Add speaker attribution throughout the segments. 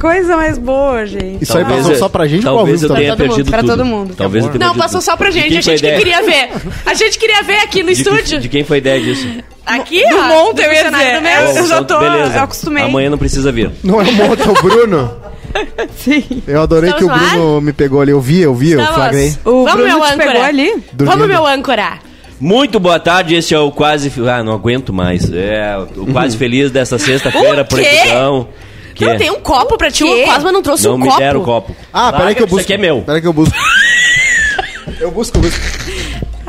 Speaker 1: Coisa mais boa, gente.
Speaker 2: Isso aí
Speaker 3: Talvez
Speaker 2: passou
Speaker 3: eu-
Speaker 2: só pra gente ou
Speaker 3: Talvez
Speaker 2: pra
Speaker 3: eu
Speaker 2: ouvir
Speaker 3: tenha
Speaker 1: Pra todo
Speaker 3: perdido
Speaker 1: mundo, pra
Speaker 3: tudo.
Speaker 1: todo mundo.
Speaker 3: Talvez
Speaker 2: Tá
Speaker 3: eu tenha
Speaker 4: Não,
Speaker 3: perdido
Speaker 4: passou
Speaker 3: tudo.
Speaker 4: só pra
Speaker 3: De
Speaker 4: gente.
Speaker 3: quem
Speaker 4: A
Speaker 3: foi
Speaker 4: gente que
Speaker 3: ideia?
Speaker 4: queria ver. A gente queria ver aqui no
Speaker 3: De que-
Speaker 4: estúdio.
Speaker 3: De quem foi a ideia disso?
Speaker 4: Aqui,
Speaker 1: Do
Speaker 4: ó.
Speaker 1: monte, eu ia
Speaker 4: funcionário
Speaker 1: dizer.
Speaker 4: do meu.
Speaker 1: Eu
Speaker 3: Bom,
Speaker 1: já
Speaker 3: então,
Speaker 1: tô-
Speaker 3: beleza.
Speaker 1: eu acostumei.
Speaker 3: Amanhã não precisa vir.
Speaker 2: Não é o Monta, é o Bruno.
Speaker 1: Sim.
Speaker 2: Eu adorei
Speaker 4: Estamos
Speaker 2: que o
Speaker 4: no
Speaker 2: Bruno me pegou ali. Eu vi, eu
Speaker 3: Então,
Speaker 2: vi, eu
Speaker 4: Estamos.
Speaker 2: flagrei.
Speaker 1: Então, O
Speaker 4: Vamos,
Speaker 1: Bruno
Speaker 4: meu
Speaker 1: te
Speaker 4: âncora.
Speaker 1: pegou ali?
Speaker 2: Dormindo.
Speaker 4: Vamos, meu âncora.
Speaker 3: Muito boa tarde, esse é o quase. Fe- Ah, não aguento mais. É o quase
Speaker 2: Uhum.
Speaker 3: feliz dessa sexta-feira,
Speaker 4: O
Speaker 3: por
Speaker 4: quê?
Speaker 3: edição. Que
Speaker 4: Não tem um copo pra ti.
Speaker 1: quê?
Speaker 4: O Cosma não trouxe
Speaker 3: não
Speaker 4: um
Speaker 3: me
Speaker 4: copo.
Speaker 3: deram o copo.
Speaker 2: Ah, peraí que eu
Speaker 3: Larga,
Speaker 2: busco.
Speaker 3: Isso aqui é meu.
Speaker 2: Peraí que eu busco. Eu busco, eu busco.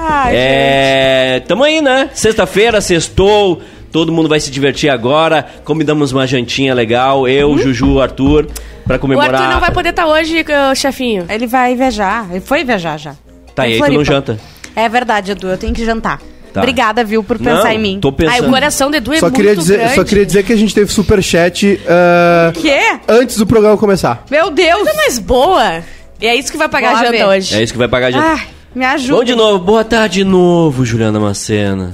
Speaker 1: Ai,
Speaker 3: É. Tamo aí, né? Sexta-feira, sextou. Todo mundo vai se divertir agora. Convidamos uma jantinha legal. Eu, Juju, Arthur, pra
Speaker 4: Hum? O
Speaker 3: comemorar. É
Speaker 4: Arthur não vai poder estar hoje, ô, chefinho.
Speaker 1: Ele vai viajar. Ele foi viajar já.
Speaker 3: Tá,
Speaker 1: Em
Speaker 3: e aí tu não
Speaker 1: Floripa.
Speaker 3: janta.
Speaker 1: É verdade, Edu. Eu tenho que jantar.
Speaker 3: Tá.
Speaker 1: Obrigada, viu, por
Speaker 3: Não,
Speaker 1: pensar em mim.
Speaker 3: Tô
Speaker 4: Ai,
Speaker 3: pensando.
Speaker 4: o coração do Edu é
Speaker 2: Só
Speaker 4: muito
Speaker 2: queria, dizer,
Speaker 4: grande.
Speaker 2: só queria dizer que a gente teve superchat ah,
Speaker 1: Quê?
Speaker 2: antes do programa começar.
Speaker 1: Meu Deus!
Speaker 4: Coisa mais boa. E é isso que vai pagar
Speaker 1: Vou
Speaker 4: a
Speaker 1: lá
Speaker 4: janta
Speaker 1: ver.
Speaker 4: hoje.
Speaker 3: É isso que vai pagar a
Speaker 4: Ah,
Speaker 3: janta.
Speaker 1: Ai, me ajuda.
Speaker 3: Bom de novo, boa tarde de novo, Juliana Macena.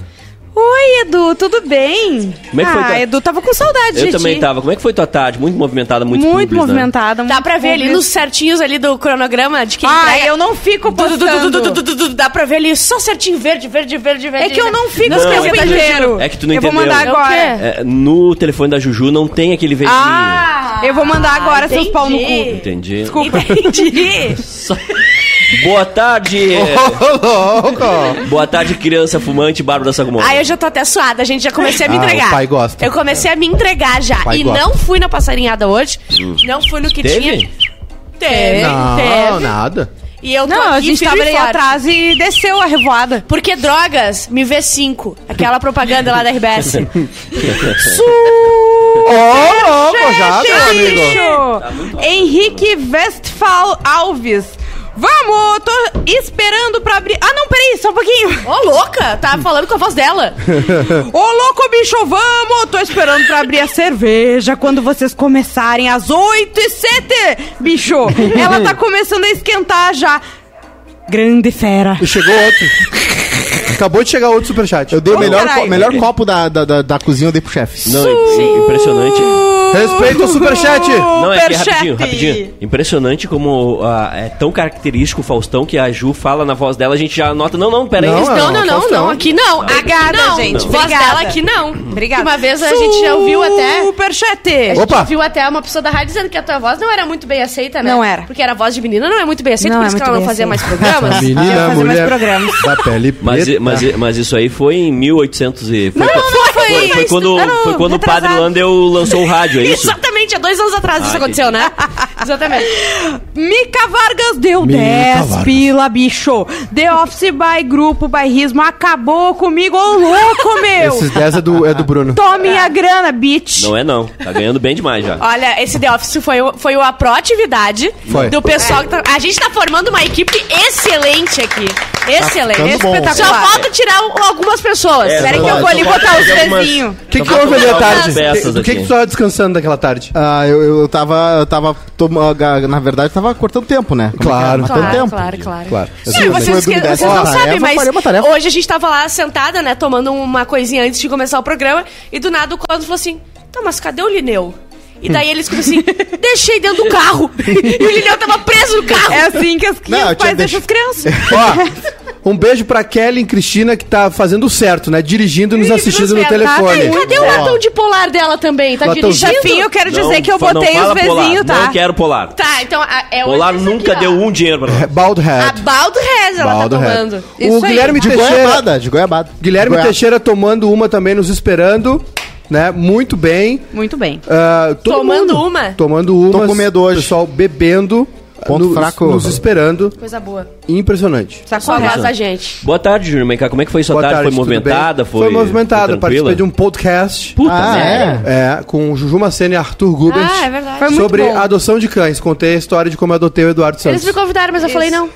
Speaker 1: Oi, Edu, tudo bem?
Speaker 3: Como é que foi,
Speaker 1: ah,
Speaker 3: tá?
Speaker 1: Edu, tava com saudade
Speaker 3: Eu
Speaker 1: de
Speaker 3: também
Speaker 1: ti.
Speaker 3: tava. Como é que foi tua tarde? Muito movimentada, muito
Speaker 1: Muito
Speaker 3: publis, né?
Speaker 1: movimentada.
Speaker 4: Dá
Speaker 1: muito
Speaker 4: pra ver ali
Speaker 1: público.
Speaker 4: nos certinhos ali do cronograma de quem
Speaker 1: Ai,
Speaker 4: entrega.
Speaker 1: Ah, eu não fico
Speaker 4: Du- du- du- du- du- du-
Speaker 1: postando.
Speaker 4: du- du- du- Dá pra ver ali só certinho, verde, verde, verde, verde.
Speaker 1: É que eu não fico
Speaker 4: Não,
Speaker 1: o
Speaker 4: é
Speaker 1: tempo
Speaker 4: que-
Speaker 1: inteiro.
Speaker 3: É que tu não
Speaker 1: Eu vou mandar
Speaker 3: entendeu.
Speaker 1: agora.
Speaker 4: É
Speaker 3: É, no telefone da Juju não tem aquele verdinho.
Speaker 1: Ah, eu vou mandar agora seus pau no
Speaker 4: entendi.
Speaker 1: cu.
Speaker 3: Entendi.
Speaker 1: Desculpa.
Speaker 4: Entendi.
Speaker 3: Boa tarde!
Speaker 1: Oh.
Speaker 2: Ô, louco!
Speaker 3: Boa tarde, criança fumante, Bárbara Sacomori.
Speaker 4: Ai, eu já tô até suada, gente. Já comecei a me
Speaker 2: Tá Ah, o
Speaker 4: entregar.
Speaker 2: pai gosta.
Speaker 4: Eu comecei a me entregar já.
Speaker 2: pai
Speaker 4: E
Speaker 2: gosta. Hum.
Speaker 4: não fui na passarinhada hoje. Não fui no que
Speaker 3: Teve?
Speaker 4: tinha. Teve,
Speaker 2: Não,
Speaker 4: É. teve.
Speaker 2: nada.
Speaker 4: E eu tô
Speaker 1: Não,
Speaker 4: aqui,
Speaker 1: a gente tava
Speaker 4: firme e
Speaker 1: ali
Speaker 4: forte.
Speaker 1: atrás e desceu a revoada.
Speaker 4: Porque drogas me vê 5. Aquela propaganda lá da RBS.
Speaker 2: Ô, louco, já, meu amigo. Tá
Speaker 1: Bicho! Henrique Westphal Alves. Vamos, tô esperando pra abrir. Ah, não, peraí, só um pouquinho.
Speaker 4: Ô, louca! Tava falando com a voz dela.
Speaker 1: Ô, louco, bicho, vamos! Tô esperando pra abrir a cerveja quando vocês começarem às 8 e 7, bicho! Ela tá começando a esquentar já. Grande fera.
Speaker 2: E chegou outro. Acabou de chegar outro superchat. Eu dei o
Speaker 1: Ô,
Speaker 2: melhor,
Speaker 1: caralho.
Speaker 2: co- melhor copo da, da, da, da cozinha, eu dei pro chefe.
Speaker 3: Não, im- impressionante.
Speaker 2: Respeita o superchat.
Speaker 3: Não, é que
Speaker 1: Superchat.
Speaker 3: rapidinho, rapidinho. Impressionante como ah, é tão característico o Faustão que a Ju fala na voz dela, a gente já anota. Não, não, peraí.
Speaker 2: Não,
Speaker 3: Não,
Speaker 2: é-
Speaker 4: Não, não, não,
Speaker 2: Faustão.
Speaker 4: não. Aqui não. Aqui
Speaker 1: Obrigada,
Speaker 4: não.
Speaker 1: gente,
Speaker 4: Voz
Speaker 1: obrigada.
Speaker 4: dela aqui não.
Speaker 1: Obrigada.
Speaker 4: Uma vez a gente já ouviu até...
Speaker 1: Superchat.
Speaker 2: Opa.
Speaker 4: A gente viu até uma pessoa da rádio dizendo que a tua voz não era muito bem aceita, né?
Speaker 1: Não era.
Speaker 4: Porque era voz de menina, não é muito bem aceita,
Speaker 1: Não
Speaker 4: por
Speaker 1: é
Speaker 4: isso que
Speaker 1: muito
Speaker 4: ela não
Speaker 1: bem
Speaker 4: fazia mais
Speaker 1: aceita.
Speaker 4: programas.
Speaker 2: Menina,
Speaker 1: fazer mais
Speaker 2: mulher
Speaker 1: programas.
Speaker 2: da pele
Speaker 3: Mas,
Speaker 2: preta.
Speaker 3: mas, mas isso aí foi em 1800 e... Foi,
Speaker 4: não, não, foi-
Speaker 3: foi, foi quando,
Speaker 1: não, não,
Speaker 3: foi quando o padre
Speaker 1: retrasado.
Speaker 3: Landel lançou o rádio, é isso?
Speaker 4: Exatamente, há dois anos atrás
Speaker 3: Ah,
Speaker 4: isso aconteceu, né? Exatamente.
Speaker 1: Mica Vargas deu
Speaker 2: Mica
Speaker 1: 10
Speaker 2: Vargas.
Speaker 1: pila, bicho. The Office by Grupo Bairrismo acabou comigo, ô louco, meu.
Speaker 2: Esses 10 é do, é do Bruno.
Speaker 1: Tome a grana, bitch.
Speaker 3: Não é não, tá ganhando bem demais já.
Speaker 4: Olha, esse The Office foi, o- foi a proatividade
Speaker 2: Foi.
Speaker 4: do pessoal que tá, A gente tá formando uma equipe excelente aqui.
Speaker 3: Tá
Speaker 2: ficando
Speaker 4: Excelente.
Speaker 2: bom.
Speaker 4: Só
Speaker 1: Espetacular.
Speaker 4: falta tirar o- algumas pessoas.
Speaker 3: É,
Speaker 1: Espera que eu
Speaker 2: verdade.
Speaker 1: vou ali
Speaker 3: Só falta
Speaker 1: botar os
Speaker 3: fazer
Speaker 1: pezinhos.
Speaker 3: algumas-
Speaker 2: O que, que
Speaker 3: Só
Speaker 2: houve ali à
Speaker 3: falta
Speaker 2: tarde?
Speaker 3: algumas peças
Speaker 2: O que, que
Speaker 3: aqui.
Speaker 2: tu tava descansando daquela tarde?
Speaker 5: Ah, eu, eu tava. Eu tava toma- ga- na verdade, tava cortando tempo, né? Como é que é?
Speaker 2: Claro.
Speaker 5: Matando
Speaker 4: Claro,
Speaker 5: tempo.
Speaker 4: claro, claro.
Speaker 2: Claro.
Speaker 4: Não, vocês,
Speaker 5: Edu me
Speaker 4: que-
Speaker 5: desse
Speaker 4: vocês
Speaker 5: uma
Speaker 4: não
Speaker 5: tarefa,
Speaker 1: é
Speaker 4: sabem,
Speaker 5: eu
Speaker 4: mas
Speaker 5: faria uma tarefa.
Speaker 4: hoje a gente tava lá sentada, né, tomando uma coisinha antes de começar o programa, e do nada o Cosmo falou assim, tá, mas cadê o Lineu? E daí ele escuta assim, deixei dentro do carro. e o Lineu tava preso no carro.
Speaker 1: É assim que, as, que
Speaker 2: Não,
Speaker 1: os
Speaker 2: eu tinha
Speaker 1: pais deixam
Speaker 2: deixado-
Speaker 1: as crianças.
Speaker 2: Ó, um beijo pra Kelly e Cristina que tá fazendo o certo, né? Dirigindo e nos
Speaker 4: Ih,
Speaker 2: assistindo no
Speaker 4: Bruno Ferro, tá?
Speaker 2: telefone.
Speaker 4: Ai, Cadê o
Speaker 2: Ó,
Speaker 4: latão de polar dela também? Tá
Speaker 2: Latãozinho.
Speaker 1: Enfim,
Speaker 4: dirigindo?
Speaker 1: eu quero dizer
Speaker 3: é Não
Speaker 1: que eu
Speaker 3: fa- não
Speaker 1: botei os
Speaker 3: fala polar,
Speaker 1: vizinhos, tá?
Speaker 3: Não quero polar.
Speaker 4: Tá, então a- é
Speaker 3: Polar
Speaker 4: esse aqui,
Speaker 3: nunca
Speaker 4: ó.
Speaker 3: deu um dinheiro pra nós.
Speaker 2: Bald
Speaker 4: A
Speaker 2: Head.
Speaker 4: Baldo Rez ela
Speaker 2: É, Baldo
Speaker 4: tá
Speaker 2: Head.
Speaker 4: tomando.
Speaker 2: O
Speaker 1: Isso aí.
Speaker 2: Guilherme
Speaker 5: De
Speaker 2: Teixeira.
Speaker 5: goiabada, de goiabada.
Speaker 2: Guilherme
Speaker 5: Goiaba.
Speaker 2: Teixeira tomando uma também, nos esperando, né? Muito bem.
Speaker 1: Muito bem.
Speaker 2: Ah, todo
Speaker 4: Tomando
Speaker 2: mundo
Speaker 4: uma?
Speaker 2: Tomando uma.
Speaker 5: com medo hoje.
Speaker 2: Pessoal bebendo.
Speaker 5: Ponto
Speaker 2: nos-
Speaker 5: fraco.
Speaker 2: Nos esperando.
Speaker 4: Coisa boa.
Speaker 2: Impressionante.
Speaker 4: Só
Speaker 1: Sacou?
Speaker 4: a voz da gente.
Speaker 3: Boa tarde, Júnior Maiká. Como é que foi sua
Speaker 2: Boa
Speaker 3: tarde? Foi
Speaker 2: tudo bem?
Speaker 3: movimentada? Foi,
Speaker 2: Foi movimentada.
Speaker 3: foi
Speaker 2: Participei
Speaker 3: tranquila?
Speaker 2: de um podcast.
Speaker 3: Puta
Speaker 5: Ah,
Speaker 3: merda.
Speaker 2: É, com o Juju Macena e Arthur Gubert.
Speaker 4: Ah, é verdade.
Speaker 1: Foi muito
Speaker 2: sobre
Speaker 1: bom.
Speaker 2: a adoção de cães. Contei a história de como eu adotei o Eduardo
Speaker 4: Eles
Speaker 2: Santos.
Speaker 4: me convidaram, mas eu falei não.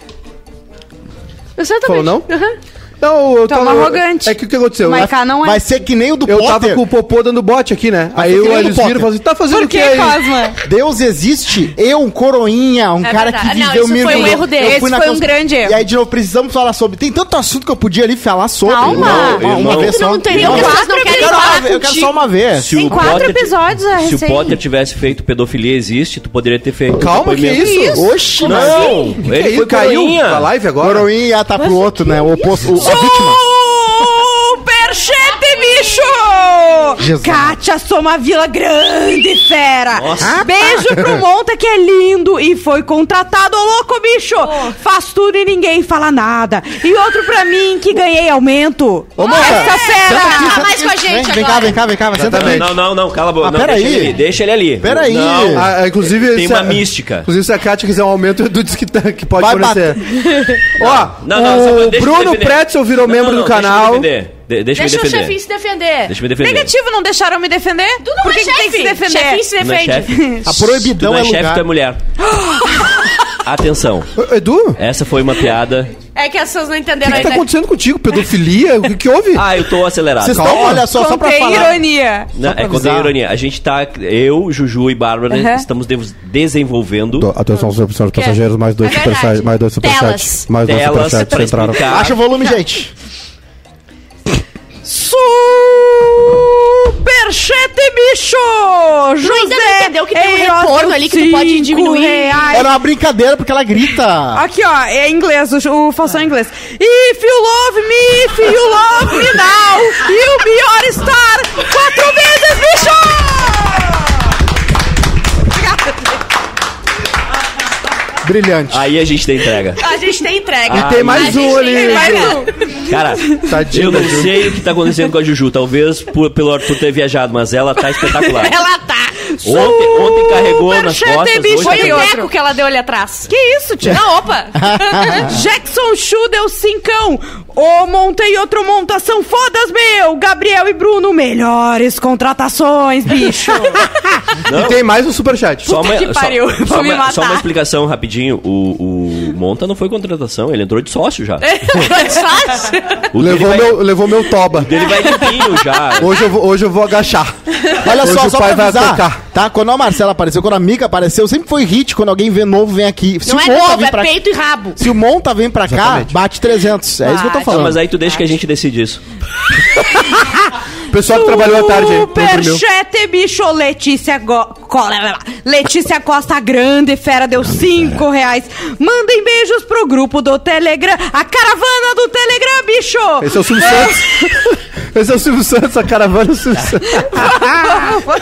Speaker 4: Eu certamente.
Speaker 2: Falou não?
Speaker 4: Aham.
Speaker 2: Não, eu
Speaker 1: Tu é um arrogante.
Speaker 2: É que o que aconteceu?
Speaker 1: Mas cá não é.
Speaker 5: Vai ser que nem o do
Speaker 2: Eu
Speaker 5: Potter.
Speaker 2: tava com o popô dando bote aqui, né?
Speaker 5: Mas
Speaker 2: Aí
Speaker 5: foi que
Speaker 2: eu,
Speaker 5: nem
Speaker 2: eles
Speaker 5: no
Speaker 2: viram e
Speaker 5: poker.
Speaker 2: falaram assim, tá fazendo
Speaker 1: Por
Speaker 2: o que
Speaker 1: que,
Speaker 2: aí?
Speaker 1: Cosma?
Speaker 5: Deus existe, eu, um coroinha, um
Speaker 4: É
Speaker 5: cara
Speaker 4: verdade.
Speaker 5: que
Speaker 4: Não,
Speaker 5: viveu
Speaker 4: isso foi um
Speaker 5: mergulhou.
Speaker 4: erro dele.
Speaker 5: Eu fui
Speaker 1: Esse
Speaker 5: na
Speaker 1: foi um grande erro.
Speaker 5: E aí, de novo, precisamos falar sobre. Tem tanto assunto que eu podia ali falar sobre.
Speaker 1: Calma.
Speaker 5: Não, uma,
Speaker 3: Irmão,
Speaker 5: uma vez
Speaker 4: Tu
Speaker 5: só.
Speaker 4: não tem nem
Speaker 5: Não,
Speaker 4: o que
Speaker 5: eu
Speaker 1: Não,
Speaker 4: as pessoas não
Speaker 1: quatro
Speaker 4: querem
Speaker 1: episódios.
Speaker 4: falar
Speaker 5: quero uma vez, eu quero só
Speaker 4: contigo.
Speaker 5: uma
Speaker 2: é.
Speaker 5: vez.
Speaker 3: Se
Speaker 1: Tem
Speaker 3: o
Speaker 1: quatro
Speaker 3: Potter-
Speaker 1: episódios, é
Speaker 3: Se o
Speaker 1: recém.
Speaker 3: Potter tivesse feito pedofilia existe, tu poderia ter feito.
Speaker 2: Calma, que
Speaker 3: depoimento.
Speaker 2: isso?
Speaker 5: Oxi,
Speaker 3: Não,
Speaker 5: não.
Speaker 2: Que que é
Speaker 3: ele
Speaker 2: isso?
Speaker 3: foi
Speaker 2: caiu
Speaker 3: coroinha.
Speaker 2: da live agora?
Speaker 5: Coroinha tá pro outro, né? O oposto. o- A vítima.
Speaker 1: Superchat, Oh, bicho!
Speaker 5: Jesus.
Speaker 1: Kátia Soma Vila Grande, fera!
Speaker 3: Nossa.
Speaker 1: Beijo pro Monta, que é lindo e foi contratado, ô louco, bicho! Faz tudo e ninguém fala nada. E outro pra mim, que ganhei aumento.
Speaker 5: Ô, Monta,
Speaker 1: Essa
Speaker 5: Senta aqui,
Speaker 1: fera!
Speaker 5: senta
Speaker 4: mais
Speaker 5: aqui.
Speaker 4: com a gente
Speaker 5: Vem,
Speaker 4: agora.
Speaker 5: vem cá, vem cá, vem cá. Senta aqui.
Speaker 3: Não, não, não, não, cala a boca.
Speaker 5: Ah,
Speaker 3: não,
Speaker 5: peraí.
Speaker 3: Deixa ele ali, deixa ele ali.
Speaker 5: Peraí.
Speaker 3: Não,
Speaker 2: Ah, ah, inclusive...
Speaker 3: Tem
Speaker 2: se
Speaker 3: uma mística.
Speaker 2: Inclusive, se a Kátia quiser um aumento, o Edu disse que, tá- que pode
Speaker 5: Vai
Speaker 2: fornecer. Ó,
Speaker 3: não, não, só-
Speaker 2: o
Speaker 3: deixa eu
Speaker 2: Bruno
Speaker 3: defender.
Speaker 2: Pretzel virou
Speaker 3: Não,
Speaker 2: membro
Speaker 3: não,
Speaker 2: do
Speaker 3: não,
Speaker 2: canal.
Speaker 3: Deixa eu me defender. De- deixa eu me
Speaker 4: Deixa o
Speaker 3: defender.
Speaker 4: chefinho se defender.
Speaker 3: Deixa eu me defender.
Speaker 1: Negativo, não deixaram eu me defender?
Speaker 4: Tu não
Speaker 1: Por que,
Speaker 4: é
Speaker 1: que tem que se
Speaker 4: chefe.
Speaker 1: defender?
Speaker 4: Chefinho se
Speaker 3: Tu não é
Speaker 4: defende.
Speaker 3: chefe.
Speaker 5: A
Speaker 3: Tu
Speaker 5: proibidão
Speaker 3: não
Speaker 5: é
Speaker 3: é chefe, tu é
Speaker 5: lugar.
Speaker 3: mulher. Atenção.
Speaker 2: Ô, Edu,
Speaker 3: Essa foi uma piada.
Speaker 4: É que essas não
Speaker 2: o
Speaker 4: entenderam
Speaker 2: que, que tá
Speaker 4: ainda.
Speaker 2: acontecendo contigo? Pedofilia? O que, que houve?
Speaker 3: Ah, eu tô acelerado.
Speaker 5: Vocês estão, olha só, só pra
Speaker 1: Contém
Speaker 5: falar.
Speaker 1: ironia.
Speaker 3: Não,
Speaker 5: Só pra
Speaker 3: é contei
Speaker 5: avisar.
Speaker 3: ironia. A gente tá. Eu, Juju e Bárbara
Speaker 1: Uhum.
Speaker 3: estamos de- desenvolvendo.
Speaker 2: Atenção, senhores
Speaker 4: passageiros, mais dois É verdade. superchats, mais dois superchats, Telas.
Speaker 2: Mais
Speaker 3: dois Telas superchats pra entraram. explicar.
Speaker 5: Baixa o volume, gente.
Speaker 1: Superchat, bicho!
Speaker 4: Tu ainda não
Speaker 1: José
Speaker 4: entendeu que tem um
Speaker 1: Eiroz,
Speaker 4: retorno ali que tu pode
Speaker 1: cinco
Speaker 4: diminuir.
Speaker 1: reais.
Speaker 5: Era É uma brincadeira porque ela grita.
Speaker 1: Aqui, ó, é em inglês, o, o falsão em inglês. If you love me, if you love me now, you be your star! Quatro vezes, bicho!
Speaker 5: Brilhante.
Speaker 3: Aí a gente tem entrega.
Speaker 4: A gente tem entrega.
Speaker 3: Ah,
Speaker 4: A
Speaker 2: Tem mais
Speaker 4: gente
Speaker 2: um
Speaker 4: tem
Speaker 2: ali.
Speaker 4: entrega.
Speaker 3: Cara,
Speaker 2: Tadinho
Speaker 3: eu
Speaker 2: da
Speaker 3: não
Speaker 2: Ju.
Speaker 3: sei o que tá acontecendo com a Juju. Talvez por, pelo Arthur ter viajado, mas ela tá espetacular.
Speaker 4: Ela tá.
Speaker 3: Ontem, ontem carregou nas
Speaker 1: Superchat,
Speaker 3: costas.
Speaker 1: bicho,
Speaker 3: Hoje tá
Speaker 1: aí,
Speaker 4: Foi
Speaker 1: ó.
Speaker 3: carregando.
Speaker 4: o
Speaker 1: outro.
Speaker 4: teco que ela deu ali atrás.
Speaker 1: Que isso, tio?
Speaker 4: Não, opa.
Speaker 1: Jackson Chu deu cincão. Ô, montei outro montação fodas, meu. Gabriel e Bruno, melhores contratações, bicho.
Speaker 2: E tem mais um superchat.
Speaker 3: Só
Speaker 1: Puta
Speaker 3: uma,
Speaker 1: que
Speaker 3: só-
Speaker 1: pariu,
Speaker 3: só,
Speaker 1: vou me
Speaker 3: uma, só
Speaker 1: matar.
Speaker 3: uma explicação rapidinho. O, o Monta não foi contratação, ele entrou de sócio já.
Speaker 1: É,
Speaker 3: O dele
Speaker 2: Levou
Speaker 3: vai,
Speaker 2: meu, levou meu toba.
Speaker 3: Ele vai de pinho já.
Speaker 2: Hoje eu vou, hoje eu vou agachar.
Speaker 5: Olha
Speaker 2: Hoje
Speaker 5: só,
Speaker 2: o
Speaker 5: só
Speaker 2: pai
Speaker 5: pra
Speaker 2: vai
Speaker 5: avisar,
Speaker 2: atacar.
Speaker 5: tá? Quando a Marcela apareceu, quando a Mica apareceu, sempre foi hit quando alguém vê novo, vem aqui. Se
Speaker 4: Não
Speaker 5: o
Speaker 4: é
Speaker 5: Monta
Speaker 4: novo,
Speaker 5: vem
Speaker 4: é
Speaker 5: pra-
Speaker 4: peito e rabo.
Speaker 5: Se o Monta vem pra cá,
Speaker 2: Exatamente.
Speaker 5: bate 300. É isso que eu tô
Speaker 1: Bate.
Speaker 5: falando.
Speaker 3: Não, mas aí tu deixa que a gente decide isso.
Speaker 2: O pessoal que trabalhou à tarde aí. não dormiu.
Speaker 1: Superchat, bicho. Letícia, Go... Co- Letícia Costa Grande, fera, deu cinco reais. Mandem beijos pro grupo do Telegram. A caravana do Telegram, bicho.
Speaker 2: Esse é o Silvio Santos. Esse é o Silvio Santos, a caravana é o Silvio Santos.
Speaker 1: Ah,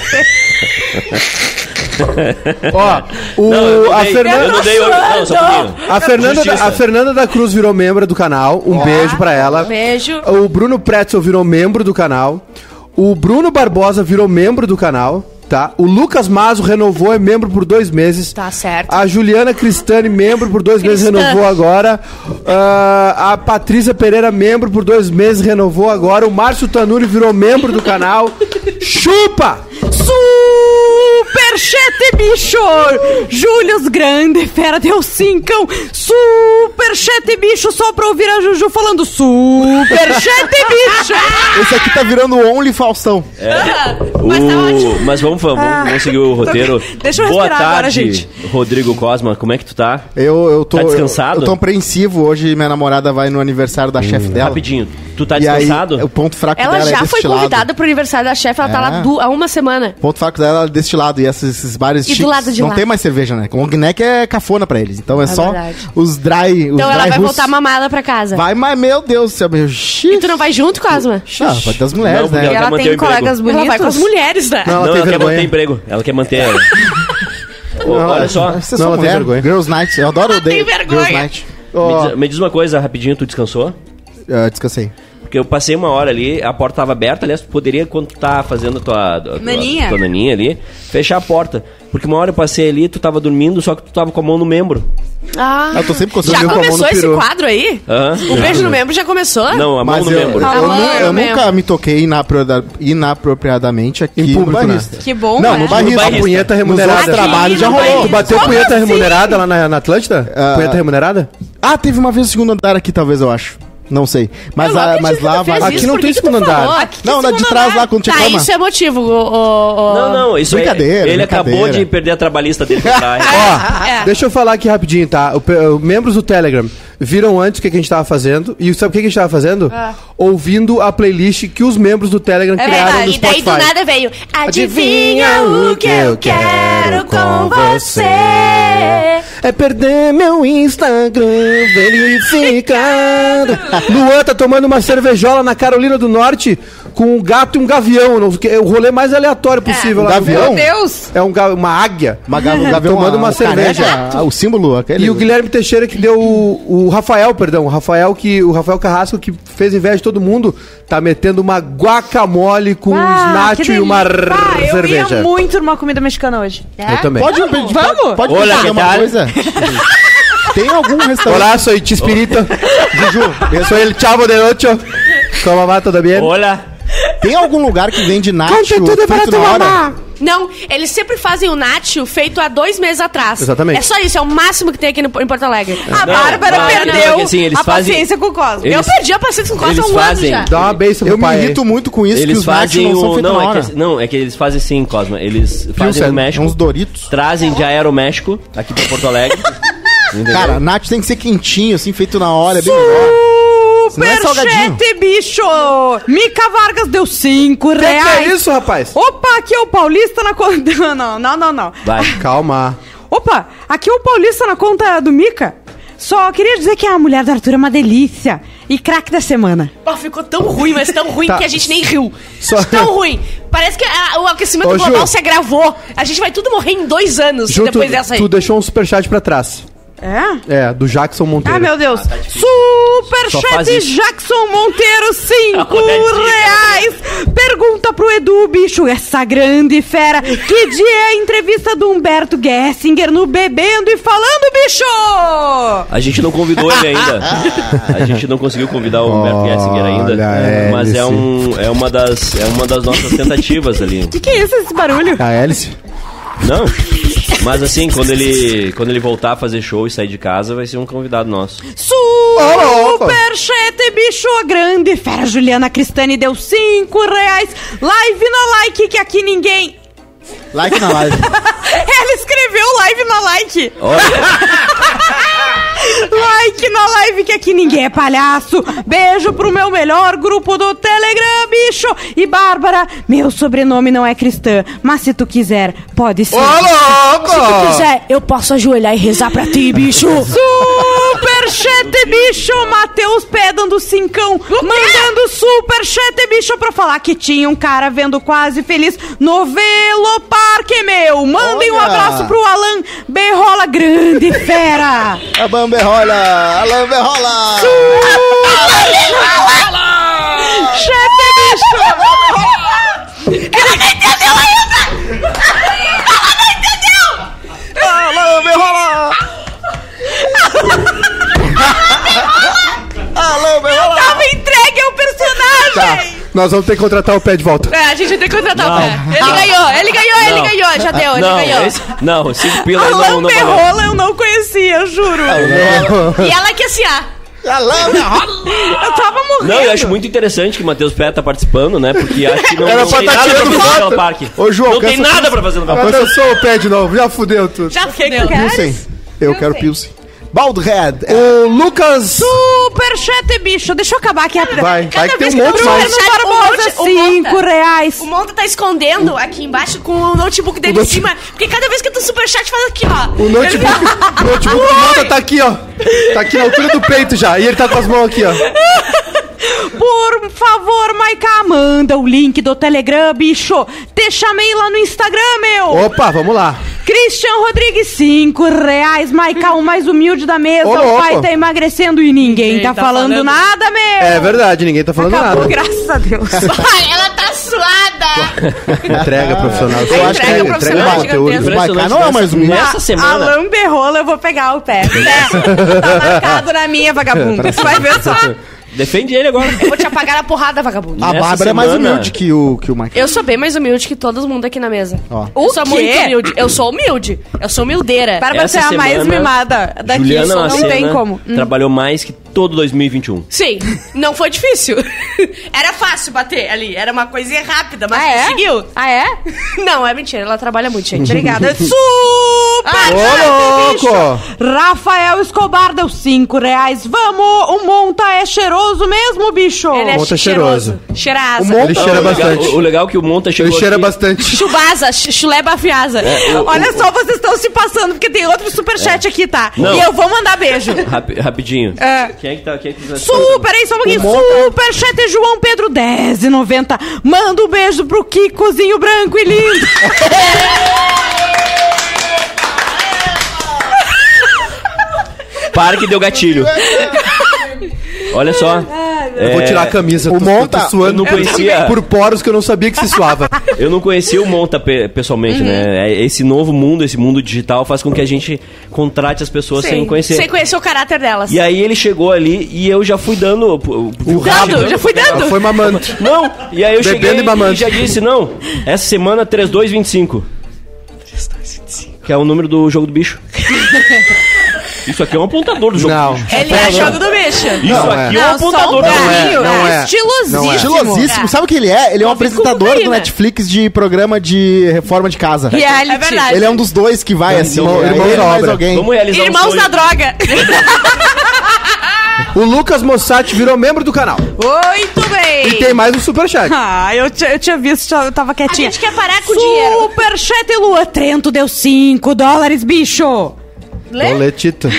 Speaker 2: Ó, o,
Speaker 3: Não, eu não
Speaker 2: a
Speaker 3: dei,
Speaker 2: Fernanda.
Speaker 3: eu não dei hoje. Não, só um pouquinho.
Speaker 2: A Fernanda, da, a
Speaker 3: Justiça.
Speaker 2: Fernanda da Cruz virou membro do canal. Um beijo pra ela.
Speaker 4: Beijo.
Speaker 2: O Bruno Pretzel virou membro do canal. O Bruno Barbosa virou membro do canal. Tá? O Lucas Mazo renovou, é membro por dois meses.
Speaker 4: Tá certo.
Speaker 2: A Juliana Cristani, membro por dois meses,
Speaker 4: Cristã.
Speaker 2: renovou agora. Ah, a Patrícia Pereira, membro por dois meses, renovou agora. O Márcio Tanuri virou membro do canal. Chupa!
Speaker 1: Superchat, bicho. Július Grande, fera, deu cincão. Superchat, bicho. Só pra ouvir a Juju falando superchat, bicho.
Speaker 5: Esse aqui tá virando Only Faustão.
Speaker 4: Mas tá ótimo.
Speaker 3: O- mas vamos, vamos, vamos seguir o roteiro.
Speaker 1: Ah, Deixa eu
Speaker 3: Boa
Speaker 1: respirar
Speaker 3: tarde,
Speaker 1: agora, gente.
Speaker 3: Rodrigo Cosma. Como é que tu tá?
Speaker 5: Eu, eu tô.
Speaker 3: Tá descansado? Hum,
Speaker 5: Eu, eu tô apreensivo. Hoje minha namorada vai no aniversário da chefe dela.
Speaker 3: Rapidinho. Tu tá
Speaker 5: E aí,
Speaker 3: descansado?
Speaker 5: o ponto fraco
Speaker 4: Ela
Speaker 5: dela é
Speaker 4: já
Speaker 5: deste
Speaker 4: foi
Speaker 5: lado.
Speaker 4: convidada pro aniversário da chefe, ela tá
Speaker 5: É.
Speaker 4: lá du- há uma semana.
Speaker 5: O ponto fraco dela é deste lado. E esses, esses bares
Speaker 4: E do
Speaker 5: chiques
Speaker 4: lado de
Speaker 5: não
Speaker 4: lá.
Speaker 5: tem mais cerveja, né? Long neck é cafona pra eles. Então é, só
Speaker 4: verdade.
Speaker 5: os dry. Os
Speaker 4: Então ela
Speaker 5: dry
Speaker 4: vai
Speaker 5: russos.
Speaker 4: voltar mamada pra casa.
Speaker 5: Vai, mas meu Deus do céu, meu.
Speaker 4: E tu não vai junto, Cosma?
Speaker 5: Ah, pode das mulheres,
Speaker 3: Não,
Speaker 5: né?
Speaker 3: Ela quer manter o emprego.
Speaker 4: Ela vai com as mulheres, né?
Speaker 2: Não,
Speaker 3: Não, ela,
Speaker 2: tem
Speaker 3: quer
Speaker 2: vergonha.
Speaker 3: manter emprego. Ela quer manter. Ô,
Speaker 2: Não,
Speaker 3: olha só. Me,
Speaker 5: Vocês
Speaker 2: Não,
Speaker 5: são
Speaker 2: ela tem
Speaker 5: mulher.
Speaker 2: vergonha.
Speaker 5: Girls Night. Eu adoro
Speaker 4: Ela Ah, tem
Speaker 5: odeio
Speaker 4: vergonha.
Speaker 5: Girls Night. Oh,
Speaker 2: Ó,
Speaker 3: diz- me diz uma coisa, rapidinho, tu descansou?
Speaker 5: Ah, descansei.
Speaker 3: Porque eu passei uma hora ali, a porta tava aberta, aliás, tu poderia, quando tu tá fazendo a tua, a tua,
Speaker 1: Naninha.
Speaker 3: tua naninha ali, fechar a porta. Porque uma hora eu passei ali, tu tava dormindo, só que tu tava com a mão no membro.
Speaker 4: Ah.
Speaker 5: Eu tô sempre
Speaker 4: Já
Speaker 5: coçando
Speaker 4: começou esse
Speaker 5: peru.
Speaker 4: quadro aí?
Speaker 3: Hã?
Speaker 4: O beijo no membro já começou?
Speaker 3: Não, a mão
Speaker 5: Mas
Speaker 3: no
Speaker 5: eu,
Speaker 3: membro.
Speaker 5: eu,
Speaker 4: Ah,
Speaker 5: nu-
Speaker 4: mano,
Speaker 5: eu
Speaker 4: mesmo.
Speaker 5: nunca me toquei inapropriada- inapropriadamente aqui
Speaker 2: Em público,
Speaker 5: no
Speaker 2: né?
Speaker 5: barista.
Speaker 1: Que bom,
Speaker 5: Não,
Speaker 1: né?
Speaker 5: no barrista.
Speaker 2: a
Speaker 3: barrista.
Speaker 2: punheta remunerada.
Speaker 5: Nos outros trabalhos já
Speaker 4: Aqui,
Speaker 5: rolou.
Speaker 2: Tu bateu
Speaker 1: Como
Speaker 2: punheta
Speaker 1: assim?
Speaker 2: remunerada lá na, na Atlântida?
Speaker 5: Ah.
Speaker 2: punheta remunerada?
Speaker 5: Ah, teve uma vez o segundo andar aqui, talvez, eu acho. Não sei. Mas,
Speaker 4: Eu não
Speaker 5: a-
Speaker 4: acredito
Speaker 5: mas
Speaker 4: que
Speaker 5: lá
Speaker 4: tu fez
Speaker 5: vai.
Speaker 4: isso,
Speaker 5: Aqui não
Speaker 4: por
Speaker 5: tem
Speaker 4: que que tu
Speaker 5: segundo
Speaker 4: falou?
Speaker 5: andar.
Speaker 4: Aqui
Speaker 5: Não,
Speaker 4: tem
Speaker 5: na de
Speaker 4: segundo
Speaker 5: trás
Speaker 4: andar.
Speaker 5: lá quando te
Speaker 4: Tá,
Speaker 5: reclama.
Speaker 4: isso é motivo, ô, ô, ô.
Speaker 3: Não, não, isso
Speaker 5: Brincadeira,
Speaker 3: é. Ele acabou
Speaker 5: brincadeira.
Speaker 3: de perder a trabalhista dele. Tá?
Speaker 2: Ó,
Speaker 4: É.
Speaker 2: deixa eu falar aqui rapidinho, tá? O pe- o- membros do Telegram viram antes o que, que a gente tava fazendo. E sabe o que, que a gente tava fazendo? Ouvindo a playlist que os membros do Telegram
Speaker 4: Ah. É
Speaker 2: criaram
Speaker 4: verdade.
Speaker 2: no
Speaker 4: E daí
Speaker 2: Spotify.
Speaker 4: do nada veio. Adivinha o que eu quero com você.
Speaker 2: É perder meu Instagram verificado. Luan tá tomando uma cervejola na Carolina do Norte com um gato e um gavião. Não- que É o rolê mais aleatório possível
Speaker 4: É.
Speaker 5: Um
Speaker 2: lá no
Speaker 5: gavião?
Speaker 2: verão.
Speaker 1: Meu Deus!
Speaker 2: É um ga- uma águia.
Speaker 5: Uma ga- o Gavião
Speaker 2: Tomando
Speaker 5: a-
Speaker 2: uma
Speaker 5: a caneca,
Speaker 2: cerveja.
Speaker 5: a- o símbolo, aquele.
Speaker 2: E o Guilherme Teixeira que deu o, o Rafael, perdão, o Rafael que o Rafael Carrasco que fez inveja de todo mundo, tá metendo uma guacamole com
Speaker 1: Ah,
Speaker 2: uns
Speaker 1: que
Speaker 2: nacho e uma
Speaker 1: delícia. Ah, eu
Speaker 2: cerveja.
Speaker 1: ia muito numa comida mexicana hoje.
Speaker 2: Eu também.
Speaker 5: Pode,
Speaker 1: Vamos?
Speaker 5: pode,
Speaker 1: Vamos?
Speaker 5: pode, pode
Speaker 3: Olá,
Speaker 5: fazer
Speaker 3: que
Speaker 5: uma
Speaker 3: tal?
Speaker 5: coisa? Tem algum restaurante?
Speaker 2: Olá, soy Chispirita. Juju, eu sou el chavo de ocho. Como va, todo bien?
Speaker 3: Olha.
Speaker 5: Tem algum lugar que vende nacho frito na hora?
Speaker 4: Não, eles sempre fazem o nacho feito há dois meses atrás.
Speaker 2: Exatamente.
Speaker 4: É só isso, é o máximo que tem aqui no, em Porto Alegre.
Speaker 1: A
Speaker 3: Não,
Speaker 1: Bárbara
Speaker 3: não,
Speaker 1: perdeu
Speaker 3: não, assim, eles
Speaker 1: a
Speaker 3: fazem-
Speaker 1: paciência com o Cosmo.
Speaker 4: Eu
Speaker 3: Eles-
Speaker 4: perdi a paciência com o Costa há
Speaker 3: eles
Speaker 4: um
Speaker 3: fazem-
Speaker 4: ano já.
Speaker 2: Dá uma benção pro
Speaker 5: Eu me
Speaker 2: pai.
Speaker 5: irrito muito com isso, que
Speaker 3: Eles
Speaker 5: os nachos
Speaker 3: fazem
Speaker 5: não são
Speaker 3: o.
Speaker 5: feitos
Speaker 3: Não
Speaker 5: na
Speaker 3: é,
Speaker 5: hora.
Speaker 3: que, não, é que eles fazem sim, Cosma. Eles fazem
Speaker 2: Pilsen,
Speaker 3: no México.
Speaker 5: Uns Doritos.
Speaker 3: Trazem de Aeroméxico aqui pra Porto Alegre. entendeu?
Speaker 5: Cara, nacho tem que ser quentinho, assim, feito na hora. é bem melhor. Não é salgadinho.
Speaker 1: Superchat, bicho! Mica Vargas deu 5
Speaker 2: Que que
Speaker 1: reais.
Speaker 2: é isso, rapaz?
Speaker 1: Opa, aqui é o Paulista na conta. Não, não, não, não.
Speaker 3: vai.
Speaker 2: Calma.
Speaker 1: Opa, aqui é o Paulista na conta do Mica. Só queria dizer que a mulher do Arthur é uma delícia. E craque da semana.
Speaker 4: Pá, ficou tão ruim, mas tão ruim
Speaker 2: Tá.
Speaker 4: que a gente nem riu.
Speaker 2: Só-
Speaker 4: Tão ruim. Parece que a- o aquecimento
Speaker 2: Ô, Ju.
Speaker 4: global se agravou. A gente vai tudo morrer em dois anos
Speaker 2: Ju, tu,
Speaker 4: depois dessa aí.
Speaker 2: tu deixou um superchat pra trás.
Speaker 1: É?
Speaker 2: É, do Jackson Monteiro.
Speaker 1: Ah, meu Deus.
Speaker 3: tá Só faz
Speaker 1: Superchat
Speaker 3: isso.
Speaker 1: Jackson Monteiro, 5
Speaker 3: rodadinha.
Speaker 1: reais. Pergunta pro Edu, bicho, essa grande fera. Que dia é a entrevista do Humberto Gessinger no Bebendo e Falando, bicho?
Speaker 3: A gente não convidou ele ainda. A gente não conseguiu convidar o Humberto Gessinger ainda.
Speaker 2: Olha,
Speaker 3: mas
Speaker 2: Hélice.
Speaker 3: é, um, é, uma das, é uma das nossas tentativas ali.
Speaker 1: Que que é isso, esse barulho?
Speaker 2: A hélice?
Speaker 3: Não. Mas assim, quando ele, quando ele voltar a fazer show e sair de casa, vai ser um convidado nosso.
Speaker 2: louco.
Speaker 1: Superchat, bicho grande. Fera Juliana Cristani deu 5 reais. Live na like, que aqui ninguém.
Speaker 5: Like na live.
Speaker 1: Ela escreveu live na like.
Speaker 3: Olha,
Speaker 1: Like na live, que aqui ninguém é palhaço. Beijo pro meu melhor grupo do Telegram, bicho. E Bárbara, meu sobrenome não é cristã, mas se tu quiser, pode ser.
Speaker 2: louco!
Speaker 4: quiser, eu posso ajoelhar e rezar pra ti, bicho.
Speaker 1: Superchat, é bicho! Matheus Pé dando cincão, mandando superchat, é bicho, pra falar que tinha um cara vendo quase feliz no Velo Parque, meu! Mandem um
Speaker 5: Olha!
Speaker 1: abraço pro Alan Berrola Grande, fera!
Speaker 5: A Bamberrola! A Lamberrola!
Speaker 1: Chefe, bicho! Ela não entendeu ainda!
Speaker 5: A Lamberrola! A Lamberrola!
Speaker 1: Tava entregue ao
Speaker 2: Tá,
Speaker 1: personagem!
Speaker 2: nós vamos ter que contratar o pé de volta.
Speaker 4: É, a gente vai ter que contratar o pé.
Speaker 2: Ah.
Speaker 4: Ele ganhou, ele ganhou,
Speaker 3: Não.
Speaker 4: ele ganhou. Já deu, ele ganhou.
Speaker 3: não, esse, não, cinco pila aí
Speaker 1: Alan
Speaker 3: não, não valeu.
Speaker 1: Berrola eu não conhecia, juro!
Speaker 4: E ela que se ah,
Speaker 5: A Lamberrola!
Speaker 1: Eu tava morrendo!
Speaker 3: Não, eu acho muito interessante que o Matheus Pé tá participando, né? Porque acho que não,
Speaker 2: Era
Speaker 3: não
Speaker 2: pra
Speaker 3: tem
Speaker 2: tá
Speaker 3: nada pra
Speaker 2: tirando
Speaker 3: fazer no
Speaker 2: foto.
Speaker 3: Vela Parque.
Speaker 2: Ô, Ju,
Speaker 3: não tem
Speaker 2: alcança-
Speaker 3: nada pra fazer no Vela Parque.
Speaker 2: Alcançou o pé de novo, já fudeu tudo.
Speaker 4: já fudeu.
Speaker 2: assim.
Speaker 5: Pilsen. Eu quero Pilsen. Baldhead!
Speaker 2: O Lucas...
Speaker 1: Superchat, bicho. Deixa eu acabar aqui rápido.
Speaker 2: Vai, vai que tem
Speaker 4: vez
Speaker 2: um
Speaker 4: que
Speaker 2: monte um
Speaker 4: eu
Speaker 2: mais.
Speaker 4: abro
Speaker 1: Bruno
Speaker 4: Superchat,
Speaker 1: Barbosa,
Speaker 4: o Monta- o
Speaker 1: 5
Speaker 4: Monta.
Speaker 1: reais.
Speaker 4: O Monta tá escondendo aqui embaixo com o notebook dele em cima. Porque cada vez que tu superchat faz aqui, ó.
Speaker 2: O notebook, o notebook do Mota tá aqui, ó. Tá aqui na altura do peito já. E ele tá com as mãos aqui, ó.
Speaker 1: Por favor, Maica, manda o link do Telegram, bicho. Te chamei lá no Instagram, meu.
Speaker 2: Opa, vamos lá.
Speaker 1: Christian Rodrigues, 5 reais. Maica, o mais humilde da mesa.
Speaker 2: Ô,
Speaker 1: o
Speaker 2: louco.
Speaker 1: pai tá emagrecendo e ninguém,
Speaker 4: Ninguém
Speaker 1: tá,
Speaker 4: tá
Speaker 1: falando,
Speaker 4: falando.
Speaker 1: nada, meu.
Speaker 2: É verdade, ninguém tá falando
Speaker 1: Acabou,
Speaker 2: nada.
Speaker 1: graças a Deus.
Speaker 4: Ai, ela tá suada.
Speaker 2: Entrega profissional.
Speaker 5: Ah, Eu acho que é
Speaker 4: Entrega
Speaker 5: entrega
Speaker 4: profissional
Speaker 5: o conteúdo.
Speaker 4: gigantesca.
Speaker 5: O Maicá não é mais um.
Speaker 3: Nessa semana...
Speaker 1: Alan Berrola, eu vou pegar o pé. Tá marcado na minha, vagabundo. Vai ver só.
Speaker 3: Defende ele agora.
Speaker 4: Eu vou te apagar na porrada, vagabundo.
Speaker 5: A
Speaker 3: Nessa
Speaker 5: Bárbara é mais
Speaker 3: semana-
Speaker 5: humilde que o, que o Michael.
Speaker 4: Eu sou bem mais humilde que todo mundo aqui na mesa.
Speaker 5: Ó.
Speaker 4: Eu sou
Speaker 1: quê?
Speaker 4: muito humilde. Eu sou humilde. Eu sou humildeira.
Speaker 1: Para pra
Speaker 3: Essa
Speaker 1: ser a mais
Speaker 3: semana,
Speaker 1: mimada daqui,
Speaker 3: Juliana
Speaker 1: só não
Speaker 3: Lacena
Speaker 1: tem como. Hum.
Speaker 3: Trabalhou mais que todo 2021.
Speaker 4: Sim, não foi difícil. Era fácil bater ali. Era uma coisinha rápida, mas
Speaker 1: Ah, é?
Speaker 4: conseguiu.
Speaker 1: Ah, é?
Speaker 4: Não, é mentira. Ela trabalha muito, gente.
Speaker 1: Obrigada. Super!
Speaker 2: Ô,
Speaker 1: bicho!
Speaker 2: louco!
Speaker 1: Rafael Escobar deu 5 reais. Vamos! O Monta é cheiroso mesmo, bicho!
Speaker 4: Ele é
Speaker 2: Monta é
Speaker 4: cheiroso.
Speaker 2: O
Speaker 4: Cheirasa.
Speaker 2: Monta- Ele cheira
Speaker 3: o Tá legal-
Speaker 2: bastante.
Speaker 3: O, o legal é que o Monta chegou
Speaker 2: Ele cheira
Speaker 3: aqui-
Speaker 2: bastante.
Speaker 4: Chubasa, ch- chuleba fiasa.
Speaker 3: o- É.
Speaker 1: Olha só, vocês estão se passando, porque tem outro superchat aqui, tá?
Speaker 3: Não.
Speaker 1: E eu vou mandar beijo.
Speaker 3: Rapi- rapidinho.
Speaker 1: É.
Speaker 3: Quem é que tá? Quem é que tá-
Speaker 1: Super, hein? Só um pouquinho. Super chat é João Pedro 10,90. Manda um beijo pro Kikozinho branco e lindo.
Speaker 3: Para que deu gatilho. Olha só.
Speaker 2: Eu vou
Speaker 3: É,
Speaker 2: tirar a camisa.
Speaker 5: o
Speaker 2: tô-
Speaker 5: Monta-
Speaker 2: eu tô suando
Speaker 3: eu não conhecia.
Speaker 2: por poros que eu não sabia que se suava.
Speaker 3: Eu não conhecia o Monta pe- pessoalmente,
Speaker 4: Uhum.
Speaker 3: né? É, Esse novo mundo, esse mundo digital, faz com que a gente contrate as pessoas sem conhecer.
Speaker 4: Sem conhecer o caráter delas.
Speaker 3: E aí ele chegou ali e eu já fui dando. O, o
Speaker 4: Dando, já fui dando.
Speaker 2: Ela foi mamando.
Speaker 3: Não! E aí eu
Speaker 2: Bebendo
Speaker 3: cheguei
Speaker 2: e mamando.
Speaker 3: e já disse, não, essa semana 3225. 3225. Que é o número do jogo do bicho. Isso aqui é um apontador do jogo
Speaker 2: Não.
Speaker 3: do bicho.
Speaker 4: Ele é jogo do bicho.
Speaker 3: Isso
Speaker 5: Não,
Speaker 3: aqui
Speaker 5: é.
Speaker 3: é, um
Speaker 4: Não, só um
Speaker 3: apontador do
Speaker 4: galinho.
Speaker 3: bicho.
Speaker 4: Não
Speaker 5: não é.
Speaker 1: Estilosíssimo.
Speaker 5: Não é. Estilosíssimo.
Speaker 4: É.
Speaker 5: Sabe o que ele é? Ele é um
Speaker 4: Só vem com
Speaker 5: apresentador do
Speaker 4: cocaína.
Speaker 5: Netflix de programa de reforma de casa.
Speaker 1: Reality.
Speaker 4: É verdade.
Speaker 5: Ele é um dos dois que vai,
Speaker 2: Não,
Speaker 5: assim.
Speaker 2: irmão-
Speaker 5: é
Speaker 2: irmão
Speaker 5: ele
Speaker 2: da
Speaker 5: mais
Speaker 2: obra.
Speaker 5: alguém.
Speaker 3: Vamos realizar um
Speaker 4: Irmãos
Speaker 3: sonho.
Speaker 4: da droga.
Speaker 2: O Lucas Mossati virou membro do canal.
Speaker 1: Muito bem.
Speaker 2: E tem mais um superchat.
Speaker 1: Ah, eu, ti- eu tinha visto, eu tava quietinha.
Speaker 4: A gente quer parar com o dinheiro.
Speaker 1: Superchat Lua Trento deu 5 dólares, bicho.
Speaker 2: Boletita.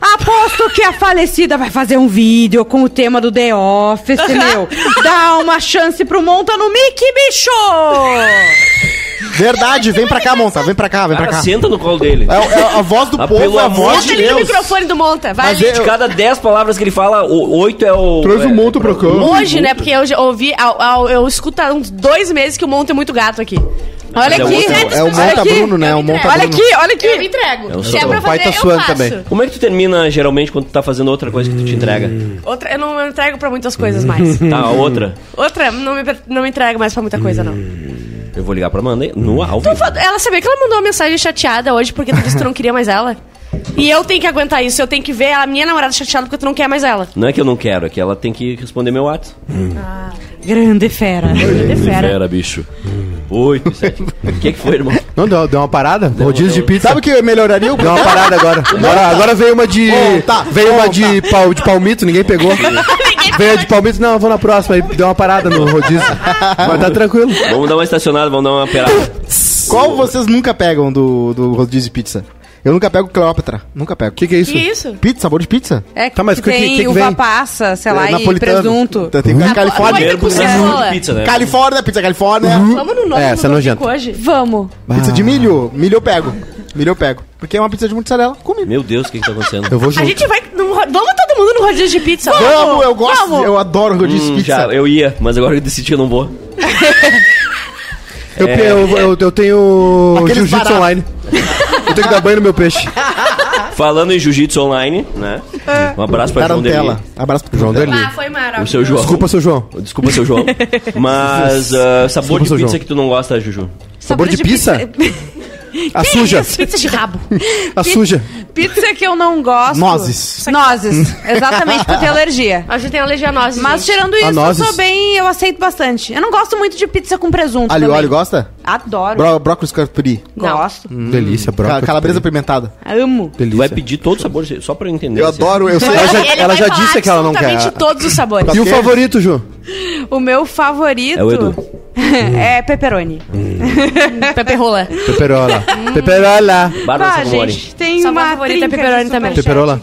Speaker 1: Aposto que a falecida vai fazer um vídeo com o tema do The Office, meu. Dá uma chance pro Monta no Mickey, bicho!
Speaker 5: Verdade, vem pra cá, Monta. Vem pra cá, vem pra
Speaker 3: Cara,
Speaker 5: cá.
Speaker 3: senta no colo dele.
Speaker 5: É, é a voz do
Speaker 3: Ah,
Speaker 5: povo,
Speaker 3: pelo
Speaker 5: a
Speaker 3: amor
Speaker 5: voz
Speaker 4: Bota
Speaker 5: de
Speaker 4: ali no
Speaker 5: Deus.
Speaker 4: é microfone do Monta. Vai
Speaker 5: Mas
Speaker 4: ali.
Speaker 3: De cada 10 palavras que ele fala, 8 é o.
Speaker 2: Trouxe
Speaker 3: é,
Speaker 2: um monte pra cá.
Speaker 4: Hoje, né? Porque eu já ouvi, ao- ao- eu escuto há uns dois meses que o Monta é muito gato aqui. Olha
Speaker 3: Mas é
Speaker 4: aqui.
Speaker 3: outro-
Speaker 5: É o
Speaker 4: Olha
Speaker 5: Monta
Speaker 4: aqui.
Speaker 5: Bruno, né?
Speaker 4: Eu
Speaker 5: O
Speaker 4: me
Speaker 5: Monta
Speaker 4: entrego.
Speaker 1: Olha
Speaker 5: Bruno.
Speaker 1: aqui, olha
Speaker 4: Eu me
Speaker 1: aqui!
Speaker 4: entrego.
Speaker 3: Eu
Speaker 4: Se é
Speaker 3: sou-
Speaker 4: pra
Speaker 2: o pai
Speaker 4: fazer,
Speaker 2: tá
Speaker 4: eu
Speaker 2: suando
Speaker 4: faço.
Speaker 2: também.
Speaker 3: Como é que tu termina geralmente quando tu tá fazendo outra coisa que tu te entrega?
Speaker 4: Outra, eu não me entrego pra muitas coisas mais.
Speaker 3: Tá, a outra.
Speaker 4: Outra, não me, não me entrego mais pra muita coisa, não.
Speaker 3: Eu vou ligar pra Amanda aí, no alvo.
Speaker 4: Fa- Ela sabia que ela mandou uma mensagem chateada hoje porque tu disse que tu não queria mais ela? E eu tenho que aguentar isso, eu tenho que ver a minha namorada chateada porque tu não quer mais ela.
Speaker 3: Não é que eu não quero, é que ela tem que responder meu WhatsApp.
Speaker 1: Grande fera.
Speaker 4: É fera.
Speaker 3: bicho. 8, 7. O que, que foi, irmão?
Speaker 2: Não, deu, deu uma parada? Rodízio de pizza.
Speaker 5: Sabe o que melhoraria o
Speaker 2: Deu uma parada agora. Agora, agora veio uma de.
Speaker 5: Monta,
Speaker 2: veio uma de, pau, de palmito, ninguém pegou. veio a de palmito, não, eu vou na próxima. Aí deu uma parada no rodízio. Mas tá tranquilo.
Speaker 3: Vamos dar uma estacionada, vamos dar uma perada.
Speaker 5: Qual vocês nunca pegam do, do rodízio de pizza? Eu nunca pego Cleópatra. Nunca pego.
Speaker 2: O que, que é isso?
Speaker 4: Que isso?
Speaker 5: Pizza, sabor de pizza?
Speaker 1: É
Speaker 2: Tá, mas
Speaker 1: que
Speaker 2: que- que-
Speaker 1: tem
Speaker 2: que que
Speaker 1: uva
Speaker 2: vem?
Speaker 1: passa, sei lá, e
Speaker 5: Napolitano.
Speaker 1: presunto.
Speaker 5: Então Tem que ficar Califórnia.
Speaker 3: Primeiro
Speaker 4: com
Speaker 3: começa
Speaker 4: cebola.
Speaker 3: de pizza, né?
Speaker 5: Califórnia, pizza Califórnia.
Speaker 4: Vamos no nome
Speaker 2: É,
Speaker 4: do
Speaker 2: essa é
Speaker 4: Rodrigo
Speaker 2: nojenta.
Speaker 4: hoje.
Speaker 1: Vamos.
Speaker 5: Pizza de milho. Milho eu pego. Milho eu pego. Porque é uma pizza de mozzarella. Comi.
Speaker 3: Meu Deus, o que, que tá acontecendo?
Speaker 2: Eu vou
Speaker 4: A
Speaker 2: junto.
Speaker 4: gente vai. num ro- Vamos todo mundo no rodízio de pizza.
Speaker 5: Vamos, eu gosto.
Speaker 4: Vamos.
Speaker 5: Eu adoro rodízio de
Speaker 3: Hum,
Speaker 5: pizza.
Speaker 3: já, eu ia, mas agora eu decidi que eu não vou.
Speaker 2: Eu, pe- eu, eu, eu tenho
Speaker 5: Aqueles
Speaker 2: jiu-jitsu
Speaker 5: baratos.
Speaker 2: online. Eu tenho que dar banho no meu peixe.
Speaker 3: Falando em jiu-jitsu online, né? Um abraço
Speaker 5: Tá
Speaker 3: pra João Deli.
Speaker 5: Tarantela. Abraço pro
Speaker 2: João
Speaker 5: João
Speaker 2: Deli.
Speaker 4: Ah, foi maravilhoso.
Speaker 3: O seu João.
Speaker 2: Desculpa, seu João.
Speaker 3: Desculpa, seu João. Mas ah, sabor
Speaker 2: Desculpa, seu
Speaker 3: de pizza
Speaker 2: João.
Speaker 3: que tu não gosta, Juju.
Speaker 2: Sabor de pizza? A
Speaker 1: Que
Speaker 2: suja.
Speaker 1: isso?
Speaker 4: Pizza de rabo.
Speaker 2: A
Speaker 1: Pi-
Speaker 2: suja.
Speaker 1: Pizza que eu não gosto.
Speaker 5: Nozes.
Speaker 1: Nozes. Exatamente, porque eu tenho alergia.
Speaker 4: A gente tem alergia a nozes.
Speaker 1: Mas
Speaker 4: gente.
Speaker 1: tirando isso, eu
Speaker 2: nozes?
Speaker 1: sou bem, eu aceito bastante. Eu não gosto muito de pizza com presunto.
Speaker 5: Alho e
Speaker 1: também.
Speaker 5: óleo, gosta?
Speaker 1: Adoro.
Speaker 5: Bro, brócolis catupiry.
Speaker 4: Não.
Speaker 1: Gosto.
Speaker 2: Delícia,
Speaker 5: Ca-
Speaker 2: broca.
Speaker 5: Calabresa pimentada.
Speaker 1: Amo.
Speaker 3: Tu vai
Speaker 2: Delícia.
Speaker 3: pedir todo o sabor, só pra eu entender.
Speaker 5: Eu
Speaker 3: assim.
Speaker 5: adoro, eu sei. Tá
Speaker 2: Ela já,
Speaker 4: Ele
Speaker 2: ela
Speaker 4: vai
Speaker 2: já
Speaker 4: falar
Speaker 2: disse que ela não quer.
Speaker 4: absolutamente todos os sabores.
Speaker 2: E o
Speaker 5: Queijo.
Speaker 2: favorito, Ju?
Speaker 1: O meu favorito
Speaker 3: É o Edu.
Speaker 1: é pepperoni.
Speaker 4: Pepe rola.
Speaker 2: Peperola. Peperola.
Speaker 3: Bárbara
Speaker 1: Ah,
Speaker 3: Savoy.
Speaker 1: gente, tem
Speaker 4: Só meu
Speaker 1: uma
Speaker 4: favorito é
Speaker 1: trinca de
Speaker 4: pepperoni também.
Speaker 1: superchat.
Speaker 2: Peperola.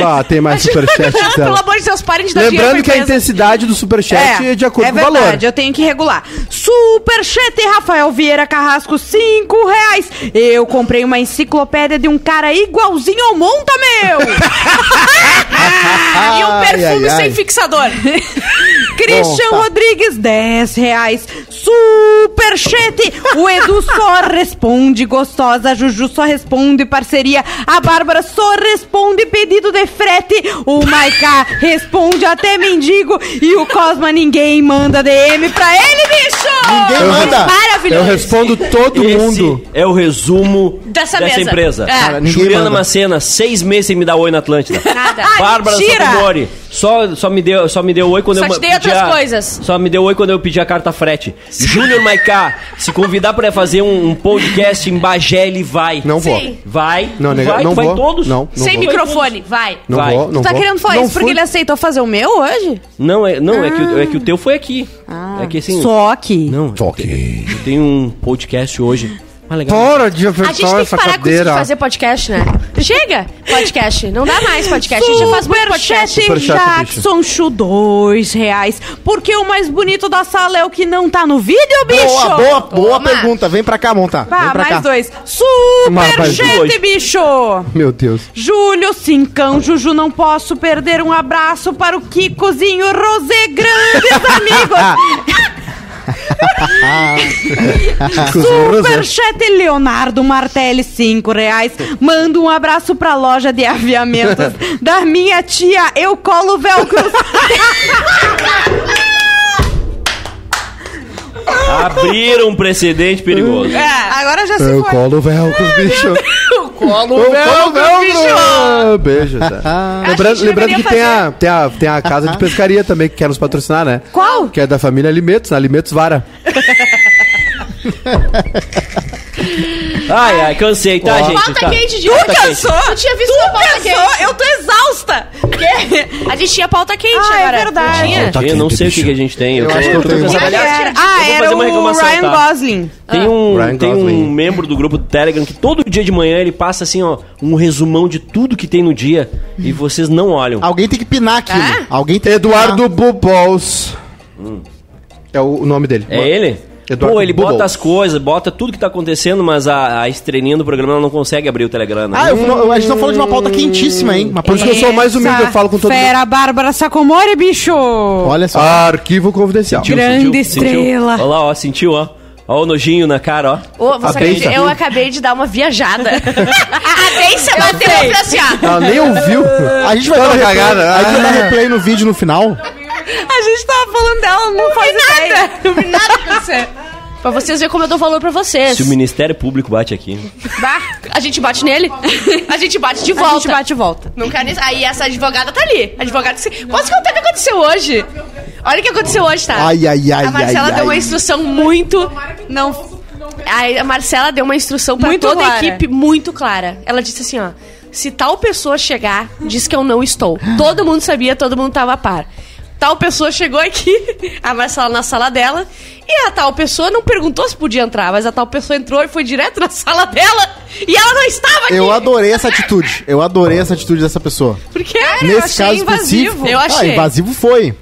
Speaker 2: Bah, tem mais superchat
Speaker 4: Pelo
Speaker 2: dela.
Speaker 4: amor de Deus, parem de dar dinheiro
Speaker 2: Lembrando
Speaker 4: pra
Speaker 2: que a
Speaker 4: empresa.
Speaker 2: intensidade do superchat é, de acordo
Speaker 1: é
Speaker 2: com o valor.
Speaker 1: verdade, eu tenho que regular. Superchat Rafael Vieira Carrasco, 5 reais. Eu comprei uma enciclopédia de um cara igualzinho ao Monta, meu!
Speaker 4: E um
Speaker 5: Ai,
Speaker 4: perfume
Speaker 5: ai,
Speaker 4: sem
Speaker 5: ai.
Speaker 4: fixador.
Speaker 1: Christian
Speaker 5: tá.
Speaker 1: Rodrigues, 10 reais. Superchete. O Edu só responde gostosa. A Juju só responde parceria. A Bárbara só responde pedido de frete. O Maiká responde até mendigo. E o Cosma ninguém manda DM pra ele, bicho!
Speaker 5: Ninguém
Speaker 2: Eu-
Speaker 5: manda.
Speaker 1: é
Speaker 2: Eu
Speaker 4: Maravilhoso.
Speaker 2: respondo todo
Speaker 3: Esse
Speaker 2: mundo.
Speaker 3: é o resumo
Speaker 4: Dessa
Speaker 3: dessa
Speaker 4: mesa.
Speaker 3: empresa.
Speaker 4: É. Cara,
Speaker 5: ninguém
Speaker 3: Juliana
Speaker 5: manda.
Speaker 3: Macena, seis meses sem me dar oi na Atlântida.
Speaker 4: Nada.
Speaker 3: Bárbara
Speaker 1: mentira!
Speaker 3: Sacomori, só, só, me deu, só me deu oi quando
Speaker 4: Só
Speaker 3: eu
Speaker 4: te
Speaker 3: ma-
Speaker 4: dei outras
Speaker 3: a-
Speaker 4: coisas.
Speaker 3: Só me deu oi quando eu pedi a carta frete. Júnior Maiká, se convidar pra fazer um, um podcast em Bagé, ele vai.
Speaker 2: Não vou.
Speaker 4: Sim.
Speaker 3: Vai,
Speaker 2: Não, nega,
Speaker 3: vai,
Speaker 2: não
Speaker 3: vai
Speaker 2: vou.
Speaker 3: todos.
Speaker 2: Não, não
Speaker 4: Sem
Speaker 2: vou.
Speaker 4: microfone, vai.
Speaker 2: Não
Speaker 3: Vai.
Speaker 2: vou, não
Speaker 1: Tu tá
Speaker 2: vou.
Speaker 1: querendo falar
Speaker 2: Não
Speaker 1: isso porque
Speaker 2: fui.
Speaker 1: ele aceitou fazer o meu hoje?
Speaker 3: Não, é, não é, que, o- é que o teu foi aqui. É que assim,
Speaker 1: Só que.
Speaker 3: não,
Speaker 2: Toque.
Speaker 3: eu tenho um podcast hoje. Mas legal.
Speaker 2: Para de
Speaker 4: A gente
Speaker 2: apertar
Speaker 4: tem que
Speaker 2: essa
Speaker 4: parar com isso de
Speaker 2: cadeira.
Speaker 4: fazer podcast, né? Chega! Podcast. Não dá mais podcast. É, A gente já faz muito podcast.
Speaker 1: Superchat
Speaker 2: Superchat,
Speaker 1: Jackson Chu, dois reais. Porque o mais bonito da sala é o que não tá no vídeo, bicho?
Speaker 5: Boa, boa, boa
Speaker 4: Toma.
Speaker 5: pergunta. Vem pra cá, montar. Vem
Speaker 1: Pá,
Speaker 5: pra
Speaker 1: mais
Speaker 5: cá.
Speaker 1: dois.
Speaker 2: Mais- mais
Speaker 1: Superchat,
Speaker 3: dois.
Speaker 1: bicho!
Speaker 5: Meu Deus.
Speaker 1: Júlio Cincão, Juju, não posso perder um abraço para o Kikozinho Rosé, grandes amigos!
Speaker 2: Ah,
Speaker 5: Com os
Speaker 2: né?
Speaker 5: rosas.
Speaker 1: Superchat Leonardo Martelli, cinco reais. Manda um abraço pra loja de aviamentos da minha tia, eu colo velcro.
Speaker 3: Abriram um precedente perigoso.
Speaker 1: É, agora já se
Speaker 2: Eu
Speaker 1: foi.
Speaker 2: colo Ah, o velcro, bicho.
Speaker 3: Colo
Speaker 2: Eu colo o velcro. Beijo. tá.
Speaker 5: Ah.
Speaker 2: Lembrando,
Speaker 4: gente
Speaker 2: lembrando que
Speaker 4: deveria
Speaker 2: tem a, tem, a, tem a casa de pescaria também que quer nos patrocinar, né?
Speaker 1: Qual?
Speaker 2: Que é da família Alimentos, na Alimentos Vara.
Speaker 3: Ai, ai, cansei, tá, gente?
Speaker 4: Pauta
Speaker 3: tá.
Speaker 4: quente de
Speaker 3: Pauta
Speaker 4: hoje.
Speaker 3: quente.
Speaker 4: Eu tinha visto uma pauta quente.
Speaker 1: eu tô exausta!
Speaker 4: A gente tinha pauta quente
Speaker 1: Ah, é
Speaker 4: agora.
Speaker 1: verdade.
Speaker 4: Não tinha?
Speaker 5: tá
Speaker 2: Pauta
Speaker 3: Eu não
Speaker 2: quente,
Speaker 3: sei o que
Speaker 2: Tá bicho.
Speaker 3: que a gente tem. Eu,
Speaker 5: Eu
Speaker 3: tô-
Speaker 5: acho que eu
Speaker 3: tô
Speaker 5: tenho.
Speaker 3: pensando-
Speaker 4: Ah,
Speaker 1: Ah,
Speaker 3: Aliás,
Speaker 1: era,
Speaker 3: eu vou fazer uma
Speaker 1: o
Speaker 3: reclamação,
Speaker 1: Ryan
Speaker 3: tá?
Speaker 1: Gosling.
Speaker 3: Tem um,
Speaker 2: Ryan
Speaker 3: tem
Speaker 2: Gosling.
Speaker 3: um membro do grupo do Telegram que todo dia de manhã ele passa assim, ó, um resumão de tudo que tem no dia e vocês não olham.
Speaker 2: Ah,
Speaker 5: Alguém tem que pinar aquilo. Alguém tem que
Speaker 2: Eduardo
Speaker 5: pinar.
Speaker 2: Bubols. É o o nome dele.
Speaker 3: É ele?
Speaker 2: Eduardo
Speaker 3: Pô, ele
Speaker 2: Bubol.
Speaker 3: bota as coisas, bota tudo que tá acontecendo, mas a, a estrelinha do programa ela não consegue abrir o Telegram. né?
Speaker 5: Ah, eu, não- a gente tá falando de uma pauta quentíssima, hein? Uma
Speaker 2: Por isso
Speaker 5: pauta
Speaker 2: que eu sou é mais humilde, eu falo com todo mundo.
Speaker 1: Fera, Bárbara Sacomori, bicho!
Speaker 5: Olha só.
Speaker 2: Arquivo confidencial.
Speaker 3: Sentiu,
Speaker 1: grande
Speaker 3: sentiu,
Speaker 1: estrela.
Speaker 3: Sentiu. Olha lá, ó, sentiu, ó. Ó o nojinho na cara, ó.
Speaker 4: Ô, você
Speaker 2: A
Speaker 4: acredita?
Speaker 2: Deisa.
Speaker 4: eu acabei de dar uma viajada. a Deissa bateu e eu falei assim, ó.
Speaker 2: Ela Ah, nem ouviu.
Speaker 5: A gente vai dar replay,
Speaker 2: cagada.
Speaker 5: A gente vai dar replay no vídeo no final.
Speaker 1: A gente tava falando dela, não faz nada!
Speaker 4: Não vi nada pra você. Pra vocês verem como eu dou valor pra vocês.
Speaker 3: Se o Ministério Público bate aqui.
Speaker 4: Bah, A gente bate nele, a gente bate de volta.
Speaker 1: A gente bate e volta.
Speaker 4: Não quero isso. Aí essa advogada tá ali. Advogada que se... Posso contar o que aconteceu hoje? Olha o que aconteceu hoje, tá?
Speaker 5: Ai, ai, ai,
Speaker 4: A Marcela
Speaker 5: ai,
Speaker 4: deu uma
Speaker 5: ai.
Speaker 4: instrução muito.
Speaker 1: Não.
Speaker 4: A Marcela deu uma instrução pra
Speaker 1: Muito
Speaker 4: toda
Speaker 1: clara.
Speaker 4: a equipe muito clara. Ela disse assim, ó. Se tal pessoa chegar, diz que eu não estou. Todo mundo sabia, todo mundo tava a par. Tal pessoa chegou aqui, a Marcela na sala dela, e a tal pessoa não perguntou se podia entrar, mas a tal pessoa entrou e foi direto na sala dela, e ela não estava aqui.
Speaker 5: Eu adorei essa atitude. Eu adorei essa atitude dessa pessoa.
Speaker 4: Por quê?
Speaker 5: Nesse caso específico.
Speaker 4: Eu achei.
Speaker 5: Ah, invasivo foi.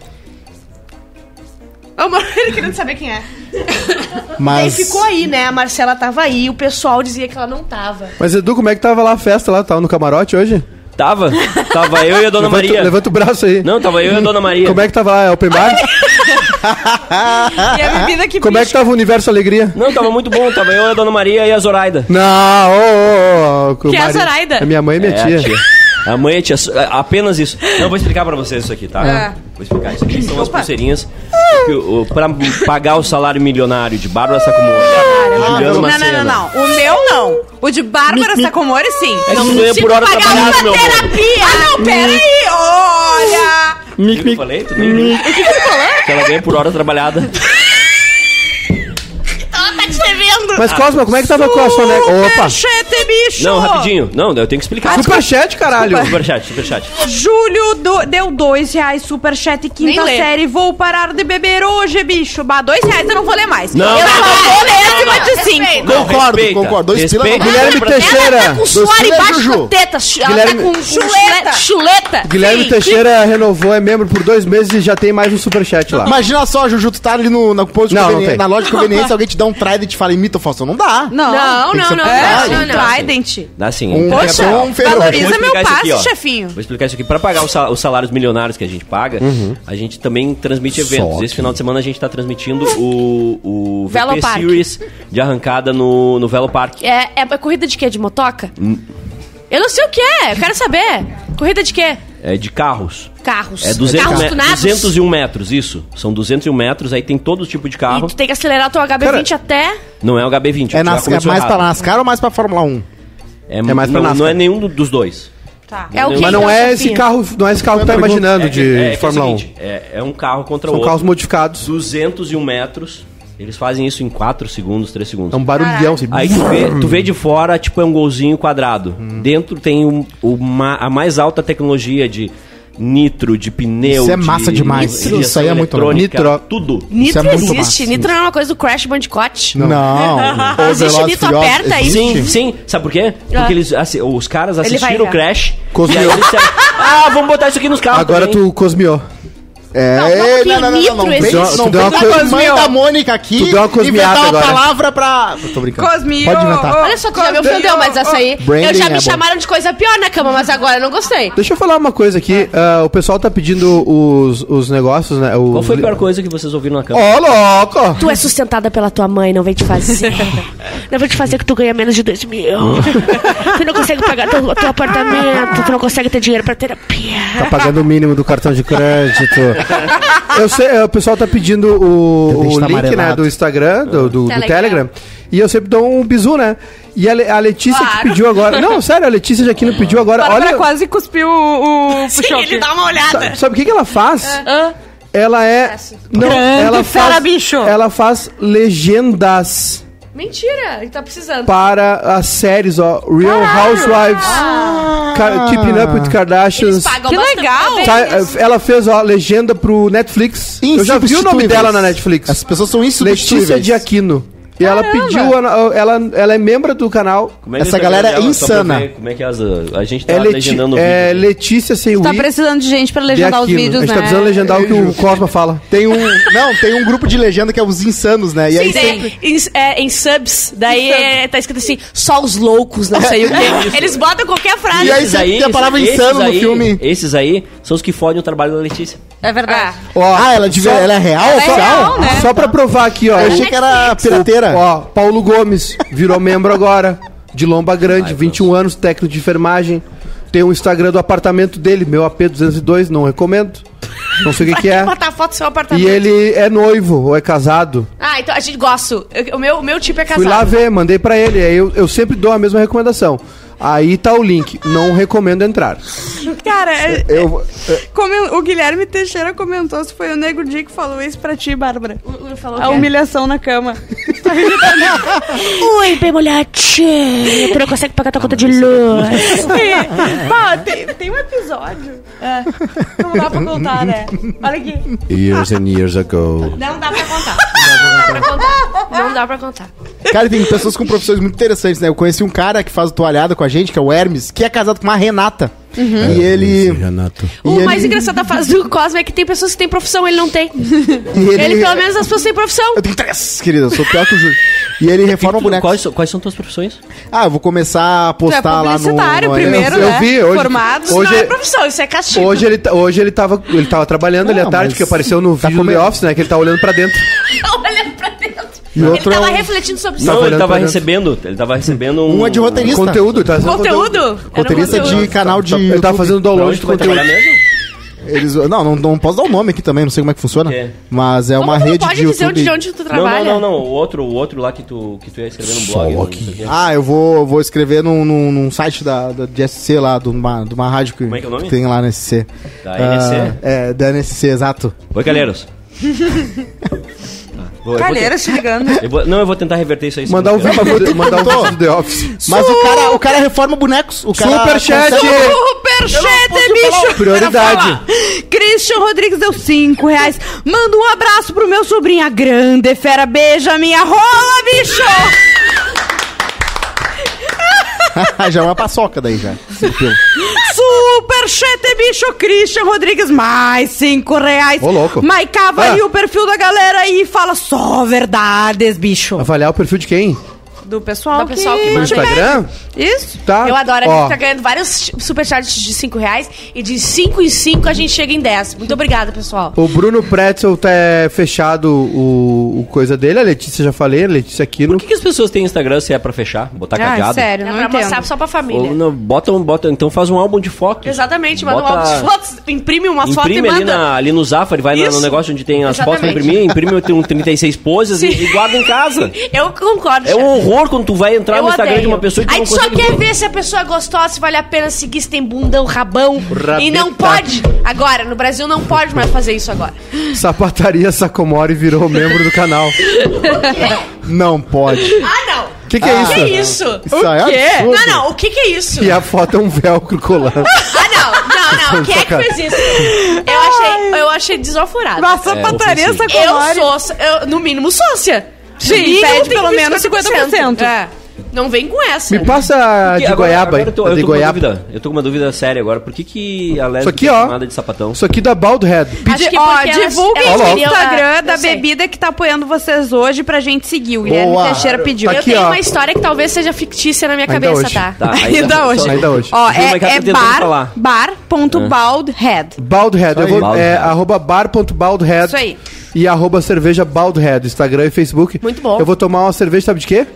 Speaker 4: Amor, ele querendo saber quem é. Aí
Speaker 5: Mas.
Speaker 4: ficou aí, né? A Marcela tava aí, o pessoal dizia que ela não tava.
Speaker 2: Mas Edu, como é que tava lá a festa lá? Tava no camarote hoje?
Speaker 3: Tava? Tava eu e a
Speaker 2: levanta,
Speaker 3: Dona Maria.
Speaker 2: levanta o braço aí.
Speaker 3: Não, tava eu e a Dona Maria.
Speaker 2: Como é que tava lá? É open bar?
Speaker 1: E a bebida que
Speaker 2: Como é que tava o Universo Alegria?
Speaker 3: Não, tava muito bom. Tava eu, a Dona Maria e a Zoraida.
Speaker 2: Não, ô, ô, ô, com o
Speaker 4: Que é a
Speaker 2: marido.
Speaker 4: Zoraida.
Speaker 2: É minha mãe e minha
Speaker 3: É,
Speaker 2: tia.
Speaker 3: a tia. A mãe e a tia. a- Apenas isso. Não, eu vou explicar pra vocês isso aqui, tá?
Speaker 1: É.
Speaker 3: Vou explicar. Isso aqui são as pulseirinhas que, o- o- pra pagar o salário milionário de Bárbara Sacomori. Juliana
Speaker 1: Não, não, não,
Speaker 3: Macena.
Speaker 1: não. O meu não. O de Bárbara Sacomori, sim.
Speaker 3: É que tu ganha por hora trabalhada, meu amor.
Speaker 1: terapia! Ah, não, peraí! Olha!
Speaker 3: Mic, mic. Falei, tu nem viu. Que ela ganha por hora trabalhada.
Speaker 4: Ela tá te devendo!
Speaker 3: Ah.
Speaker 2: Mas Cosma, como é que tava com a soneca? Opa!
Speaker 1: Superchete, bicho!
Speaker 3: Não, rapidinho. Não, eu tenho que explicar.
Speaker 2: Superchat, caralho!
Speaker 3: Superchat, superchat.
Speaker 1: Júlio do- deu dois reais, superchat, quinta
Speaker 4: Nem lê.
Speaker 1: série. Vou parar de beber hoje, bicho. Bah, dois reais eu não vou ler mais.
Speaker 3: Não,
Speaker 1: eu
Speaker 3: não,
Speaker 1: não
Speaker 3: não,
Speaker 1: vou ler
Speaker 4: não,
Speaker 1: esse
Speaker 4: não, não.
Speaker 1: vinte
Speaker 4: Respeita.
Speaker 5: Não, Concordo,
Speaker 3: Respeita,
Speaker 5: concordo. Dois pila na
Speaker 3: respeita.
Speaker 5: mão.
Speaker 2: Guilherme
Speaker 4: Ela tá
Speaker 2: Teixeira!
Speaker 4: com suor
Speaker 5: filhos,
Speaker 4: embaixo
Speaker 5: Juju.
Speaker 4: da teta. chu-
Speaker 2: Guilherme-
Speaker 4: Ela tá com chuleta. chuleta.
Speaker 2: Guilherme
Speaker 4: Sim.
Speaker 2: Teixeira renovou, é membro por dois meses e já tem mais um superchat lá.
Speaker 5: Imagina só, Juju, tu tá ali no, na, posto de
Speaker 2: Não,
Speaker 5: conveni-
Speaker 2: não tem.
Speaker 5: na loja de conveniência, alguém te dá um trailer e te fala, imita o Faustão não dá.
Speaker 1: Não,
Speaker 4: Não,
Speaker 5: tem que
Speaker 4: não,
Speaker 5: ser
Speaker 4: não,
Speaker 1: É,
Speaker 4: não, não,
Speaker 1: um
Speaker 4: não.
Speaker 1: Trident.
Speaker 3: Dá sim.
Speaker 5: Um
Speaker 3: Vou
Speaker 1: Poxa,
Speaker 5: Capitão Ferro.
Speaker 4: é
Speaker 1: valoriza
Speaker 3: explicar
Speaker 1: meu
Speaker 3: isso aqui,
Speaker 1: passe,
Speaker 3: ó.
Speaker 1: chefinho.
Speaker 3: Vou explicar isso aqui. Pra pagar os sal- os salários milionários que a gente paga, a gente também transmite
Speaker 5: Uhum. Só
Speaker 3: eventos.
Speaker 5: que-
Speaker 3: Esse final de semana a gente tá transmitindo o, o
Speaker 4: Velo
Speaker 3: VP
Speaker 4: Parque.
Speaker 3: Series de arrancada no, no Velo Parque.
Speaker 4: É, é, é corrida de quê? De motoca? Eu não sei o que é, eu quero saber. Corrida de quê?
Speaker 3: É de carros.
Speaker 4: Carros.
Speaker 3: É 200
Speaker 4: Carros
Speaker 3: me-
Speaker 4: tunados.
Speaker 3: 201 metros, isso. São 201 metros, aí tem todo tipo de carro.
Speaker 4: E tu tem que acelerar teu HB20 até...
Speaker 3: Não é o HB20.
Speaker 5: É,
Speaker 3: já
Speaker 5: nas, é mais
Speaker 3: começou
Speaker 5: pra
Speaker 3: errado.
Speaker 5: NASCAR ou mais pra Fórmula 1?
Speaker 3: É,
Speaker 5: mais pra
Speaker 3: não,
Speaker 5: NASCAR.
Speaker 3: não é nenhum do- dos dois.
Speaker 1: Tá.
Speaker 4: É o que
Speaker 2: Mas não
Speaker 4: então,
Speaker 2: é esse
Speaker 4: chefinho?
Speaker 2: carro, não é esse carro que tá
Speaker 5: Pergunta.
Speaker 2: imaginando de,
Speaker 3: é, é,
Speaker 2: de
Speaker 3: que é o
Speaker 2: Fórmula 1.
Speaker 3: seguinte, é- é um carro contra o
Speaker 2: São
Speaker 3: outro.
Speaker 2: carros modificados.
Speaker 3: 201 metros. Eles fazem isso em 4 segundos, 3 segundos.
Speaker 2: É um barulhão. Assim,
Speaker 3: Aí tu vê, tu vê de fora, tipo, é um golzinho quadrado. Dentro tem um- uma, a mais alta tecnologia de nitro, de pneu.
Speaker 5: Isso é massa demais.
Speaker 3: injeção
Speaker 5: Isso aí é muito legal.
Speaker 3: eletrônica,
Speaker 5: Nitro.
Speaker 3: Tudo.
Speaker 5: Isso
Speaker 4: Nitro
Speaker 5: é muito
Speaker 4: existe.
Speaker 5: massa.
Speaker 4: Nitro não é uma coisa do Crash Bandicoot.
Speaker 5: Não. Ou
Speaker 4: Existe
Speaker 5: Velozes
Speaker 4: Nito
Speaker 5: Furiosos,
Speaker 4: aperta aí?
Speaker 5: existe.
Speaker 3: Sim, sim. Sabe por quê?
Speaker 4: Ah.
Speaker 3: Porque eles, assi- os caras
Speaker 4: Ele vai
Speaker 3: assistiram o
Speaker 4: já.
Speaker 3: Crash.
Speaker 2: Cosmiou.
Speaker 3: E aí eles disseram, ah, vamos botar isso aqui nos carros
Speaker 2: Agora
Speaker 3: também."
Speaker 2: tu cosmiou.
Speaker 5: É,
Speaker 4: Não,
Speaker 5: não,
Speaker 4: não,
Speaker 5: não, não, não, não.
Speaker 4: Nitro
Speaker 5: Vem-
Speaker 4: existe.
Speaker 5: Não
Speaker 2: Tu deu
Speaker 5: vem
Speaker 2: uma
Speaker 5: com a
Speaker 2: cosmiada.
Speaker 5: mãe da Mônica aqui
Speaker 2: Tu deu uma
Speaker 5: e inventar
Speaker 2: cosmiada
Speaker 5: uma
Speaker 2: agora.
Speaker 5: palavra pra... Eu Tô brincando.
Speaker 1: Cosmio.
Speaker 5: Pode inventar.
Speaker 1: oh,
Speaker 4: Olha só, tu já me
Speaker 1: cosmio,
Speaker 4: ofendeu, mas
Speaker 1: oh,
Speaker 4: essa aí...
Speaker 5: Branding
Speaker 4: eu já
Speaker 5: é
Speaker 4: me
Speaker 5: bom.
Speaker 4: chamaram de coisa pior na cama, mas agora eu não gostei.
Speaker 2: Deixa eu falar uma coisa aqui. ah, o pessoal tá pedindo os, os negócios, né? Os
Speaker 3: Qual foi a
Speaker 2: li-
Speaker 3: pior coisa que vocês ouviram na
Speaker 2: Ó,
Speaker 3: câmera?
Speaker 2: louco!
Speaker 4: Tu é sustentada pela tua mãe, não vem te fazer. não vem te fazer que tu ganha menos de dois mil. tu não consegue pagar teu, teu apartamento, tu não consegue ter dinheiro pra terapia.
Speaker 2: Tá pagando o mínimo do cartão de crédito. eu sei, é, o pessoal tá pedindo o,
Speaker 5: Deixa
Speaker 2: o
Speaker 5: tá
Speaker 2: link, né,
Speaker 5: amarelado.
Speaker 2: do Instagram, do, do- do Telegram.
Speaker 4: Telegram.
Speaker 2: E eu sempre dou um bizu, né? E a, Le- a Letícia que
Speaker 4: Claro.
Speaker 2: pediu agora. Não, sério, a Letícia Jaquino pediu agora.
Speaker 1: Bárbara
Speaker 2: Olha.
Speaker 1: quase cuspiu o, o
Speaker 4: Sim, ele dá um uma olhada.
Speaker 2: Tá, Sabe o que, que ela faz? Ela é. Não,
Speaker 1: Grande
Speaker 2: ela
Speaker 1: fera,
Speaker 2: faz,
Speaker 1: bicho.
Speaker 2: ela faz legendas
Speaker 4: Mentira, ele tá precisando.
Speaker 2: para as séries, ó. Real Housewives,
Speaker 1: Ah.
Speaker 2: Ka- Keeping Up with Kardashians.
Speaker 1: Que legal.
Speaker 2: Tá, ela fez, ó, legenda pro Netflix. Eu já vi o nome
Speaker 5: Insubstituíveis.
Speaker 2: dela na Netflix.
Speaker 5: As pessoas são insubstituíveis.
Speaker 2: Letícia de Aquino. E ela pediu, a- ela, ela é membro do canal.
Speaker 3: Como é que é o
Speaker 5: Essa
Speaker 3: Instagram
Speaker 5: galera é
Speaker 3: dela? Só pra
Speaker 5: insana.
Speaker 3: ver Como é que as, a gente tá
Speaker 2: É, Leti-
Speaker 3: legendando o vídeo.
Speaker 2: é
Speaker 3: aqui.
Speaker 2: Letícia sem
Speaker 1: Tá
Speaker 2: i,
Speaker 1: precisando de gente pra
Speaker 2: de
Speaker 1: legendar os
Speaker 2: Aquino.
Speaker 1: vídeos,
Speaker 2: a gente
Speaker 1: né?
Speaker 2: tá precisando legendar o que o Cosma fala.
Speaker 5: Tem um... Não, tem um grupo de legenda que é os insanos, né? E
Speaker 4: Sim,
Speaker 5: aí sempre...
Speaker 4: daí, em, é, em subs, daí é, tá escrito assim, só os loucos, né? não sei o quê. Eles botam qualquer frase.
Speaker 5: E aí sempre tem a palavra insano no
Speaker 3: aí-
Speaker 5: filme.
Speaker 3: Esses aí são os que fodem o trabalho da Letícia.
Speaker 1: É verdade.
Speaker 2: Ó,
Speaker 5: Ah, ela, de...
Speaker 2: só-
Speaker 5: ela é real?
Speaker 1: Ela é
Speaker 5: Só-
Speaker 1: real,
Speaker 5: Ah,
Speaker 1: né?
Speaker 2: Só pra provar aqui, ó.
Speaker 5: Eu achei que era pirateira.
Speaker 2: Ó, Paulo Gomes virou membro agora. De lomba grande,
Speaker 3: Ai,
Speaker 2: 21 anos, técnico de enfermagem. Tem o Instagram do apartamento dele, meu AP 202, não recomendo. Não sei o que, que é.
Speaker 4: Botar foto do seu apartamento.
Speaker 2: E ele é noivo ou é casado.
Speaker 4: Ah, então a gente gosta. Eu- O meu, o meu tipo é
Speaker 2: Fui lá
Speaker 4: casado.
Speaker 2: ver, mandei pra ele. Aí eu, eu sempre dou a mesma recomendação. Aí tá o link. Não recomendo entrar.
Speaker 1: Cara, é-
Speaker 5: Eu...
Speaker 1: comen- o Guilherme Teixeira comentou se foi o Nego Di que falou isso pra ti, Bárbara.
Speaker 4: Ele falou
Speaker 1: A
Speaker 4: que é.
Speaker 1: humilhação na cama.
Speaker 6: Oi, bem molhadinha. Tu não consegue pagar tua conta de luz.
Speaker 1: Pá, tem, tem um episódio. É, não dá pra contar, né? Olha aqui.
Speaker 5: Years and years ago.
Speaker 4: Não dá pra contar. Não dá pra contar. Não dá pra contar.
Speaker 5: Cara, e tem pessoas com profissões muito interessantes, né? Eu conheci um cara que faz o toalhada com a gente, que é o Hermes, que é casado com uma Renata. E ele...
Speaker 2: Renato.
Speaker 5: E
Speaker 4: Uhum. O
Speaker 5: ele-
Speaker 4: mais engraçado da fase do Cosmo é que tem pessoas que têm profissão, ele não tem.
Speaker 5: e
Speaker 4: Ele, pelo menos, as pessoas têm profissão.
Speaker 5: Eu tenho três, querida. Eu sou pior que o Júlio. E ele reforma bonecos.
Speaker 3: Quais, são- quais são tuas profissões?
Speaker 5: Ah, eu vou começar a
Speaker 4: é
Speaker 5: postar Tá lá no...
Speaker 1: publicitário
Speaker 5: no-
Speaker 1: primeiro,
Speaker 2: eu
Speaker 1: né?
Speaker 2: vi hoje-
Speaker 1: Formado.
Speaker 2: hoje-
Speaker 4: Não é profissão, isso é castigo.
Speaker 2: Hoje ele, ta- hoje ele, tava, ele tava trabalhando ali à
Speaker 5: Não,
Speaker 2: tarde,
Speaker 5: mas
Speaker 2: que apareceu no
Speaker 5: tá
Speaker 2: vídeo do The
Speaker 5: comendo.
Speaker 2: Office, né? Que ele tá olhando pra dentro.
Speaker 4: Olha Tá pra dentro.
Speaker 5: E outro
Speaker 4: ele tava
Speaker 5: é um-
Speaker 4: refletindo sobre isso.
Speaker 2: Tava
Speaker 3: Não, ele
Speaker 2: olhando
Speaker 3: tava
Speaker 2: pra é dentro.
Speaker 3: recebendo. Ele tava recebendo um.
Speaker 5: Uma de roteirista.
Speaker 2: Conteúdo, tá fazendo
Speaker 4: Conteúdo? Era um
Speaker 5: Roteirista de
Speaker 4: conteúdo.
Speaker 5: canal de...
Speaker 2: Tá, Eu tava
Speaker 5: YouTube.
Speaker 2: fazendo
Speaker 3: Pra
Speaker 2: download do
Speaker 3: onde tu vai
Speaker 2: conteúdo.
Speaker 3: trabalhar mesmo?
Speaker 5: Eles, não, não, não posso dar o nome aqui também, não sei como é que funciona.
Speaker 3: É.
Speaker 5: Mas é
Speaker 4: Como
Speaker 5: uma
Speaker 4: tu
Speaker 5: rede
Speaker 4: não pode
Speaker 5: de
Speaker 4: dizer
Speaker 5: YouTube.
Speaker 4: onde, de onde
Speaker 3: Não,
Speaker 4: tu
Speaker 3: não,
Speaker 4: trabalha?
Speaker 3: não, não. O outro, o outro lá que tu, que tu ia escrever no blog. não sei o quê.
Speaker 5: Ah, eu vou, vou escrever num, num, num site da, da, de SC lá, de uma, de uma rádio que,
Speaker 3: Como é que é o nome?
Speaker 5: tem lá na SC.
Speaker 3: Da
Speaker 5: Ah,
Speaker 3: NSC?
Speaker 5: é, da NSC, exato.
Speaker 3: Oi, galheiros. Tá, vou- eu vou
Speaker 1: Calheiras te ligando.
Speaker 3: te- eu vou- não, eu vou tentar reverter isso aí.
Speaker 2: Mandar um
Speaker 3: segunda-feira.
Speaker 2: vídeo, pro- mandar um
Speaker 5: Tô.
Speaker 2: vídeo do The Office.
Speaker 5: Mas o cara, o cara reforma bonecos. O cara
Speaker 2: Superchat!
Speaker 5: consegue-
Speaker 1: Superchat, bicho!
Speaker 2: Prioridade.
Speaker 1: Quero falar. Christian Rodrigues deu 5 reais. Manda um abraço pro meu sobrinho, a grande fera. Beija minha rola, bicho!
Speaker 5: já é uma paçoca daí, já. Tranquilo.
Speaker 1: Superchat, bicho! Christian Rodrigues, mais 5 reais.
Speaker 2: Ô, louco.
Speaker 1: Maiká, avalia
Speaker 2: Ah.
Speaker 1: o perfil da galera aí e fala só verdades, bicho.
Speaker 2: Ah. Avaliar o perfil de quem?
Speaker 1: do pessoal,
Speaker 4: Do pessoal que
Speaker 2: No
Speaker 4: manda.
Speaker 2: Instagram?
Speaker 3: é
Speaker 1: Isso.
Speaker 2: Tá?
Speaker 4: Eu adoro, a
Speaker 2: Ó,
Speaker 4: gente tá ganhando vários superchats de 5 reais e de 5 em 5 a gente chega em 10. Muito obrigada, pessoal.
Speaker 2: O Bruno Pretzel tá é, fechado o, o coisa dele, a Letícia já falei, a Letícia Aquino.
Speaker 3: Por que, que as pessoas têm Instagram se é pra fechar, botar
Speaker 1: Ah,
Speaker 3: cadeado?
Speaker 4: É
Speaker 1: sério, não
Speaker 4: pra mostrar
Speaker 1: entendo.
Speaker 4: só pra
Speaker 3: Ou
Speaker 4: família.
Speaker 3: não, bota, um- bota, então faz um álbum de fotos.
Speaker 4: Exatamente, manda um
Speaker 3: Bota-
Speaker 4: álbum de fotos, imprime uma foto e
Speaker 3: Imprime ali,
Speaker 4: manda.
Speaker 3: na, ali no Zafari, vai na-
Speaker 4: Isso.
Speaker 3: no negócio onde tem as fotos pra
Speaker 4: Exatamente.
Speaker 3: imprimir, imprime um 36 poses e, e guarda em casa.
Speaker 4: Eu concordo,
Speaker 3: É um
Speaker 4: chefe.
Speaker 3: horror quando tu vai entrar
Speaker 4: Eu
Speaker 3: no Instagram de
Speaker 4: odeio.
Speaker 3: uma pessoa e tu
Speaker 4: Aí
Speaker 3: não
Speaker 4: tu só
Speaker 3: consegue
Speaker 4: quer
Speaker 3: ver.
Speaker 4: ver se a pessoa é gostosa, se vale a pena seguir, se tem bundão, rabão. E não pode. Agora, no Brasil não pode mais fazer isso agora.
Speaker 2: Sapataria Sacomori virou membro do canal.
Speaker 5: Não pode.
Speaker 4: Ah, não.
Speaker 2: O que, que é isso?
Speaker 4: Que isso?
Speaker 5: Isso é
Speaker 1: quê?
Speaker 5: absurdo.
Speaker 4: Não, não, o que que é isso?
Speaker 2: E a foto é um velcro colando.
Speaker 4: Ah, não, não, não. Quem é que fez isso? Eu achei, eu achei desoforado.
Speaker 1: Nossa,
Speaker 3: É,
Speaker 1: pataria
Speaker 3: ofensivo.
Speaker 4: eu
Speaker 1: Sacomori.
Speaker 4: sou, eu, no mínimo, sócia.
Speaker 1: Sim,
Speaker 4: No mínimo,
Speaker 1: pede
Speaker 4: tem
Speaker 1: pelo menos 50%.
Speaker 4: É. Não vem com essa.
Speaker 2: Me passa a de
Speaker 3: Agora-
Speaker 2: goiaba aí.
Speaker 3: agora eu tô,
Speaker 2: a
Speaker 3: eu
Speaker 2: de
Speaker 3: tô com uma
Speaker 2: goiaba.
Speaker 3: dúvida. Eu tô com uma dúvida séria agora. Por que, que a
Speaker 2: Isso
Speaker 3: Lésbica
Speaker 2: aqui,
Speaker 3: é
Speaker 2: ó.
Speaker 3: chamada de sapatão?
Speaker 2: Isso aqui da Bald Head.
Speaker 4: Acho que
Speaker 1: ó,
Speaker 4: porque elas-
Speaker 1: divulguem
Speaker 4: elas
Speaker 1: o
Speaker 4: queriam-
Speaker 1: Instagram
Speaker 4: Ah,
Speaker 1: da
Speaker 4: eu sei.
Speaker 1: bebida que tá apoiando vocês hoje pra gente seguir. O Guilherme
Speaker 5: Boa.
Speaker 1: Teixeira pediu.
Speaker 2: Tá
Speaker 4: eu
Speaker 2: aqui,
Speaker 4: tenho
Speaker 2: ó.
Speaker 4: uma história que talvez seja fictícia na minha
Speaker 2: Ainda
Speaker 4: cabeça,
Speaker 2: hoje.
Speaker 4: tá?
Speaker 3: Tá,
Speaker 1: Ainda hoje.
Speaker 2: Ainda hoje.
Speaker 1: Ó,
Speaker 3: Juro,
Speaker 1: é,
Speaker 3: mas que ela tá
Speaker 1: é
Speaker 3: tentando
Speaker 1: bar,
Speaker 3: falar. É.
Speaker 1: bar.baldhead.
Speaker 2: Bald Head. Eu
Speaker 5: Isso
Speaker 2: vou,
Speaker 5: aí.
Speaker 2: é,
Speaker 3: Baldhead.
Speaker 2: arroba bar.baldhead.
Speaker 1: Isso aí.
Speaker 2: E arroba cerveja Bald Head, Instagram e Facebook.
Speaker 4: Muito bom.
Speaker 2: Eu vou tomar uma cerveja, sabe de quê?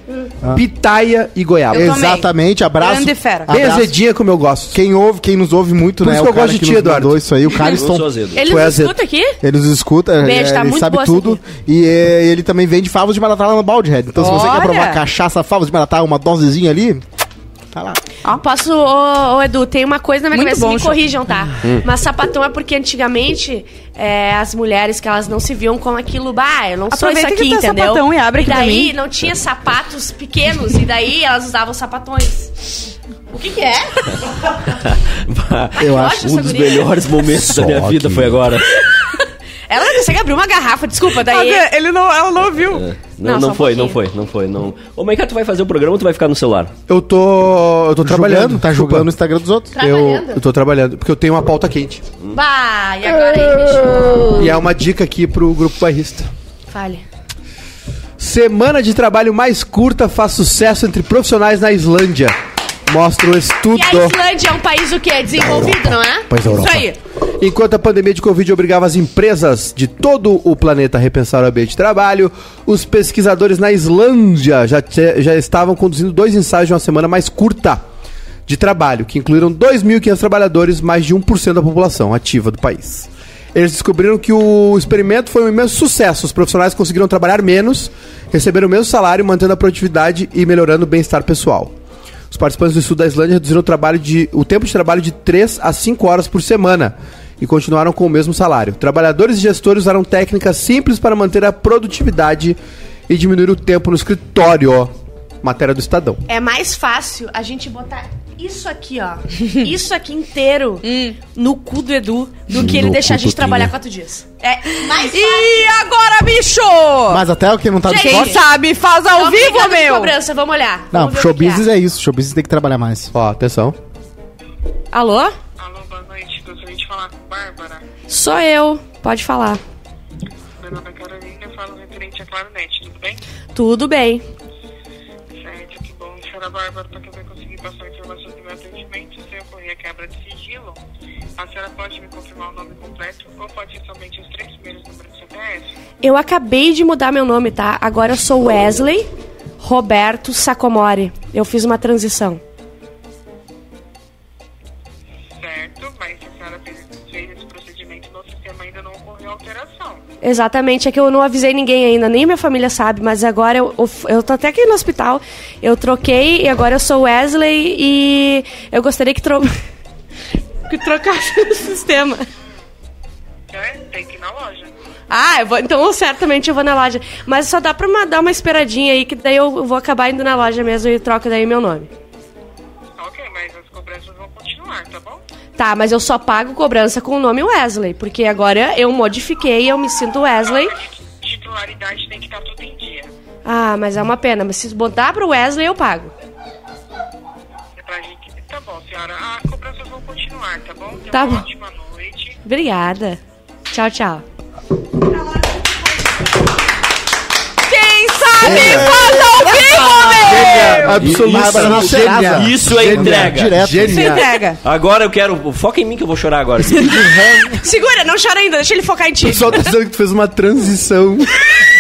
Speaker 5: Ah.
Speaker 2: Pitaia e goiaba.
Speaker 1: Eu tomei.
Speaker 5: Exatamente, abraço.
Speaker 1: Grande fera.
Speaker 2: Bem
Speaker 5: abraço.
Speaker 2: azedinha como eu gosto.
Speaker 5: Quem ouve, quem nos ouve muito,
Speaker 2: Por
Speaker 5: né?
Speaker 2: isso
Speaker 5: o
Speaker 2: que eu
Speaker 5: cara
Speaker 2: gosto de
Speaker 5: que
Speaker 2: ti,
Speaker 5: nos
Speaker 2: Eduardo.
Speaker 5: mandou Isso aí, o
Speaker 3: Eu sou
Speaker 5: Carlson.
Speaker 3: azedo.
Speaker 2: Tu
Speaker 4: Ele
Speaker 2: é
Speaker 4: nos
Speaker 2: azedo.
Speaker 4: escuta aqui?
Speaker 5: Ele nos escuta,
Speaker 4: Beijo,
Speaker 5: é,
Speaker 4: tá
Speaker 5: ele
Speaker 4: muito
Speaker 5: sabe
Speaker 4: boa essa
Speaker 5: tudo. E é, ele também vende favos de maratá lá no Balde Head. Então, se você quer
Speaker 1: Olha!
Speaker 5: provar cachaça, favos de maratá, uma dosezinha ali, tá lá.
Speaker 4: Posso, ô, ô, Edu, tem uma coisa na minha
Speaker 1: Muito
Speaker 4: cabeça,
Speaker 1: bom, Hum.
Speaker 4: me
Speaker 1: Chá.
Speaker 4: corrijam, tá? Mas sapatão é porque antigamente é, as mulheres que elas não se viam com aquilo, bah, eu não sou
Speaker 1: Aproveita
Speaker 4: isso aqui,
Speaker 1: que tá
Speaker 4: entendeu?
Speaker 1: sapatão e abre aqui pra
Speaker 4: daí
Speaker 1: mim.
Speaker 4: não tinha sapatos pequenos, e daí elas usavam sapatões. O que que é?
Speaker 5: Eu
Speaker 4: que
Speaker 5: acho
Speaker 4: ódio,
Speaker 3: Um dos
Speaker 4: essa guria.
Speaker 3: melhores momentos da minha
Speaker 5: Só
Speaker 3: vida
Speaker 5: que-
Speaker 3: foi agora.
Speaker 4: Ela não consegue abrir uma garrafa, desculpa,
Speaker 1: Tá
Speaker 4: daí...
Speaker 1: vendo? Ele não, ela não ouviu.
Speaker 3: Não,
Speaker 4: Não,
Speaker 3: não,
Speaker 4: só um
Speaker 3: foi, não foi,
Speaker 4: pouquinho.
Speaker 3: não foi, não. Ô, Maiká, tu vai fazer o programa ou tu vai ficar no celular?
Speaker 2: Eu tô. Eu tô trabalhando.
Speaker 5: Julgando, tá
Speaker 2: desculpa.
Speaker 5: julgando o Instagram dos outros.
Speaker 4: Tá.
Speaker 2: Eu, eu tô trabalhando, porque eu tenho uma pauta quente.
Speaker 4: Bah, e agora aí, bicho?
Speaker 2: E é uma dica aqui pro grupo bairrista.
Speaker 4: Fale.
Speaker 2: Semana de trabalho mais curta faz sucesso entre profissionais na Islândia. Mostra o estudo.
Speaker 4: E a Islândia é um país o quê? Desenvolvido, não é?
Speaker 5: País da Europa.
Speaker 4: Isso aí.
Speaker 2: Enquanto a pandemia de Covid obrigava as empresas de todo o planeta a repensar o ambiente de trabalho, os pesquisadores na Islândia já, te- já estavam conduzindo dois ensaios de uma semana mais curta de trabalho, que incluíram 2.500 trabalhadores, mais de 1% da população ativa do país. Eles descobriram que o experimento foi um imenso sucesso. Os profissionais conseguiram trabalhar menos, receberam o mesmo salário, mantendo a produtividade e melhorando o bem-estar pessoal. Os participantes do estudo da Islândia reduziram o, trabalho de, o tempo de trabalho de 3 a 5 horas por semana e continuaram com o mesmo salário. Trabalhadores e gestores usaram técnicas simples para manter a produtividade e diminuir o tempo no escritório. Matéria do Estadão.
Speaker 4: É mais fácil a gente botar isso aqui, ó. Isso aqui inteiro no cu do Edu do que ele
Speaker 5: No
Speaker 4: deixar a
Speaker 5: cu
Speaker 4: gente
Speaker 5: do
Speaker 4: trabalhar
Speaker 5: Trinha.
Speaker 4: quatro dias. É mais fácil.
Speaker 1: E agora, bicho?
Speaker 5: Mas até o que não tá
Speaker 4: Gente,
Speaker 5: de
Speaker 1: Quem
Speaker 5: fora.
Speaker 4: Gente,
Speaker 1: sabe faz ao
Speaker 4: Tamo
Speaker 1: vivo,
Speaker 4: brigando de
Speaker 1: meu.
Speaker 4: Cobrança, vamos olhar.
Speaker 5: Não,
Speaker 4: Vamos ver o
Speaker 5: show
Speaker 4: que que
Speaker 5: business é isso. Show business tem que trabalhar mais.
Speaker 2: Ó, atenção.
Speaker 4: é. Alô?
Speaker 7: Alô, boa noite. Gostaria de falar com Bárbara.
Speaker 4: Sou eu. Pode falar.
Speaker 7: Meu nome é Carolina, eu falo referente à Clarinete, tudo bem?
Speaker 4: Tudo bem.
Speaker 7: Certo, que bom. Senhora Bárbara, para que eu consegui passar informações do meu atendimento, se ocorrer a quebra de sigilo, a senhora pode me confirmar o nome completo ou pode ser somente os três primeiros números do CPF?
Speaker 4: Eu acabei de mudar meu nome, tá? Agora eu sou Wesley Roberto Sacomori. Eu fiz uma transição.
Speaker 7: Certo, mas se a senhora fez, fez esse procedimento no sistema, ainda não ocorreu alteração.
Speaker 4: Exatamente, é que eu não avisei ninguém ainda, nem minha família sabe, mas agora eu, eu, eu tô até aqui no hospital, eu troquei e agora eu sou Wesley e eu gostaria que, tro... que trocasse o sistema.
Speaker 7: Certo? Tem que ir na loja.
Speaker 4: Ah, eu vou- então certamente eu vou na loja, mas só dá pra uma- dar uma esperadinha aí, que daí eu vou acabar indo na loja mesmo e troco daí meu nome.
Speaker 7: Ok, mas as cobranças vão continuar, tá bom?
Speaker 4: Tá, mas eu só pago cobrança com o nome Wesley, porque agora eu modifiquei, eu me sinto Wesley.
Speaker 7: Titularidade tem que estar tudo em dia.
Speaker 4: Ah, mas é uma pena, mas se botar pro Wesley eu pago.
Speaker 7: É pra gente. Tá bom, senhora. As cobranças vão continuar, tá bom? Tenha
Speaker 4: Tá
Speaker 7: uma
Speaker 4: bom.
Speaker 7: ótima noite.
Speaker 4: Obrigada. Tchau, tchau.
Speaker 1: Quem sabe faz ao vivo, meu.
Speaker 2: Gênia,
Speaker 5: Bárbara
Speaker 2: absoluta.
Speaker 5: Nossa
Speaker 2: Gênia.
Speaker 5: Serasa.
Speaker 3: Isso é
Speaker 5: Gênia,
Speaker 3: entrega.
Speaker 5: Direto.
Speaker 1: Você entrega.
Speaker 3: Agora eu quero. Foca em mim que eu vou chorar agora.
Speaker 4: Segura, não chora ainda, deixa ele focar em ti.
Speaker 5: O pessoal tá dizendo que tu fez uma transição.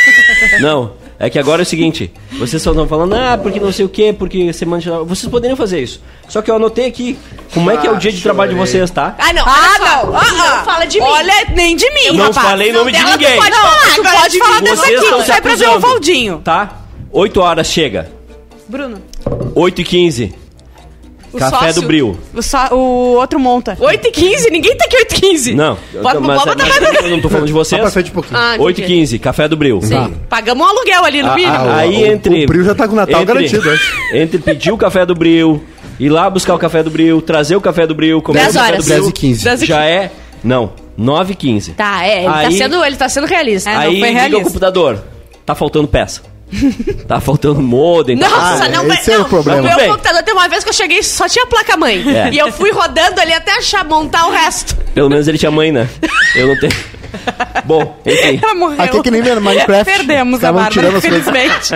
Speaker 3: Não. É que agora é o seguinte, vocês só estão falando, ah, porque não sei o quê, porque semana de... Vocês poderiam fazer isso. Só que eu anotei aqui como é que é o dia de trabalho de vocês, tá?
Speaker 4: Ah, não.
Speaker 1: Ah,
Speaker 4: olha só,
Speaker 1: não.
Speaker 4: tu
Speaker 1: Ah,
Speaker 4: não
Speaker 1: ah.
Speaker 4: fala de mim. Ah,
Speaker 1: Olha, nem de mim,
Speaker 3: não
Speaker 1: rapaz.
Speaker 3: falei nome de
Speaker 4: dela
Speaker 3: ninguém.
Speaker 4: Tu pode
Speaker 1: Não,
Speaker 4: falar,
Speaker 1: tu
Speaker 4: tu pode
Speaker 1: pode falar
Speaker 4: vir.
Speaker 1: dessa
Speaker 3: Vocês
Speaker 1: aqui.
Speaker 3: estão
Speaker 1: Tu
Speaker 3: se
Speaker 1: sai pra ver o
Speaker 3: acusando,
Speaker 1: Valdinho.
Speaker 3: Tá? 8 horas chega.
Speaker 1: Bruno.
Speaker 3: 8 e 15.
Speaker 4: O
Speaker 3: Café do
Speaker 4: sócio-
Speaker 3: Bril.
Speaker 1: O, só- o outro monta.
Speaker 4: 8 e 15, ninguém tá aqui 8 e 15.
Speaker 3: Não.
Speaker 4: Bota,
Speaker 3: mas- é
Speaker 4: bota, bota, bota.
Speaker 3: eu não tô falando de
Speaker 5: Só
Speaker 3: vocês.
Speaker 5: pra frente um pouquinho.
Speaker 4: Ah, entendi.
Speaker 3: 8 e 15, café do Bril. Sim.
Speaker 4: Pagamos um aluguel ali no mínimo.
Speaker 5: ah,
Speaker 3: aí
Speaker 5: o- o
Speaker 3: entre.
Speaker 5: Bril já tá com o Natal garantido,
Speaker 3: Entre pedir o café do Bril, ir lá buscar o café do Bril, trazer o café do Bril, comer
Speaker 4: Dez
Speaker 3: o café
Speaker 4: horas.
Speaker 3: do Bril.
Speaker 5: 10 e 15.
Speaker 3: Já é. Não, 9 e 15.
Speaker 4: Tá, é, ele, tá
Speaker 3: Aí-
Speaker 4: sendo, ele tá sendo realista.
Speaker 1: não,
Speaker 3: aí
Speaker 1: foi
Speaker 3: liga o
Speaker 1: realista.
Speaker 3: computador. Tá faltando peça. tá faltando modem. tá
Speaker 4: Nossa,
Speaker 5: Ah,
Speaker 4: não
Speaker 5: é,
Speaker 4: vai.
Speaker 5: esse é o
Speaker 4: não.
Speaker 5: problema.
Speaker 4: meu
Speaker 3: Tudo bem.
Speaker 4: computador tem uma vez que eu cheguei só tinha placa mãe.
Speaker 3: É.
Speaker 4: E eu fui rodando ali até achar montar o resto.
Speaker 3: Pelo menos ele tinha mãe, né? Eu não tenho. Bom, enfim.
Speaker 1: Ela morreu.
Speaker 5: Aqui é que nem Minecraft.
Speaker 1: Perdemos a
Speaker 5: Estavam
Speaker 1: Bárbara,
Speaker 5: tirando as coisas.
Speaker 1: infelizmente.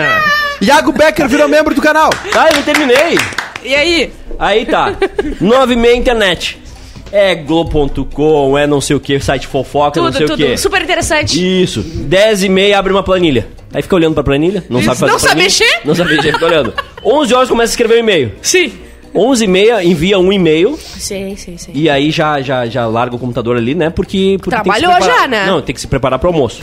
Speaker 2: Iago Becker virou membro do canal.
Speaker 3: Ah, eu não terminei.
Speaker 1: e aí?
Speaker 3: Aí tá. 9,6 internet. É Globo.com, é não sei o que, site fofoca, Então, não
Speaker 4: Tudo,
Speaker 3: sei
Speaker 4: tudo.
Speaker 3: o que.
Speaker 4: Super interessante.
Speaker 3: Isso. 10 e meia abre uma planilha. Aí fica olhando pra planilha, não
Speaker 4: Isso,
Speaker 3: sabe fazer
Speaker 4: não sabe
Speaker 3: planilha.
Speaker 4: mexer?
Speaker 3: Não sabe mexer, fica olhando. 11 horas começa a escrever um e-mail.
Speaker 4: Sim.
Speaker 3: 11 e meia envia um e-mail
Speaker 4: Sei, sei, sei.
Speaker 3: e aí já, já, já larga o computador ali, né? Porque, porque tem que se
Speaker 4: Trabalhou
Speaker 3: preparar.
Speaker 4: já, né?
Speaker 3: Não, tem que se preparar pro almoço.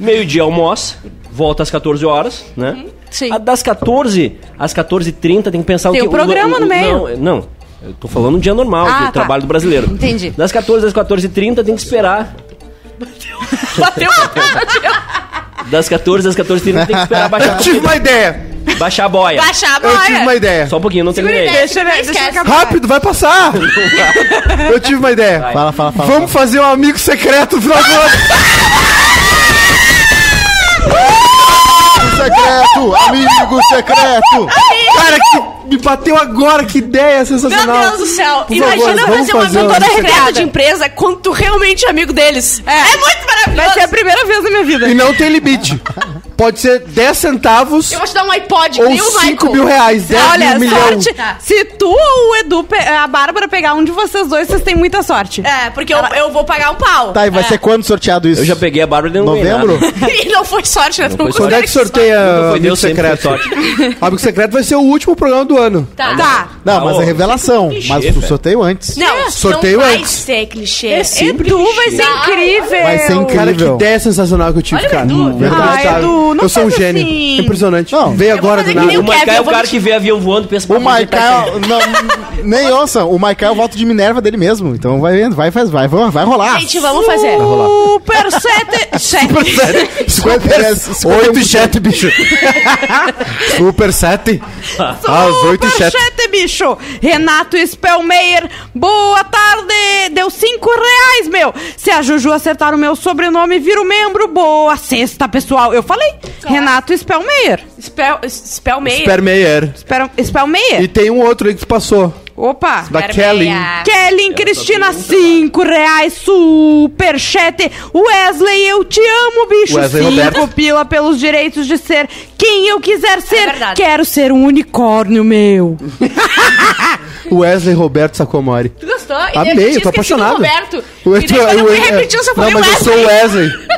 Speaker 3: Meio dia almoça, volta às 14 horas, né?
Speaker 4: sim.
Speaker 3: A- das 14 às 14h30 tem que pensar
Speaker 1: Tem
Speaker 3: o
Speaker 1: o
Speaker 3: que
Speaker 1: programa no meio.
Speaker 3: Não, não, eu tô falando um dia normal,
Speaker 1: Ah,
Speaker 3: que é o
Speaker 1: tá.
Speaker 3: trabalho do brasileiro.
Speaker 1: Entendi.
Speaker 3: Das 14 às 14h30 tem que esperar
Speaker 4: Bateu.
Speaker 3: Das 14 às 14h30 tem que esperar
Speaker 2: Eu
Speaker 3: baixar,
Speaker 2: tive uma ideia.
Speaker 3: baixar a boia.
Speaker 4: Baixa a é. boia.
Speaker 2: Eu tive uma ideia.
Speaker 3: Só um pouquinho, não terminei.
Speaker 4: ideia.
Speaker 1: Deixa, eu-
Speaker 4: Não
Speaker 1: deixa eu
Speaker 4: esquece.
Speaker 1: acabar.
Speaker 2: Rápido, vai passar. Eu tive uma ideia.
Speaker 5: Fala, fala, fala.
Speaker 2: Vamos fazer um amigo secreto no final do ano.
Speaker 5: Amigo secreto! Amigo secreto!
Speaker 2: Cara, que me bateu agora, que ideia
Speaker 4: Meu
Speaker 2: sensacional.
Speaker 4: Deus do céu.
Speaker 2: Por favor,
Speaker 4: Imagina
Speaker 2: vamos
Speaker 4: fazer uma
Speaker 2: fazer uma
Speaker 4: mentora
Speaker 2: lista.
Speaker 4: secreta de empresa quando tu realmente é amigo deles. É, muito maravilhoso.
Speaker 1: Vai ser a primeira vez na minha vida.
Speaker 2: E não tem limite. Pode ser 10 centavos
Speaker 4: Eu um. vou te dar um iPod,
Speaker 2: ou
Speaker 4: mil,
Speaker 2: 5
Speaker 4: Michael.
Speaker 2: mil reais. 10
Speaker 1: Olha,
Speaker 2: mil, milhão.
Speaker 1: sorte.
Speaker 4: Tá.
Speaker 1: Se tu ou o Edu, pe- a Bárbara pegar um de vocês dois, vocês têm muita sorte.
Speaker 4: É, porque eu, eu vou pagar um pau.
Speaker 5: Tá, e vai ser quando sorteado isso?
Speaker 3: Eu já peguei a Bárbara e não ganhei
Speaker 5: Novembro?
Speaker 3: nada.
Speaker 4: e não foi sorte, né? Não
Speaker 3: foi
Speaker 2: Quando é que sorteia
Speaker 3: Foi
Speaker 2: amigo
Speaker 3: Deus sempre foi
Speaker 2: secreto?
Speaker 3: sorte.
Speaker 2: amigo secreto vai ser o último programa do ano.
Speaker 4: Tá.
Speaker 5: Não, mas
Speaker 3: Ah, ô,
Speaker 5: é revelação.
Speaker 3: que clichê,
Speaker 5: Mas o
Speaker 3: velho.
Speaker 5: sorteio antes.
Speaker 4: Não,
Speaker 2: Sorteio
Speaker 4: não vai
Speaker 2: antes.
Speaker 4: ser clichê.
Speaker 1: É
Speaker 3: É
Speaker 1: Edu vai ser incrível.
Speaker 5: Vai ser
Speaker 2: Cara, que
Speaker 5: incrível.
Speaker 2: ideia sensacional que eu tive,
Speaker 4: Olha o
Speaker 2: cara.
Speaker 4: Edu.
Speaker 2: Hum, verdade,
Speaker 1: Ah,
Speaker 2: sabe?
Speaker 1: Edu, não
Speaker 2: eu sou um
Speaker 1: faz
Speaker 2: gênio.
Speaker 1: assim.
Speaker 2: Impressionante.
Speaker 5: Não.
Speaker 2: Veio
Speaker 4: Eu vou
Speaker 2: agora do
Speaker 4: fazer
Speaker 2: nada.
Speaker 4: que nem um
Speaker 3: O Maikai é
Speaker 4: Eu
Speaker 3: o
Speaker 4: vou
Speaker 3: cara
Speaker 4: te-
Speaker 3: que vê avião voando e pensa...
Speaker 5: O
Speaker 3: "Pô, mas ele tá
Speaker 5: Maikai, não, nem ouça, o Maikai volta de Minerva dele mesmo. Então vai vendo, vai, faz, vai, vai, vai rolar.
Speaker 4: Gente, vamos fazer.
Speaker 1: Tá Super sete. sete.
Speaker 5: Super, super,
Speaker 2: 8 e 7, bicho. Super 7. Às 8 e 7.
Speaker 1: Superchete, bicho! Renato Spellmeier, boa tarde! Deu cinco reais, meu! Se a Juju acertar o meu sobrenome, vira o membro. Boa sexta, pessoal! Eu falei, Renato Spellmeier.
Speaker 4: Spell, spell meia.
Speaker 2: Spermeyer.
Speaker 1: Spell, Spellmeier.
Speaker 2: E tem um outro aí que tu passou.
Speaker 1: Opa!
Speaker 2: Da tá
Speaker 4: Espera
Speaker 2: Kelly.
Speaker 4: meia.
Speaker 2: né?
Speaker 1: Kelly Cristina, cinco reais, superchete. Wesley, eu te amo, bicho.
Speaker 2: Wesley
Speaker 1: cinco
Speaker 2: Roberto.
Speaker 1: pila pelos direitos de ser quem eu quiser ser.
Speaker 4: verdade.
Speaker 1: Quero ser um unicórnio, meu.
Speaker 2: Wesley Roberto Sacomori.
Speaker 4: Tu gostou? E
Speaker 2: Amei,
Speaker 4: tinha
Speaker 2: eu Tá tô
Speaker 4: esquecido
Speaker 2: apaixonado.
Speaker 4: O Roberto.
Speaker 2: O
Speaker 4: e daí, quando eu fui
Speaker 2: o-
Speaker 4: repetir, eu só
Speaker 2: Não,
Speaker 4: falei
Speaker 2: mas eu sou o
Speaker 4: Wesley.
Speaker 2: Wesley.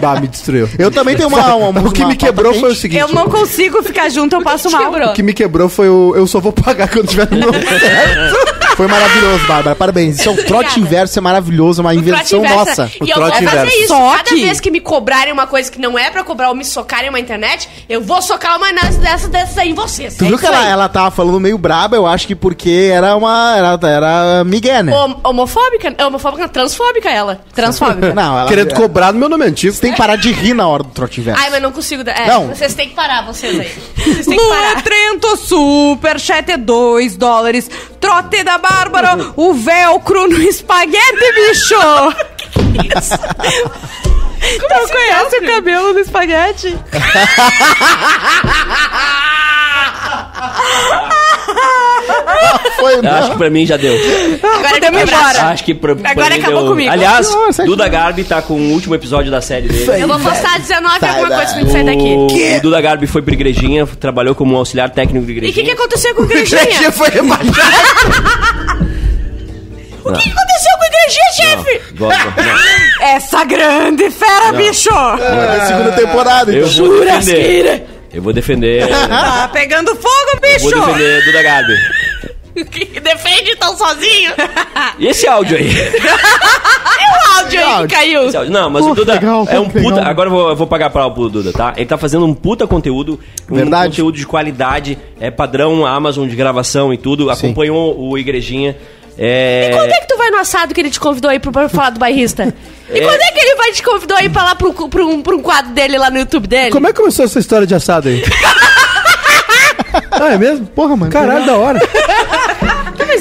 Speaker 2: bah, me destruiu.
Speaker 5: Eu também tenho uma. uma-
Speaker 2: o que
Speaker 5: uma
Speaker 2: me
Speaker 5: pauta
Speaker 2: quebrou foi o
Speaker 5: quente.
Speaker 2: seguinte.
Speaker 1: Eu não consigo ficar junto, eu passo mal.
Speaker 4: Quebrou.
Speaker 2: O que me quebrou foi o eu só vou pagar quando tiver no nome certo.
Speaker 5: Foi maravilhoso, Bárbara. Parabéns. Isso é um trote
Speaker 4: Obrigada.
Speaker 5: inverso, é maravilhoso, uma invenção
Speaker 4: Trote é inversa.
Speaker 5: nossa.
Speaker 4: E eu vou
Speaker 2: trote
Speaker 4: fazer
Speaker 2: inverso.
Speaker 4: isso.
Speaker 1: Só
Speaker 4: Cada
Speaker 1: que-
Speaker 4: vez que me cobrarem uma coisa que não é pra cobrar ou me socarem uma internet, eu vou socar uma análise dessa, dessa aí em vocês.
Speaker 5: Tu
Speaker 4: É
Speaker 5: viu
Speaker 4: isso
Speaker 5: que ela,
Speaker 4: aí.
Speaker 5: ela tava falando meio braba, eu acho que porque era uma. Era, era Miguel, né?
Speaker 4: Hom- Homofóbica? É Homofóbica, não, transfóbica ela. Transfóbica.
Speaker 5: Não, ela.
Speaker 2: Querendo cobrar no meu nome antigo.
Speaker 5: Você tem que parar de rir na hora do trote inverso.
Speaker 4: Ai, mas não consigo. dar- É,
Speaker 5: Não.
Speaker 4: Vocês têm que parar, vocês aí. Vocês têm que
Speaker 1: Lua
Speaker 4: parar.
Speaker 1: Trento Super Chat é 2 dólares. Trote da Bárbara, o velcro no espaguete, bicho! Tu conhece o cabelo do espaguete?
Speaker 5: Foi né?
Speaker 3: Eu acho que pra mim já deu.
Speaker 1: Agora podemos ir embora.
Speaker 3: Acho que pra, pra
Speaker 1: Agora
Speaker 3: mim
Speaker 1: acabou
Speaker 3: deu.
Speaker 1: comigo.
Speaker 3: Aliás,
Speaker 2: é
Speaker 5: Nossa,
Speaker 3: Duda Garbi tá com o último episódio da série dele.
Speaker 4: Eu vou postar 19
Speaker 5: Sai
Speaker 4: alguma
Speaker 5: daí.
Speaker 4: coisa pra gente sair daqui.
Speaker 3: O- O Duda Garbi foi pra igrejinha, trabalhou como auxiliar técnico de
Speaker 4: E o que, que
Speaker 3: igrejinha.
Speaker 4: aconteceu com o
Speaker 5: O Igrejinha
Speaker 4: Igrejinha?
Speaker 5: foi rebaixado.
Speaker 3: O que,
Speaker 4: aconteceu com o Igrejinha, chefe?
Speaker 1: Essa grande fera, bicho!
Speaker 5: É segunda temporada.
Speaker 3: Eu
Speaker 5: então.
Speaker 3: vou defender. Eu vou defender. Eu
Speaker 1: Tá pegando fogo,
Speaker 3: vou
Speaker 1: bicho!
Speaker 3: defender Duda Garbi.
Speaker 4: Que defende tão sozinho?
Speaker 3: E esse áudio aí?
Speaker 4: O áudio aí que caiu.
Speaker 3: Esse áudio- Não, mas o
Speaker 5: Pô,
Speaker 3: Duda
Speaker 5: legal,
Speaker 3: é um puta.
Speaker 5: legal.
Speaker 3: Agora eu vou, eu vou pagar pra pro Duda, tá? Ele tá fazendo um puta conteúdo. Um
Speaker 5: Verdade.
Speaker 3: conteúdo de qualidade. É padrão Amazon de gravação e tudo. Acompanhou o Igrejinha. É...
Speaker 4: Quando é que tu vai no assado que ele te convidou aí pro- pra falar do bairrista? E quando é que ele vai te convidou aí pra lá pro, pro, um, pra um quadro dele lá no YouTube dele?
Speaker 2: Como é que começou essa história de assado aí? ah, é mesmo?
Speaker 5: Porra, mano.
Speaker 2: Caralho, da hora.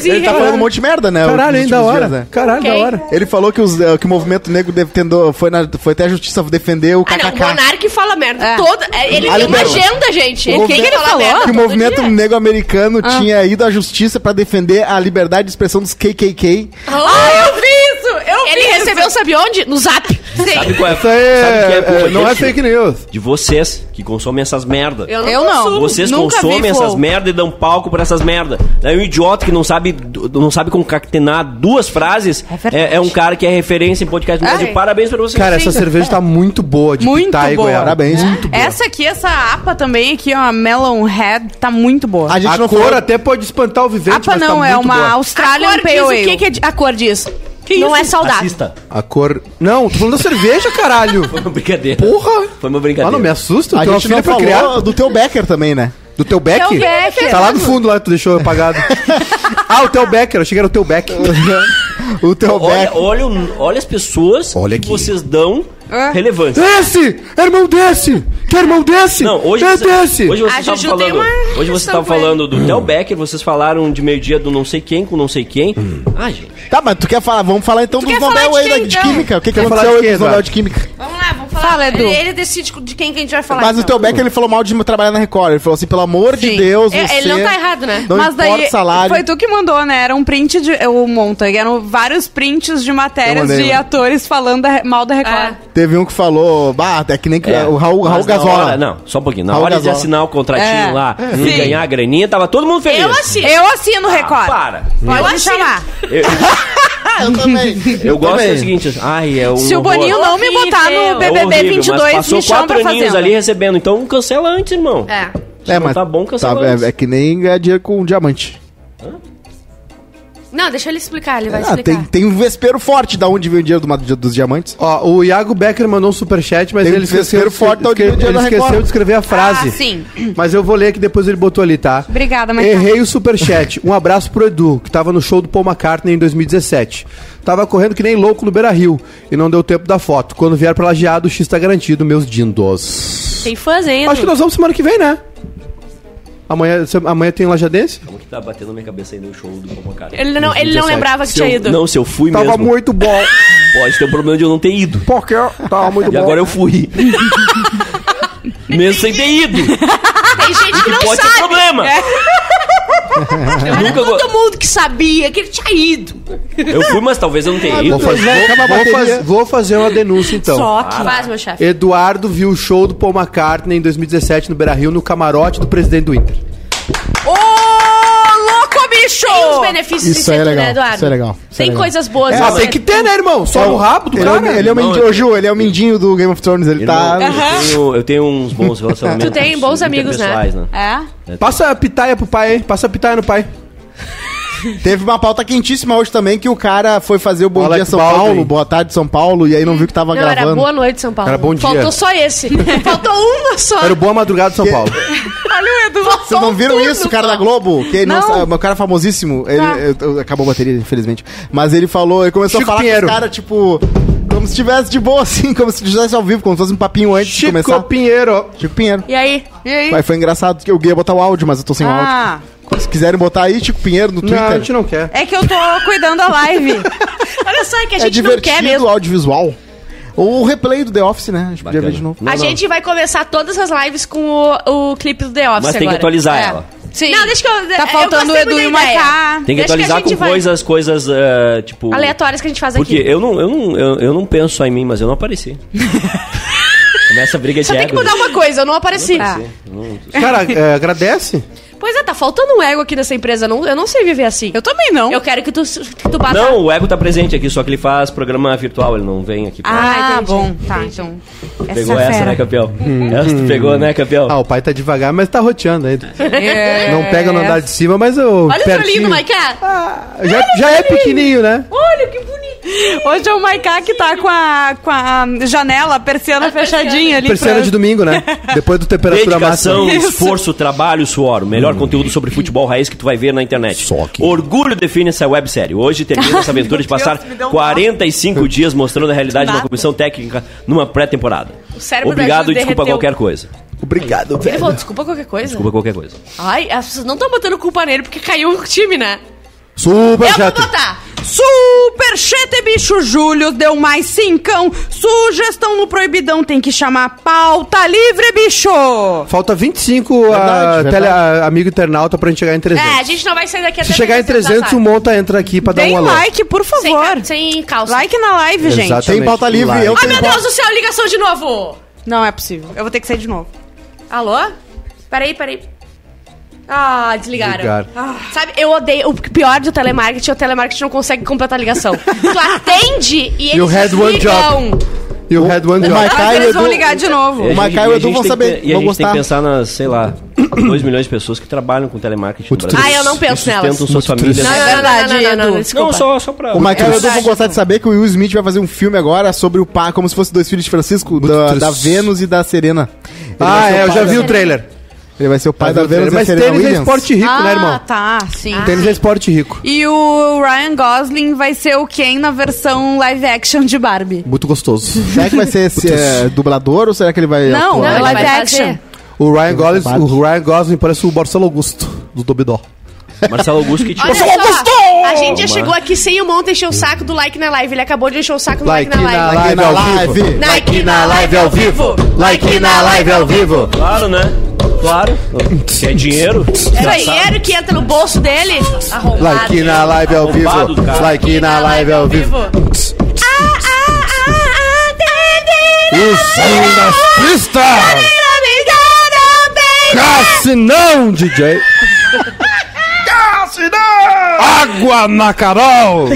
Speaker 5: Ele tá falando um monte de merda, né?
Speaker 2: Caralho,
Speaker 5: nos
Speaker 2: hein, da
Speaker 5: últimos
Speaker 2: hora.
Speaker 5: dias, né?
Speaker 2: Caralho,
Speaker 4: Ok.
Speaker 2: da hora.
Speaker 5: Ele falou que, os, eh, que o movimento negro deve- tendou- foi, na- foi até a justiça defender o
Speaker 4: Ah, não, o
Speaker 5: KKK.
Speaker 4: Monark fala merda. Toda, é, ele
Speaker 5: Ali
Speaker 4: tem uma
Speaker 5: não.
Speaker 4: agenda, gente.
Speaker 5: O
Speaker 4: Ele tem
Speaker 5: movimento-
Speaker 4: que falar merda
Speaker 5: que o
Speaker 4: todo
Speaker 5: movimento
Speaker 4: dia.
Speaker 5: negro americano
Speaker 1: Ah.
Speaker 5: tinha ido à justiça pra defender a liberdade de expressão dos KKK.
Speaker 4: Ah, eu vi
Speaker 1: Isso, eu
Speaker 4: Ele
Speaker 1: vi isso.
Speaker 4: recebeu, sabe onde? No zap.
Speaker 3: Sabe
Speaker 4: Sim.
Speaker 3: qual é?
Speaker 2: Isso aí
Speaker 3: sabe quem
Speaker 2: é,
Speaker 3: a culpa
Speaker 2: é, não é
Speaker 3: disso?
Speaker 2: fake news.
Speaker 3: De vocês que consomem essas merda.
Speaker 1: Eu não.
Speaker 3: Vocês
Speaker 1: Nunca vi
Speaker 3: consomem essas
Speaker 1: fogo.
Speaker 3: merda e dão palco pra essas merda. Daí um idiota que não sabe, não sabe concatenar duas frases
Speaker 1: verdade.
Speaker 3: é, é um cara que é referência em podcast. Mas de parabéns pra vocês.
Speaker 2: Cara, essa cerveja tá muito boa de
Speaker 1: Muito
Speaker 2: Pitá e
Speaker 1: boa.
Speaker 2: Goiaba.
Speaker 5: Parabéns. Muito bom.
Speaker 1: Essa aqui, essa APA também, aqui, ó, a Melon Head, tá muito boa.
Speaker 5: A gente
Speaker 2: A
Speaker 5: não
Speaker 2: cor é
Speaker 5: falou-
Speaker 2: até pode espantar o vivente,
Speaker 1: APA
Speaker 2: mas tá
Speaker 1: não, é
Speaker 2: muito
Speaker 1: uma
Speaker 2: boa.
Speaker 1: Australian
Speaker 4: a cor
Speaker 1: Pale
Speaker 4: diz
Speaker 1: Ale.
Speaker 4: o que, que é de- a cor diz? não é saudável.
Speaker 3: Assista.
Speaker 2: A cor... Não, tô falando da cerveja, caralho.
Speaker 3: Foi uma brincadeira.
Speaker 2: Porra.
Speaker 3: Foi uma brincadeira.
Speaker 2: Ah, não me assusta.
Speaker 5: A
Speaker 2: Tem uma
Speaker 5: gente não
Speaker 2: filha pra
Speaker 5: falou
Speaker 2: criar.
Speaker 5: do teu Becker também, né?
Speaker 2: Do teu Beck?
Speaker 1: Teu Becker.
Speaker 2: Tá lá no fundo, lá, tu deixou apagado. ah, o teu Becker. Eu achei que era o teu Beck.
Speaker 5: o teu
Speaker 3: Olha,
Speaker 5: Becker.
Speaker 3: olha, o- olha as pessoas
Speaker 2: Olha
Speaker 3: que
Speaker 2: aqui.
Speaker 3: vocês dão
Speaker 4: Ah.
Speaker 3: relevância.
Speaker 2: Esse! É Irmão desse! Que é irmão desse?
Speaker 3: Não, hoje
Speaker 2: é
Speaker 3: você,
Speaker 2: desse!
Speaker 3: hoje
Speaker 4: A
Speaker 3: você tava
Speaker 4: Juju tem
Speaker 3: falando,
Speaker 4: uma
Speaker 3: hoje você
Speaker 4: questão
Speaker 3: tava
Speaker 4: com ele.
Speaker 3: falando do Theo Becker, vocês falaram de meio-dia do não sei quem com não sei quem.
Speaker 2: Hum.
Speaker 3: Ah, gente.
Speaker 5: Tá, mas tu quer falar? Vamos falar então do
Speaker 4: quer
Speaker 5: Nobel
Speaker 4: falar
Speaker 5: aí
Speaker 4: de
Speaker 5: da-
Speaker 4: quem,
Speaker 5: de
Speaker 4: então?
Speaker 5: Química. O que, que
Speaker 2: Quer falar
Speaker 5: aconteceu
Speaker 2: de
Speaker 5: aí
Speaker 2: quem,
Speaker 5: com o Nobel
Speaker 2: Eduardo?
Speaker 5: de Química?
Speaker 4: Vamos lá, vamos falar.
Speaker 1: Fala, Edu.
Speaker 4: Ele, ele decide de quem que a gente vai falar.
Speaker 5: Mas o
Speaker 4: então.
Speaker 5: teu Becker, ele falou mal de trabalhar na Record. Ele falou assim, pelo amor de
Speaker 1: Sim.
Speaker 5: Deus,
Speaker 4: É,
Speaker 5: você...
Speaker 4: ele não tá errado, né?
Speaker 5: Não
Speaker 1: Mas
Speaker 5: importa
Speaker 1: daí,
Speaker 5: o salário.
Speaker 1: foi tu que mandou, né? Era um print de... O Montag, eram vários prints de matérias
Speaker 5: Eu mandei,
Speaker 1: de
Speaker 5: mano.
Speaker 1: atores falando da- mal da
Speaker 4: Ah.
Speaker 1: Record.
Speaker 5: Teve um que falou, bah, é que nem que
Speaker 3: É,
Speaker 5: o Raul,
Speaker 3: mas na
Speaker 5: Raul Gazola.
Speaker 3: hora- não, só um pouquinho. Na
Speaker 5: Raul
Speaker 3: hora
Speaker 5: Gazola.
Speaker 3: de assinar o contratinho
Speaker 1: É.
Speaker 3: lá
Speaker 1: É.
Speaker 3: e
Speaker 1: Sim.
Speaker 3: ganhar a graninha, tava todo mundo feliz.
Speaker 4: É.
Speaker 3: Ah,
Speaker 4: Eu assino. Ah,
Speaker 1: Eu assino Record.
Speaker 3: Para.
Speaker 1: Pode
Speaker 4: Eu
Speaker 1: me
Speaker 4: assino.
Speaker 1: chamar.
Speaker 3: Eu,
Speaker 5: Ah, eu também.
Speaker 3: eu gosto
Speaker 5: também.
Speaker 3: é o seguinte, ai, é um
Speaker 1: Se o
Speaker 3: horror.
Speaker 1: Boninho não me botar no
Speaker 4: Horrível.
Speaker 3: É
Speaker 1: BBB
Speaker 3: horrível, mas
Speaker 1: 22,
Speaker 3: passou
Speaker 1: me chama pra
Speaker 3: quatro aninhos
Speaker 1: fazenda.
Speaker 3: ali recebendo, então cancela antes, irmão.
Speaker 4: É.
Speaker 5: É,
Speaker 3: Não
Speaker 5: mas
Speaker 3: tá bom cancela antes.
Speaker 5: é, é que nem ganhar dinheiro com um diamante.
Speaker 4: Não, deixa ele explicar, ele vai
Speaker 5: Ah,
Speaker 4: explicar.
Speaker 5: tem, tem um vespeiro forte da onde vem o dinheiro do, ma- dos diamantes.
Speaker 2: Ó, o Iago Becker mandou um superchat, mas
Speaker 5: Tem um
Speaker 2: ele esqueceu,
Speaker 5: desespero forte ao
Speaker 2: esque-
Speaker 5: dia do dia
Speaker 2: ele
Speaker 5: da
Speaker 2: esqueceu
Speaker 5: Record.
Speaker 2: de escrever a frase.
Speaker 1: Ah, sim.
Speaker 2: Mas eu vou ler que depois ele botou ali, tá?
Speaker 4: Ah,
Speaker 1: Obrigada, Marcão.
Speaker 2: Errei o superchat. Um abraço pro Edu, que tava no show do Paul McCartney em 2017. Tava correndo que nem louco no Beira Rio e não deu tempo da foto. Quando vier pra lajeado, o X tá garantido, meus dindos.
Speaker 4: Tem fãs ainda.
Speaker 2: Acho que nós vamos semana que vem, né? Amanhã, se- amanhã tem lajadense?
Speaker 3: Como que tá batendo na minha cabeça ainda o show do Pombo Cara?
Speaker 4: Ele não, ele não
Speaker 2: 17.
Speaker 4: lembrava que
Speaker 3: Se eu-
Speaker 4: tinha ido.
Speaker 3: Não, se eu fui
Speaker 2: Tava
Speaker 3: mesmo.
Speaker 2: muito bom.
Speaker 3: Pode ter um problema de eu não ter ido.
Speaker 2: Porque tava muito
Speaker 3: E
Speaker 2: bom.
Speaker 3: agora eu fui. mesmo sem ter ido.
Speaker 4: Tem gente que não
Speaker 3: Pode
Speaker 4: sabe.
Speaker 3: ter problema.
Speaker 1: É.
Speaker 3: Eu nunca go-
Speaker 4: Todo mundo que sabia que ele tinha ido.
Speaker 3: Eu fui, mas talvez eu não tenha
Speaker 2: Vou
Speaker 3: ido.
Speaker 2: fazer,
Speaker 5: Acaba a
Speaker 2: vou, vou
Speaker 5: bateria.
Speaker 2: faz- vou fazer uma denúncia então.
Speaker 1: Só que...
Speaker 4: Faz, meu chefe.
Speaker 2: Eduardo viu o show do Paul McCartney em 2017 no Beira Rio, no camarote do presidente do Inter.
Speaker 1: Ô, louco, bicho!
Speaker 4: Tem os benefícios
Speaker 5: Isso aí é
Speaker 4: sempre,
Speaker 5: legal,
Speaker 4: né, Eduardo?
Speaker 5: isso é legal, isso é
Speaker 4: Tem
Speaker 5: legal.
Speaker 4: coisas boas.
Speaker 2: Ah,
Speaker 4: né?
Speaker 2: tem que ter, né, irmão? Só no rabo do
Speaker 5: ele
Speaker 2: cara.
Speaker 5: É o, ele é o
Speaker 3: Não,
Speaker 5: mendinho,
Speaker 3: eu-
Speaker 5: ô, Ju, ele é o mendinho do Game of Thrones, ele
Speaker 3: Eu,
Speaker 5: tá...
Speaker 3: não-
Speaker 4: Ah.
Speaker 3: eu tenho, eu tenho uns bons relacionamentos.
Speaker 4: Tu tem bons amigos, né?
Speaker 3: interpessoais,
Speaker 1: É?
Speaker 2: Passa a pitaia pro pai, hein? Passa a pitaia no pai.
Speaker 5: Teve uma pauta quentíssima hoje também que o cara foi fazer o Bom
Speaker 2: Alec
Speaker 5: Dia São
Speaker 2: Baldwin.
Speaker 5: Paulo, Boa Tarde São Paulo, e aí não viu que tava
Speaker 4: Não,
Speaker 5: gravando.
Speaker 4: era boa noite, São Paulo.
Speaker 2: Era bom dia.
Speaker 4: Faltou só esse. Faltou uma só.
Speaker 2: Era o Boa Madrugada de São Paulo.
Speaker 1: Olha o Edu.
Speaker 5: Vocês não viram isso, o cara da Globo? Que ele não
Speaker 1: Não.
Speaker 5: sabe- um cara famosíssimo. Ele,
Speaker 4: Tá.
Speaker 5: eu- eu- acabou a bateria, infelizmente. Mas ele falou, ele começou
Speaker 2: Chico
Speaker 5: a falar
Speaker 2: Pinheiro.
Speaker 5: com os caras, tipo, como se estivesse de boa, assim, como se estivesse ao vivo, como se fosse um papinho antes
Speaker 2: Chico
Speaker 5: de começar.
Speaker 2: Pinheiro.
Speaker 5: Chico Pinheiro.
Speaker 1: E aí? E aí?
Speaker 5: Mas foi engraçado que eu ia botar o áudio, mas eu tô sem o
Speaker 1: Ah.
Speaker 5: áudio. Se quiserem botar aí, Chico Pinheiro no
Speaker 2: Não, a
Speaker 5: Twitter.
Speaker 2: gente não quer.
Speaker 1: É que eu tô cuidando da live.
Speaker 4: Olha só, é que a
Speaker 5: é
Speaker 4: gente não quer
Speaker 5: divertido
Speaker 4: mesmo.
Speaker 5: o audiovisual. Ou o replay do The Office, né? A gente podia
Speaker 3: Bacana.
Speaker 5: ver de novo.
Speaker 4: a gente vai começar todas as lives com o, o clipe do The Office
Speaker 3: Mas tem que
Speaker 4: agora.
Speaker 3: atualizar
Speaker 4: É.
Speaker 3: ela.
Speaker 4: Sim. Não, deixa que eu.
Speaker 1: Tá
Speaker 4: É, eu
Speaker 1: faltando o
Speaker 4: gostei
Speaker 1: Edu
Speaker 4: muito
Speaker 1: e o
Speaker 4: da ideia.
Speaker 1: Macá.
Speaker 3: Tem que
Speaker 4: Deixa que a
Speaker 3: atualizar
Speaker 4: gente
Speaker 3: com
Speaker 4: vai-
Speaker 3: coisas, coisas, ah, tipo...
Speaker 4: Aleatórias que a gente faz
Speaker 3: Porque
Speaker 4: aqui.
Speaker 3: eu não, eu, não, eu, eu não penso só em mim, mas eu não apareci. Começa a briga
Speaker 4: Só
Speaker 3: de
Speaker 4: tem que
Speaker 3: ego. né?
Speaker 4: mudar uma coisa, eu não apareci.
Speaker 2: Cara, é, agradece.
Speaker 4: Pois é, tá faltando um ego aqui nessa empresa. eu não- eu não sei viver assim.
Speaker 1: Eu também não.
Speaker 4: Eu quero que tu, que tu bata.
Speaker 3: Não, o ego tá presente aqui, só que ele faz programa virtual, ele não vem aqui. pra-
Speaker 1: Ah,
Speaker 4: Ah, entendi,
Speaker 1: bom. Tá, então.
Speaker 3: pegou essa, né, campeão?
Speaker 4: Hum.
Speaker 3: Essa tu pegou, né, campeão?
Speaker 2: Ah, o pai tá devagar, mas tá roteando ainda.
Speaker 1: É.
Speaker 2: Não pega no andar de cima, mas eu.
Speaker 4: Olha o seu
Speaker 2: pertinho-
Speaker 4: lindo, Maiká.
Speaker 2: Já, já é pequenininho, né?
Speaker 4: Olha que bonito.
Speaker 1: Hoje é o Maiká que tá com a, com a janela, a persiana fechadinha ali.
Speaker 2: Persiana
Speaker 1: pra-
Speaker 2: de domingo, né? Depois do temperatura máxima.
Speaker 3: Dedicação, esforço, trabalho, suor. O
Speaker 5: Hum.
Speaker 3: melhor conteúdo sobre futebol raiz que tu vai ver na internet.
Speaker 2: Só que-
Speaker 3: Orgulho define essa websérie. Hoje termina essa aventura de passar
Speaker 4: um
Speaker 3: 45 dias mostrando a realidade de uma comissão técnica numa pré-temporada.
Speaker 4: cérebro da
Speaker 3: Obrigado
Speaker 4: Ju
Speaker 3: e desculpa
Speaker 4: derreteu.
Speaker 3: qualquer coisa.
Speaker 2: Obrigado,
Speaker 4: Ele
Speaker 2: velho.
Speaker 4: falou, desculpa qualquer coisa.
Speaker 3: Desculpa qualquer coisa.
Speaker 4: Ai, as pessoas não estão botando culpa nele porque caiu o time, né?
Speaker 2: Super
Speaker 4: Eu vou
Speaker 2: chato.
Speaker 4: botar.
Speaker 1: Super chete, bicho Júlio, deu mais cincão. Sugestão no proibidão, tem que chamar pauta livre, bicho.
Speaker 2: Falta 25 a
Speaker 5: Verdade,
Speaker 2: tele,
Speaker 5: verdade.
Speaker 2: a- amigo internauta pra gente chegar em
Speaker 4: É,
Speaker 2: 300.
Speaker 4: a gente não vai sair daqui até
Speaker 2: Se
Speaker 4: tá,
Speaker 2: chegar em um 300, o Monta entra aqui pra dar
Speaker 1: Deem
Speaker 2: um alô.
Speaker 1: like, por
Speaker 4: Sem,
Speaker 1: favor.
Speaker 4: ca- sem calça.
Speaker 1: Like na live, gente.
Speaker 2: Exatamente.
Speaker 5: Tem pauta livre,
Speaker 2: Like.
Speaker 5: eu
Speaker 4: Ai,
Speaker 5: tenho
Speaker 4: Ah, meu
Speaker 5: pauta-
Speaker 4: Deus do céu, ligação de novo.
Speaker 1: Não é possível. Eu vou ter que sair de novo.
Speaker 4: Alô? Peraí, peraí. Ah, desligaram.
Speaker 2: Desligaram.
Speaker 4: Ah. Sabe, eu odeio. O pior do telemarketing é o telemarketing não consegue completar a ligação. tu atende e eles
Speaker 2: You had one
Speaker 4: desligam.
Speaker 2: E o Red One Job.
Speaker 5: O Maiká
Speaker 1: Mas
Speaker 5: e o
Speaker 1: eles vão
Speaker 5: Edu-
Speaker 1: ligar de novo.
Speaker 3: E a
Speaker 5: Macai
Speaker 3: gente-
Speaker 5: e o
Speaker 3: e a
Speaker 5: Edu
Speaker 3: gente tem
Speaker 5: vão
Speaker 3: que
Speaker 5: saber,
Speaker 3: pe- E a gente
Speaker 5: vão
Speaker 3: tem
Speaker 5: gostar.
Speaker 3: que pensar nas, sei lá, 2 milhões de pessoas que trabalham com telemarketing no
Speaker 2: Muito
Speaker 3: Brasil.
Speaker 4: Ah, eu não
Speaker 3: Que
Speaker 4: penso
Speaker 3: sustentam
Speaker 4: nelas.
Speaker 3: suas famílias.
Speaker 4: Não, não, não,
Speaker 1: verdade,
Speaker 4: não, não, não, não,
Speaker 1: Edu.
Speaker 4: desculpa.
Speaker 3: Não, só, só pra...
Speaker 5: O Michael, É, eu vou
Speaker 1: verdade.
Speaker 5: gostar de saber que o Will Smith vai fazer um filme agora sobre o pai, como se fosse dois filhos de Francisco, da,
Speaker 2: triste.
Speaker 5: da Vênus e da Serena. Ele vai
Speaker 2: Ah,
Speaker 5: ser
Speaker 2: é,
Speaker 5: o
Speaker 2: eu
Speaker 5: pai
Speaker 2: já
Speaker 5: da-
Speaker 2: vi o trailer.
Speaker 5: Ele vai ser o pai
Speaker 2: Já vi
Speaker 5: da
Speaker 2: o trailer.
Speaker 5: Vênus e da
Speaker 2: Mas
Speaker 5: Serena
Speaker 2: tênis é
Speaker 5: Williams.
Speaker 2: esporte rico, né,
Speaker 1: Ah,
Speaker 2: irmão?
Speaker 1: tá, sim.
Speaker 2: Tênis é esporte rico.
Speaker 1: E o Ryan Gosling vai ser o Ken na versão live action de Barbie.
Speaker 2: Muito gostoso.
Speaker 5: Será que vai ser esse, é, dublador ou será que ele vai
Speaker 1: Não,
Speaker 5: atuar?
Speaker 1: é
Speaker 4: ele
Speaker 1: live
Speaker 4: vai
Speaker 1: action.
Speaker 4: fazer.
Speaker 2: O Ryan, Gosling,
Speaker 5: Bate.
Speaker 2: o Ryan Gosling parece o Marcelo Augusto do Dobidó.
Speaker 3: Marcelo Augusto que te...
Speaker 4: Olha só, a gente já chegou aqui sem o Monta encher o saco do like na live. Ele acabou de encher o saco do like, na live.
Speaker 5: live ao vivo.
Speaker 4: Like na live ao vivo. Like na live ao
Speaker 2: vivo.
Speaker 3: Claro, né? Claro. Se é dinheiro...
Speaker 4: É dinheiro que entra no bolso dele. Arrombado.
Speaker 2: Like na live ao vivo.
Speaker 3: Arrombado, cara.
Speaker 2: Like na live ao vivo.
Speaker 4: Ah,
Speaker 2: Os das pistas! Cassinão, DJ! Cassinão! Água na Carol!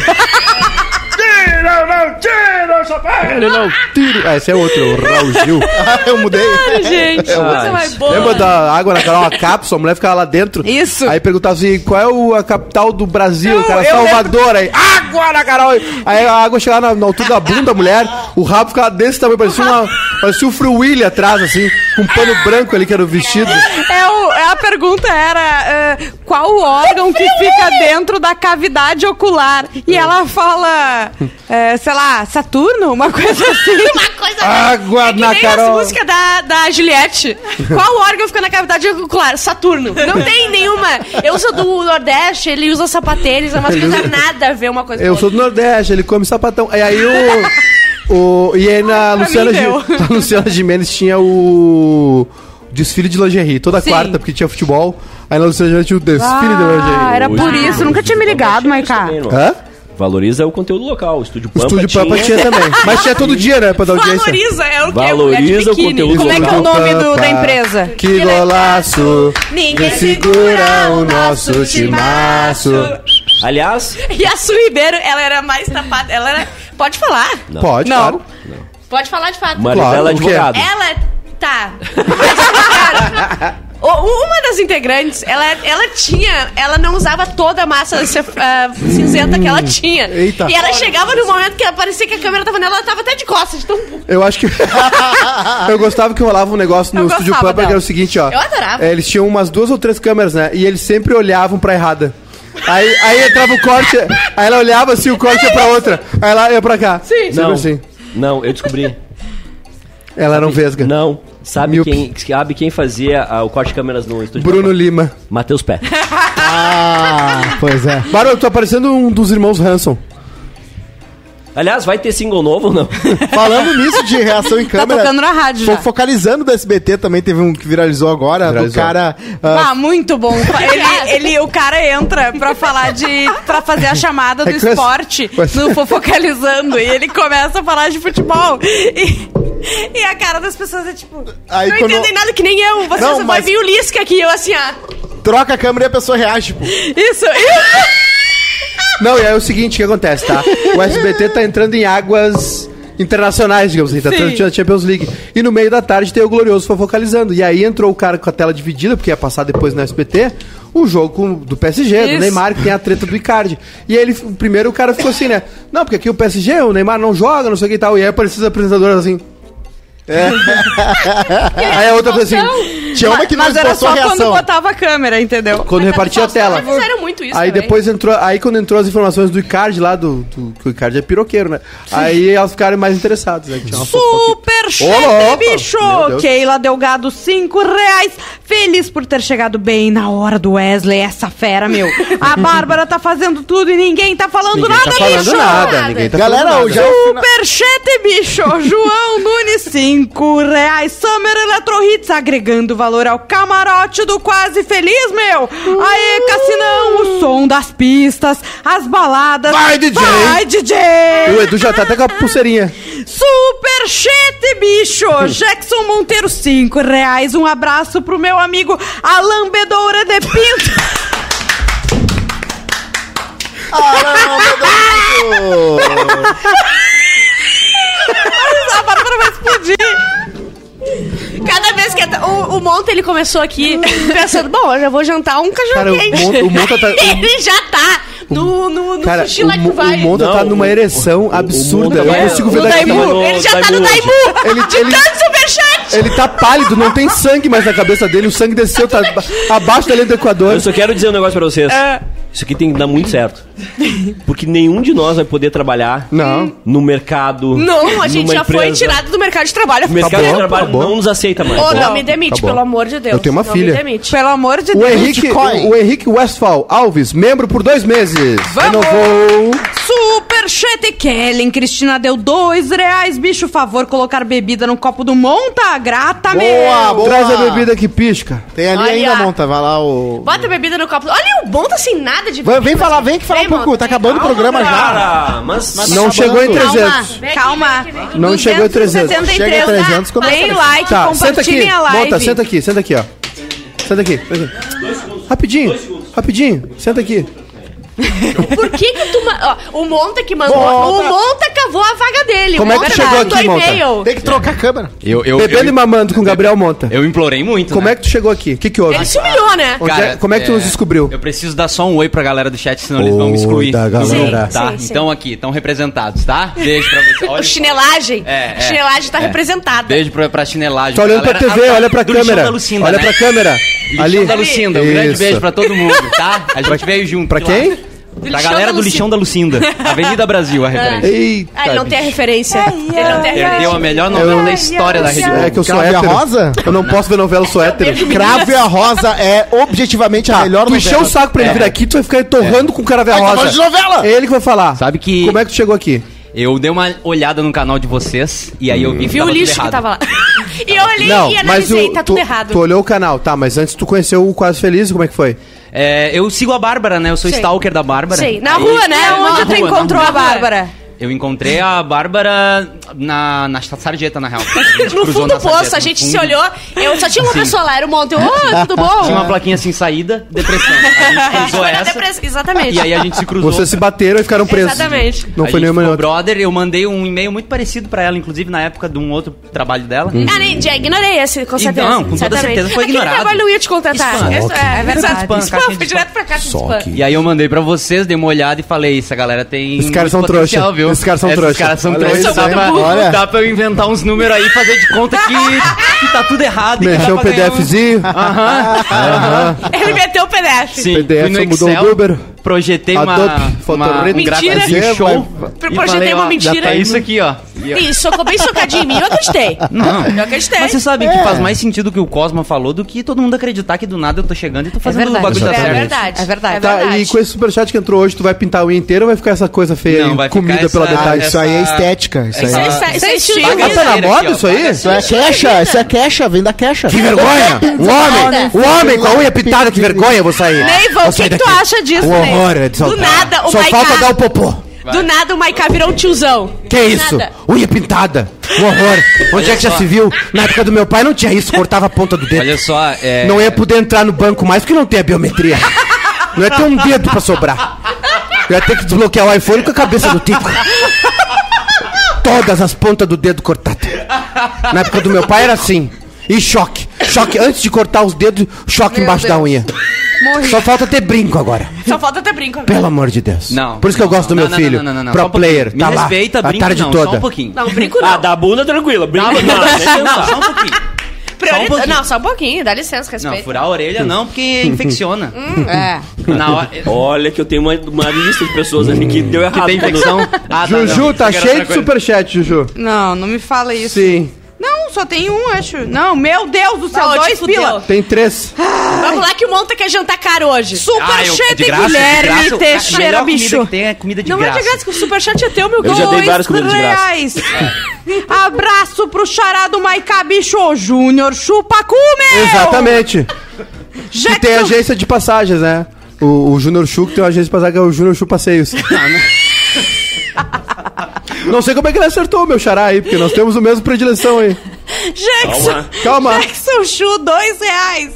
Speaker 2: Ele não tiro. Ah, esse é outro, o Raul Gil.
Speaker 5: Eu mudei.
Speaker 1: Gente,
Speaker 3: coisa mais
Speaker 1: boa.
Speaker 2: Lembra da água na Carol, a cápsula? A mulher ficava lá dentro.
Speaker 1: Isso.
Speaker 2: Aí perguntava assim: qual é o- a capital do Brasil?
Speaker 1: Não,
Speaker 2: cara,
Speaker 1: eu
Speaker 2: Salvador. Aí, água na Carol! Aí a água chegava na, na altura da bunda da mulher, o rabo ficava desse tamanho, parecia, uma, parecia um fruílio atrás, assim, com um pano branco ali que era o vestido.
Speaker 1: É o- é a pergunta era eh, qual o órgão que fica dentro da cavidade ocular. E ela fala, eh, sei lá, Saturno? Uma coisa assim.
Speaker 4: Uma coisa
Speaker 2: Água
Speaker 4: é que
Speaker 2: na
Speaker 4: nem
Speaker 2: Carol.
Speaker 4: as músicas da, da Juliette. Qual órgão fica na cavidade ocular? Saturno. Não tem nenhuma. Eu sou do Nordeste, ele usa sapatênis, é uma coisa nada a ver uma coisa
Speaker 2: Eu
Speaker 4: com
Speaker 2: sou do Nordeste, ele come sapatão. E aí o. o e aí na Luciana, Gi-
Speaker 1: deu.
Speaker 2: na Luciana Gimenez tinha o. Desfile de lingerie, toda quarta, porque tinha futebol. Aí na Luciana Gimenez tinha o desfile de lingerie.
Speaker 1: Ah, era por
Speaker 3: Hoje-
Speaker 1: isso. Nunca tinha me ligado, Maiká.
Speaker 3: Também, irmão.
Speaker 2: Hã?
Speaker 3: Valoriza o conteúdo local. O Estúdio
Speaker 2: O
Speaker 3: Pampa
Speaker 2: Estúdio Pampa tinha também. Mas tinha todo dia, né, pra dar audiência.
Speaker 4: Valoriza, é o que?
Speaker 3: Valoriza
Speaker 4: Mulher de
Speaker 3: o
Speaker 4: biquíni.
Speaker 3: conteúdo.
Speaker 1: Como é que é o nome do- da empresa?
Speaker 2: Que golaço,
Speaker 4: Ninguém
Speaker 2: que segura o nosso timaço.
Speaker 4: é
Speaker 3: Aliás,
Speaker 4: E a Su Ribeiro, ela era mais tapada. Ela era. Pode falar.
Speaker 2: Pode,
Speaker 1: Não.
Speaker 2: claro.
Speaker 4: Pode falar de fato.
Speaker 3: Maridela
Speaker 2: Claro, o
Speaker 3: é
Speaker 2: quê?
Speaker 3: advogado.
Speaker 4: Ela tá. Cara, o- uma das integrantes, ela, ela tinha. Ela não usava toda a massa ce- ah, cinzenta que ela tinha.
Speaker 2: Eita.
Speaker 4: E ela chegava no momento que parecia que a câmera tava nela, ela tava até de costas. de Tão...
Speaker 2: Eu acho que. eu gostava que rolava um negócio no
Speaker 4: Eu
Speaker 2: Estúdio
Speaker 4: gostava
Speaker 2: Pampa que era
Speaker 4: dela.
Speaker 2: o seguinte, ó.
Speaker 4: Eu adorava.
Speaker 2: É, eles tinham umas duas ou três câmeras, né? E eles sempre olhavam pra errada. Aí, aí entrava o corte, aí ela olhava assim, o corte ia pra outra. Aí ela ia pra cá. Sim.
Speaker 3: não,
Speaker 2: assim.
Speaker 3: não, eu descobri.
Speaker 2: Ela era um vesga.
Speaker 3: Não, sabe
Speaker 2: Míope.
Speaker 3: quem, sabe quem fazia ah, o corte de câmeras no estúdio?
Speaker 2: Bruno Lima.
Speaker 3: Matheus Pé.
Speaker 5: Ah, pois é.
Speaker 2: Barulho, tu tá parecendo um dos irmãos Hanson.
Speaker 3: Aliás, vai ter single novo ou não?
Speaker 5: Falando nisso de reação em câmera.
Speaker 1: tocando na rádio
Speaker 5: fo-
Speaker 1: já.
Speaker 5: Viralizando do SBT também teve um que viralizou agora, do
Speaker 2: Viralizou.
Speaker 5: cara. ah,
Speaker 1: Ah, muito bom. Ele, ele- o cara entra pra falar de. pra fazer a chamada do
Speaker 2: É que eu-
Speaker 1: esporte no Fofocalizando. E ele começa a falar de futebol. E, e a cara das pessoas é tipo.
Speaker 5: Aí
Speaker 1: não
Speaker 5: quando-
Speaker 1: entendem nada que nem eu. Você só
Speaker 5: Não,
Speaker 1: vai
Speaker 5: mas-
Speaker 1: vir o Lisca aqui. Eu assim, ah.
Speaker 5: troca a câmera e a pessoa reage, tipo.
Speaker 1: Isso, isso.
Speaker 2: Não, e aí é o seguinte, o que acontece, tá? O SBT tá entrando em águas internacionais, digamos assim, tá
Speaker 1: Sim.
Speaker 2: transmitindo a Champions League. E no meio da tarde tem o Glorioso fofocalizando. E aí entrou o cara com a tela dividida, porque ia passar depois no SBT, o jogo com- do PSG,
Speaker 1: Isso.
Speaker 2: do Neymar, que tem a treta do Icardi. E aí ele, primeiro o cara ficou assim, né? Não, porque aqui o PSG, o Neymar não joga, não sei o que e tal. E aí apareceu os apresentadores assim... É. aí a outra fez assim...
Speaker 5: Tinha uma que não
Speaker 1: Mas era
Speaker 5: esboçou
Speaker 1: só
Speaker 5: a
Speaker 1: quando
Speaker 5: reação.
Speaker 1: botava a câmera, entendeu?
Speaker 2: Quando repartia a tela.
Speaker 4: Já fizeram muito isso
Speaker 2: Aí
Speaker 4: também.
Speaker 2: depois entrou, aí quando entrou as informações do Icardi lá, do, do- que o Icardi é piroqueiro, né? Aí elas ficaram mais interessadas, né? que tinha uma fofoca.
Speaker 1: Super
Speaker 2: louco.
Speaker 1: chefe, bicho!
Speaker 2: Meu Deus.
Speaker 1: Keila Delgado, 5 reais. Feliz por ter chegado bem na hora do Wesley, essa fera, meu. A Bárbara tá fazendo tudo e ninguém tá falando
Speaker 2: Ninguém
Speaker 1: nada,
Speaker 2: tá falando
Speaker 1: bicho!
Speaker 2: nada, ninguém tá
Speaker 5: Galera,
Speaker 2: falando
Speaker 5: o
Speaker 2: nada.
Speaker 5: já
Speaker 1: Superchete, bicho! João Nunes, 5 reais. Summer Electro Hits, agregando valor ao camarote do Quase Feliz, meu! Aê, Cassinão, o som das pistas, as baladas.
Speaker 2: Vai, DJ!
Speaker 1: Vai, DJ!
Speaker 2: O Edu já tá até com a pulseirinha.
Speaker 1: Superchete, bicho! Jackson Monteiro, 5 reais. Um abraço pro meu amigo Alain Bedoura de Pinto. A Bárbara vai explodir.
Speaker 4: Cada vez que. O, o Monta ele começou aqui pensando, bom, eu já vou jantar um
Speaker 2: Cara,
Speaker 4: cachorro
Speaker 2: o
Speaker 4: quente.
Speaker 2: Mon- o Monta tá-
Speaker 4: Ele já tá no, no, no
Speaker 2: Cara,
Speaker 4: sushi lá
Speaker 2: o,
Speaker 4: que
Speaker 2: Mo- o
Speaker 4: vai.
Speaker 2: Monta tá
Speaker 3: Não,
Speaker 2: numa
Speaker 3: o-
Speaker 2: ereção
Speaker 3: o- o
Speaker 2: absurda. eu
Speaker 3: Monta é-
Speaker 2: consigo
Speaker 3: o
Speaker 2: ver daqui.
Speaker 3: Daimu.
Speaker 2: Daimu.
Speaker 3: no
Speaker 4: ele já tá no
Speaker 3: Daimu
Speaker 4: Daimu!
Speaker 2: Ele-
Speaker 4: de
Speaker 2: ele-
Speaker 4: tanto superchat!
Speaker 2: Ele tá pálido, não tem sangue mais na cabeça dele. O sangue desceu, tá aba- abaixo da linha do Equador.
Speaker 3: Eu só quero dizer um negócio pra vocês.
Speaker 4: É.
Speaker 3: Isso aqui tem que dar muito certo. Porque nenhum de nós vai poder trabalhar
Speaker 2: Não.
Speaker 3: no mercado.
Speaker 4: Não, a gente
Speaker 3: numa
Speaker 4: já foi
Speaker 3: empresa.
Speaker 4: tirado do mercado de trabalho.
Speaker 3: O mercado
Speaker 2: Acabou,
Speaker 3: de trabalho
Speaker 2: acabou.
Speaker 3: não nos aceita mais. Tá
Speaker 4: Ô, não me demite,
Speaker 2: Acabou.
Speaker 4: pelo amor de Deus.
Speaker 2: Tá Eu tenho uma
Speaker 4: não
Speaker 2: filha.
Speaker 4: Me demite.
Speaker 1: Pelo amor de
Speaker 2: O
Speaker 1: Deus.
Speaker 2: Henrique,
Speaker 5: Bitcoin.
Speaker 2: o, o Henrique Westphal Alves, membro por dois meses.
Speaker 1: Vamos!
Speaker 2: Renovou.
Speaker 1: Super Chete Kellen, Cristina deu dois reais, bicho, favor, colocar bebida no copo do Monta, grata,
Speaker 5: Boa,
Speaker 1: meu.
Speaker 5: boa.
Speaker 2: Traz a bebida que pisca.
Speaker 5: Tem ali
Speaker 4: Olha.
Speaker 5: ainda, Monta. Vai lá o.
Speaker 4: Bota a bebida no copo. Olha, o bom tá sem nada de
Speaker 5: Vem, vem falar, vem que falar um
Speaker 4: Vem,
Speaker 5: pouco.
Speaker 4: Monta,
Speaker 5: Tá
Speaker 4: vem.
Speaker 5: acabando o
Speaker 4: Calma,
Speaker 5: programa já.
Speaker 3: Cara, mas...
Speaker 5: Mas-
Speaker 2: Não
Speaker 5: Tá
Speaker 2: chegou em
Speaker 5: acabando.
Speaker 2: 300.
Speaker 4: Vem aqui,
Speaker 1: Calma,
Speaker 4: vem aqui, vem aqui.
Speaker 2: Não chegou em 300.
Speaker 1: 263,
Speaker 5: Chega a 300 quando
Speaker 1: Deem né? like,
Speaker 2: Tá, senta aqui.
Speaker 1: É compartilhem a live.
Speaker 2: Monta, senta aqui, senta aqui, ó. Senta aqui. senta aqui. Rapidinho, rapidinho, senta aqui.
Speaker 4: Por que que tu... ma- Ó, o Monta que mandou...
Speaker 5: Monta.
Speaker 4: O Monta cavou a vaga dele.
Speaker 2: Como
Speaker 4: o
Speaker 2: é que
Speaker 4: Monta
Speaker 2: chegou
Speaker 4: mandou
Speaker 2: aqui, Monta?
Speaker 4: e-mail.
Speaker 5: Tem que trocar a câmera.
Speaker 8: Eu, eu,
Speaker 2: Bebendo e
Speaker 8: eu,
Speaker 2: mamando com Gabriel Monta.
Speaker 8: eu implorei muito.
Speaker 2: Como
Speaker 8: né?
Speaker 2: é que tu chegou aqui? O que que houve?
Speaker 4: Ele se humilhou, né?
Speaker 2: Onde é- como é que tu nos descobriu?
Speaker 8: Eu preciso dar só um oi pra galera do chat, senão eles vão me
Speaker 2: Oi
Speaker 8: excluir.
Speaker 2: da
Speaker 8: do grupo,
Speaker 2: galera.
Speaker 4: Sim,
Speaker 8: tá?
Speaker 4: sim, sim.
Speaker 8: Então aqui, estão representados, tá? Beijo pra vocês. Olha
Speaker 4: O
Speaker 8: só.
Speaker 4: chinelagem.
Speaker 8: É, é,
Speaker 4: chinelagem tá
Speaker 8: é.
Speaker 4: representada.
Speaker 8: Beijo pra, pra chinelagem.
Speaker 2: Tá olhando pra
Speaker 8: galera.
Speaker 2: TV,
Speaker 8: Ah, tá.
Speaker 2: olha pra
Speaker 8: Do
Speaker 2: câmera.
Speaker 8: lixão da Lucinda,
Speaker 2: olha
Speaker 8: né?
Speaker 2: pra câmera.
Speaker 8: Lixão
Speaker 2: Ali.
Speaker 8: da Lucinda, um grande
Speaker 2: Isso.
Speaker 8: beijo pra todo mundo, tá? A gente veio junto.
Speaker 2: Pra
Speaker 8: lá.
Speaker 2: quem?
Speaker 8: Pra galera do lixão da Lucinda. Avenida Brasil,
Speaker 4: É.
Speaker 8: a referência.
Speaker 2: Eita.
Speaker 4: Ah, ele não tem a referência. Ele não tem a
Speaker 8: Perdeu
Speaker 4: referência.
Speaker 8: a melhor novela da história da Rede Globo.
Speaker 2: É que eu sou
Speaker 5: Crave a
Speaker 2: hétero.
Speaker 5: Rosa?
Speaker 2: Eu não posso ver novela, eu sou hétero.
Speaker 5: Crave a Rosa é objetivamente a melhor
Speaker 2: Tá, Tu encheu o saco pra ele
Speaker 8: É.
Speaker 2: vir aqui, tu vai ficar torrando com o Crave a
Speaker 5: Ai, tá falando de
Speaker 2: Rosa.
Speaker 5: novela!
Speaker 2: É ele que vai falar.
Speaker 8: Sabe que-
Speaker 2: Como é que tu chegou aqui?
Speaker 8: Eu dei uma olhada no canal de vocês e aí eu vi que
Speaker 4: Viu o
Speaker 8: tava tudo
Speaker 4: lixo que
Speaker 8: errado.
Speaker 4: tava lá. E eu olhei e
Speaker 2: mas
Speaker 4: analisei,
Speaker 2: o-
Speaker 4: tá
Speaker 2: tu,
Speaker 4: tudo errado.
Speaker 2: tu olhou o canal, tá, mas antes tu conheceu o Quase Feliz, como é que foi?
Speaker 8: É, eu sigo a Bárbara, né? Eu sou
Speaker 4: Sim.
Speaker 8: stalker da Bárbara.
Speaker 4: Sim, na rua, né?
Speaker 1: É
Speaker 4: Na
Speaker 1: onde tu
Speaker 4: rua,
Speaker 8: na
Speaker 1: encontrou a
Speaker 8: rua.
Speaker 1: Bárbara.
Speaker 8: Eu encontrei a Bárbara na, na sarjeta, na real. A gente
Speaker 4: No
Speaker 8: cruzou
Speaker 4: fundo
Speaker 8: na
Speaker 4: do poço,
Speaker 8: sarjeta,
Speaker 4: a
Speaker 8: no
Speaker 4: gente
Speaker 8: fundo.
Speaker 4: se olhou. Eu só tinha uma
Speaker 8: Sim.
Speaker 4: pessoa lá, era o Monte. Ô, tudo bom?
Speaker 8: Tinha uma plaquinha assim, saída, depressão. A gente cruzou
Speaker 4: Foi na
Speaker 8: essa.
Speaker 4: depressão. Exatamente.
Speaker 8: E aí a gente se cruzou. né?
Speaker 2: Vocês se bateram e ficaram presos.
Speaker 4: Exatamente.
Speaker 2: Não foi um
Speaker 8: a gente
Speaker 2: nenhuma
Speaker 8: ficou
Speaker 2: outra.
Speaker 8: brother, eu mandei um e-mail muito parecido pra ela, inclusive na época de um outro trabalho dela.
Speaker 2: Uhum.
Speaker 4: Ah, nem, já ignorei esse, com certeza.
Speaker 8: Não, Então, com toda
Speaker 4: Exatamente.
Speaker 8: certeza foi ignorado.
Speaker 4: Aquele trabalho não ia te contratar.
Speaker 8: Spam.
Speaker 4: Isso, é, é verdade.
Speaker 8: Spam,
Speaker 4: Spam,
Speaker 8: caixinha de
Speaker 4: foi
Speaker 8: spam.
Speaker 4: direto pra caixa de spam.
Speaker 8: E aí eu mandei pra vocês, dei uma olhada e falei, isso, a galera tem.
Speaker 2: Esses caras são
Speaker 8: muito
Speaker 2: trouxa.
Speaker 8: potencial, Viu?
Speaker 2: Esses caras são
Speaker 8: Esses
Speaker 2: trouxa.
Speaker 8: caras são
Speaker 2: Olha
Speaker 8: trouxa.
Speaker 2: isso,
Speaker 8: Dá
Speaker 2: hein?
Speaker 8: pra,
Speaker 2: Olha.
Speaker 8: dá pra eu inventar uns números aí e fazer de conta que, que tá tudo errado. e que
Speaker 2: Mexeu
Speaker 8: dá
Speaker 2: o
Speaker 8: pra ganhar um-
Speaker 2: PDFzinho,
Speaker 4: É Ele meteu o PDF.
Speaker 8: Sim,
Speaker 2: PDF,
Speaker 8: fui no
Speaker 2: só mudou
Speaker 8: Excel,
Speaker 2: o número.
Speaker 8: Projetei
Speaker 2: Adobe,
Speaker 8: uma, uma
Speaker 2: Photoshop,
Speaker 8: um
Speaker 2: Mentira.
Speaker 8: grafazinho
Speaker 2: Vai-
Speaker 8: show.
Speaker 2: vai-
Speaker 8: e
Speaker 4: projetei uma
Speaker 8: ó,
Speaker 4: mentira.
Speaker 8: já tá isso aqui, ó. E eu-
Speaker 4: E socou bem socadinho em mim, eu acreditei.
Speaker 8: Não.
Speaker 4: Eu acreditei.
Speaker 8: Mas vocês sabem
Speaker 5: É.
Speaker 8: que faz mais sentido o que o Cosma falou do que todo mundo acreditar que do nada eu tô chegando e tô fazendo o bagulho
Speaker 4: é
Speaker 8: da série.
Speaker 4: verdade. É verdade. É
Speaker 2: Tá,
Speaker 4: verdade.
Speaker 2: e com esse superchat que entrou hoje, tu vai pintar o unha inteira ou vai ficar essa coisa feia
Speaker 8: Não,
Speaker 2: aí,
Speaker 8: vai ficar
Speaker 2: comida
Speaker 8: essa-
Speaker 2: pela
Speaker 5: Ah,
Speaker 2: metade?
Speaker 5: isso aí é estética. Isso aí
Speaker 4: Isso
Speaker 5: é-
Speaker 4: é-
Speaker 8: essa-
Speaker 4: isso é- isso é estilo
Speaker 8: Paga
Speaker 2: Mas
Speaker 4: vida.
Speaker 2: tá na
Speaker 8: Aqui, ó,
Speaker 2: moda isso aí?
Speaker 8: paga-
Speaker 5: Isso é queixa, isso é queixa, vem da queixa.
Speaker 2: Que vergonha! Um homem! Um homem com a unha pintada, que vergonha, eu vou sair.
Speaker 4: Neiva,
Speaker 2: Vou
Speaker 4: o que,
Speaker 2: sair
Speaker 4: que tu
Speaker 2: daqui.
Speaker 4: acha disso,
Speaker 2: Um
Speaker 4: Neiva?
Speaker 2: horror, é
Speaker 4: Do nada, oh o
Speaker 2: Só
Speaker 4: Maiká...
Speaker 2: falta dar o popô.
Speaker 4: Do nada, o Maiká virou um tiozão.
Speaker 2: Que é
Speaker 4: Do
Speaker 2: isso?
Speaker 4: nada.
Speaker 2: Unha pintada. Um horror. Onde é que já se viu? Na época do meu pai não tinha isso, cortava a ponta do dedo.
Speaker 8: Olha só, é.
Speaker 2: Não ia poder entrar no banco mais porque não tem a biometria. Não ia ter um dedo pra sobrar. Eu ia ter que desbloquear o iPhone com a cabeça do Tico. Todas as pontas do dedo cortadas. Na época do meu pai era assim. E choque. Choque antes de cortar os dedos, choque
Speaker 1: Meu
Speaker 2: embaixo da
Speaker 1: Deus.
Speaker 2: unha.
Speaker 1: Morri.
Speaker 2: Só falta ter brinco agora.
Speaker 4: Só falta até brinco. agora.
Speaker 2: Pelo amor de Deus.
Speaker 8: Não.
Speaker 2: Por isso que eu
Speaker 8: não,
Speaker 2: gosto
Speaker 8: não,
Speaker 2: do meu
Speaker 8: não,
Speaker 2: filho.
Speaker 8: Não, não, não, não,
Speaker 2: Pro
Speaker 8: só um pouquinho.
Speaker 2: player.
Speaker 8: Me
Speaker 2: tá
Speaker 8: respeita,
Speaker 2: lá.
Speaker 8: brinca
Speaker 2: a tarde
Speaker 8: não,
Speaker 2: toda.
Speaker 8: Só um pouquinho.
Speaker 4: Não, brinco
Speaker 3: Ah,
Speaker 4: não.
Speaker 3: da bunda tranquila. Brinca não,
Speaker 8: Não, só um pouquinho.
Speaker 4: Priori-
Speaker 8: só um pouquinho.
Speaker 4: Não, só um pouquinho. Dá licença, respeito.
Speaker 8: Não, furar a orelha não, porque infecciona.
Speaker 4: É.
Speaker 8: Na hora.
Speaker 3: Olha que eu tenho uma, uma lista de pessoas ali que deu errado.
Speaker 8: Que tem infecção. Ah,
Speaker 2: Juju,
Speaker 8: não,
Speaker 2: tá
Speaker 8: isso que era
Speaker 2: cheio de
Speaker 8: outra coisa.
Speaker 2: superchat, Juju.
Speaker 1: Não, não me fala isso.
Speaker 2: Sim.
Speaker 1: Não, só tem um, acho. Não, meu Deus do céu,
Speaker 4: Não, te
Speaker 1: dois
Speaker 4: fudeu.
Speaker 1: pila.
Speaker 2: Tem três.
Speaker 4: Vamos lá que o Monta quer jantar caro hoje.
Speaker 8: Ah, eu-
Speaker 1: Superchat
Speaker 8: de graça, de
Speaker 1: Guilherme
Speaker 8: graça,
Speaker 1: Teixeira
Speaker 8: a melhor comida
Speaker 1: Bicho.
Speaker 8: que tem é comida de
Speaker 4: Não
Speaker 8: graça.
Speaker 4: é de graça, que o superchat é teu, meu
Speaker 3: Eu já
Speaker 4: gol.
Speaker 3: dei várias comidas de graça.
Speaker 1: reais. Abraço pro charado Maiká Bicho Júnior. Chupa cu,
Speaker 4: É,
Speaker 1: meu!
Speaker 2: Exatamente.
Speaker 1: Já
Speaker 2: que tem agência de passagens, né? O, o Júnior Chu, que tem uma agência de passagem, que é o Júnior Chu Passeios. Não sei como é que ele acertou o meu xará aí, porque nós temos o mesmo predileção aí.
Speaker 1: Jackson,
Speaker 2: Calma.
Speaker 1: Jackson Chu, dois reais.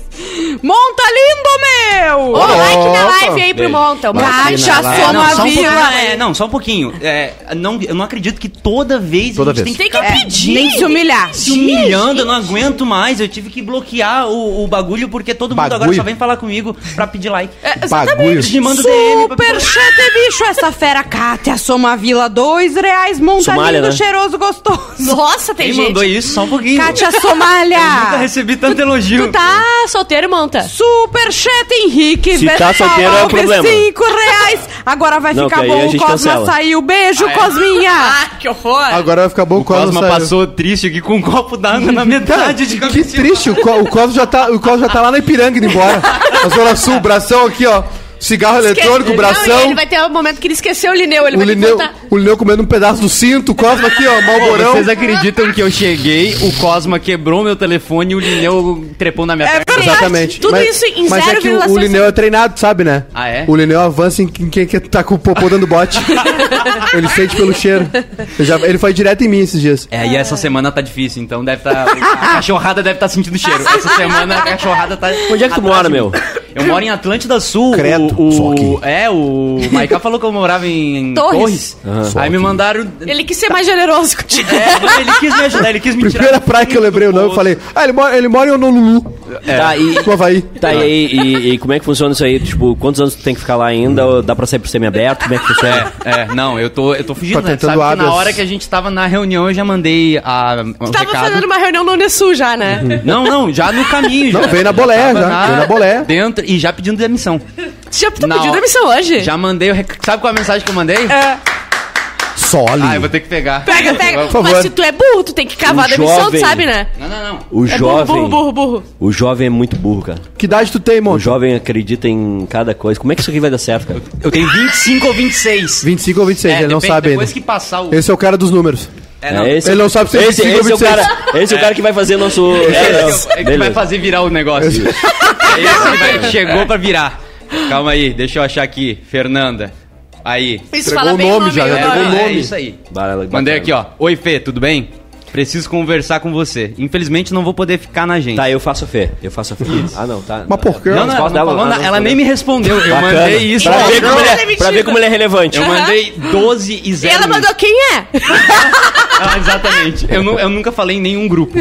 Speaker 1: Monta lindo, meu!
Speaker 4: Ô, like na
Speaker 2: Opa.
Speaker 4: live aí pro Monta. O Monta-
Speaker 1: Caixa
Speaker 8: É,
Speaker 1: Soma
Speaker 8: não, só um pouquinho,
Speaker 1: Vila.
Speaker 4: né?
Speaker 8: é, não, só um pouquinho. É, não, eu não acredito que toda vez
Speaker 2: Toda
Speaker 8: a gente
Speaker 2: vez.
Speaker 8: tem
Speaker 4: Tem
Speaker 8: que
Speaker 4: que
Speaker 3: é,
Speaker 8: ficar
Speaker 4: pedir.
Speaker 1: Nem se humilhar.
Speaker 8: se humilhando, eu não aguento mais. Eu tive que bloquear o, o bagulho porque todo mundo agora
Speaker 2: Bagulho?
Speaker 8: só vem falar comigo pra pedir like.
Speaker 4: É,
Speaker 2: Bagulho.
Speaker 8: Eles me mandam DM pra pedir like.
Speaker 1: Superchat, é bicho, essa fera Cátia Soma Vila, dois reais, monta
Speaker 3: Somália,
Speaker 1: lindo,
Speaker 3: né?
Speaker 1: cheiroso, gostoso.
Speaker 4: Nossa, tem
Speaker 8: Quem
Speaker 4: gente.
Speaker 8: mandou isso? Só um pouquinho.
Speaker 1: Cátia
Speaker 3: tá
Speaker 8: Nunca
Speaker 1: Somália.
Speaker 8: recebi tanto elogio.
Speaker 4: Tu tá solteiro, Monta?
Speaker 1: Superchat Henrique,
Speaker 3: Se tá
Speaker 1: Versal
Speaker 3: solteiro, é
Speaker 1: Alves,
Speaker 3: problema.
Speaker 1: cinco reais. Agora vai
Speaker 3: Não,
Speaker 1: ficar
Speaker 3: que aí a
Speaker 1: bom, o
Speaker 3: gente
Speaker 1: Cosma
Speaker 3: cancela.
Speaker 1: saiu. Beijo, Cosminha.
Speaker 4: é. Ah, que horror.
Speaker 2: Agora vai ficar bom
Speaker 8: O Cosma
Speaker 2: saiu.
Speaker 8: passou triste aqui com um copo d'água na
Speaker 2: Cara,
Speaker 8: metade de tipo.
Speaker 2: que
Speaker 8: cabeça.
Speaker 2: triste, o, co o, Cosmo já tá, o Cosmo já tá lá na Ipiranga indo embora. Na Zona Sul, bração aqui, ó. Cigarro eletrônico,
Speaker 4: Não, e
Speaker 2: bração.
Speaker 4: ele vai ter um momento que ele esqueceu o Lineu. Ele
Speaker 2: O
Speaker 4: vai ter que
Speaker 2: Lineu,
Speaker 4: voltar.
Speaker 2: o Lineu comendo um pedaço do cinto, o Cosmo aqui, ó, malborão.
Speaker 8: Vocês acreditam que eu cheguei, o Cosma quebrou meu telefone e o Lineu trepou
Speaker 4: É
Speaker 8: na minha perna?
Speaker 2: Exatamente.
Speaker 4: Tudo isso em
Speaker 2: Mas é que o,
Speaker 4: 0,6.
Speaker 2: o Lineu é treinado, sabe, né?
Speaker 8: Ah, é?
Speaker 2: O Lineu avança em quem quem que tá com o popô dando bote. ele sente pelo cheiro. Eu já- ele foi direto em mim esses dias.
Speaker 8: É, e essa semana tá difícil, então deve tá. A cachorrada deve tá sentindo cheiro. Essa semana a cachorrada tá.
Speaker 3: Onde é que tu
Speaker 8: atrás
Speaker 3: mora,
Speaker 8: de mim.
Speaker 3: meu?
Speaker 8: Eu moro em Atlântida Sul.
Speaker 2: Credo,
Speaker 8: o,
Speaker 2: só
Speaker 8: o,
Speaker 2: aqui.
Speaker 8: É, o Maiká falou que eu morava em
Speaker 4: Torres.
Speaker 8: Torres. Aí me mandaram.
Speaker 4: Ele quis ser mais generoso contigo.
Speaker 8: É, ele quis me ajudar, ele quis me tirar.
Speaker 2: Primeira praia que eu lembrei o nome, eu
Speaker 8: Poço.
Speaker 2: falei, ah, ele mora, ele mora em Honolulu,
Speaker 3: Tá, e,
Speaker 2: no Havaí.
Speaker 3: tá, e, aí, e, e como é que funciona isso aí? Tipo, quantos anos tu tem que ficar lá ainda? Ou dá pra sair pro semi-aberto? Como é que funciona?
Speaker 8: É, é, não, eu tô, eu tô
Speaker 2: Tá
Speaker 8: fugindo, né?
Speaker 2: tentando
Speaker 8: Sabe que
Speaker 2: habeas.
Speaker 8: na hora que a gente tava na reunião, eu já mandei a, um
Speaker 4: Tava
Speaker 8: recado. Uhum.
Speaker 4: fazendo uma reunião no Unesul já, né?
Speaker 8: Não, não, já no caminho.
Speaker 2: Não,
Speaker 8: já,
Speaker 2: veio na bolé,
Speaker 8: tava
Speaker 2: já, veio na bolé.
Speaker 8: Dentro, e já pedindo demissão.
Speaker 4: Já tu
Speaker 8: Na
Speaker 4: pediu
Speaker 8: hora-
Speaker 4: demissão hoje?
Speaker 8: Já mandei o recado. Sabe qual a mensagem que eu mandei?
Speaker 4: É.
Speaker 2: Só ali.
Speaker 8: Ah, eu vou ter que pegar.
Speaker 4: Pega, pega.
Speaker 2: Por favor.
Speaker 4: Mas se tu é burro, tu tem que cavar
Speaker 3: Um
Speaker 4: da demissão, tu
Speaker 3: jovem.
Speaker 4: sabe, né?
Speaker 8: Não, não, não.
Speaker 3: O
Speaker 4: É burro,
Speaker 3: jovem.
Speaker 4: burro, burro, burro.
Speaker 3: O jovem é muito burro, cara.
Speaker 2: Que idade tu tem,
Speaker 3: O
Speaker 2: monte?
Speaker 3: jovem acredita em cada coisa. Como é que isso aqui vai dar certo, cara?
Speaker 8: Eu tenho 25 ou 26.
Speaker 2: 25 ou 26,
Speaker 8: É,
Speaker 2: ele não
Speaker 8: depende,
Speaker 2: sabe ainda.
Speaker 8: Depois que passar o.
Speaker 2: Esse é o cara dos números.
Speaker 8: É, não.
Speaker 3: É,
Speaker 8: Esse,
Speaker 3: esse-
Speaker 2: Ele não sabe se é
Speaker 3: esse,
Speaker 2: 25 ou
Speaker 3: esse é o
Speaker 2: 26.
Speaker 3: cara, esse é o cara que vai fazer nosso.
Speaker 8: é,
Speaker 3: É,
Speaker 8: o- é que vai
Speaker 3: beleza.
Speaker 8: fazer virar o negócio. É Esse, que vai, chegou pra virar. Calma aí, deixa eu achar aqui. Fernanda. Aí.
Speaker 4: Isso
Speaker 2: Entregou
Speaker 4: fala
Speaker 2: o
Speaker 4: bem
Speaker 2: nome
Speaker 4: o nome
Speaker 2: já, já
Speaker 4: né?
Speaker 2: entregou o
Speaker 8: É,
Speaker 2: nome.
Speaker 8: É isso aí.
Speaker 3: Bala-
Speaker 8: Mandei
Speaker 3: bacana.
Speaker 8: aqui, ó. Oi, Fê, tudo bem? Preciso conversar com você. Infelizmente não vou poder ficar na gente.
Speaker 3: Tá, eu faço a fé. Eu faço a fé. Ah, não, tá.
Speaker 2: Mas por quê?
Speaker 8: Não, não,
Speaker 3: Mas
Speaker 8: ela,
Speaker 3: qual
Speaker 8: não
Speaker 3: dela? Ah,
Speaker 8: falou nada,
Speaker 3: não,
Speaker 8: ela
Speaker 3: não.
Speaker 8: nem me respondeu. Eu
Speaker 3: Bacana.
Speaker 8: mandei isso.
Speaker 3: Pra
Speaker 8: ó.
Speaker 3: ver, como ele
Speaker 4: ela é
Speaker 3: é,
Speaker 4: mentira.
Speaker 3: pra ver como ele é relevante.
Speaker 8: Eu mandei 12 e 0.
Speaker 4: Ela mandou quem é?
Speaker 8: Ah, exatamente. Eu, nu- eu nunca falei em nenhum grupo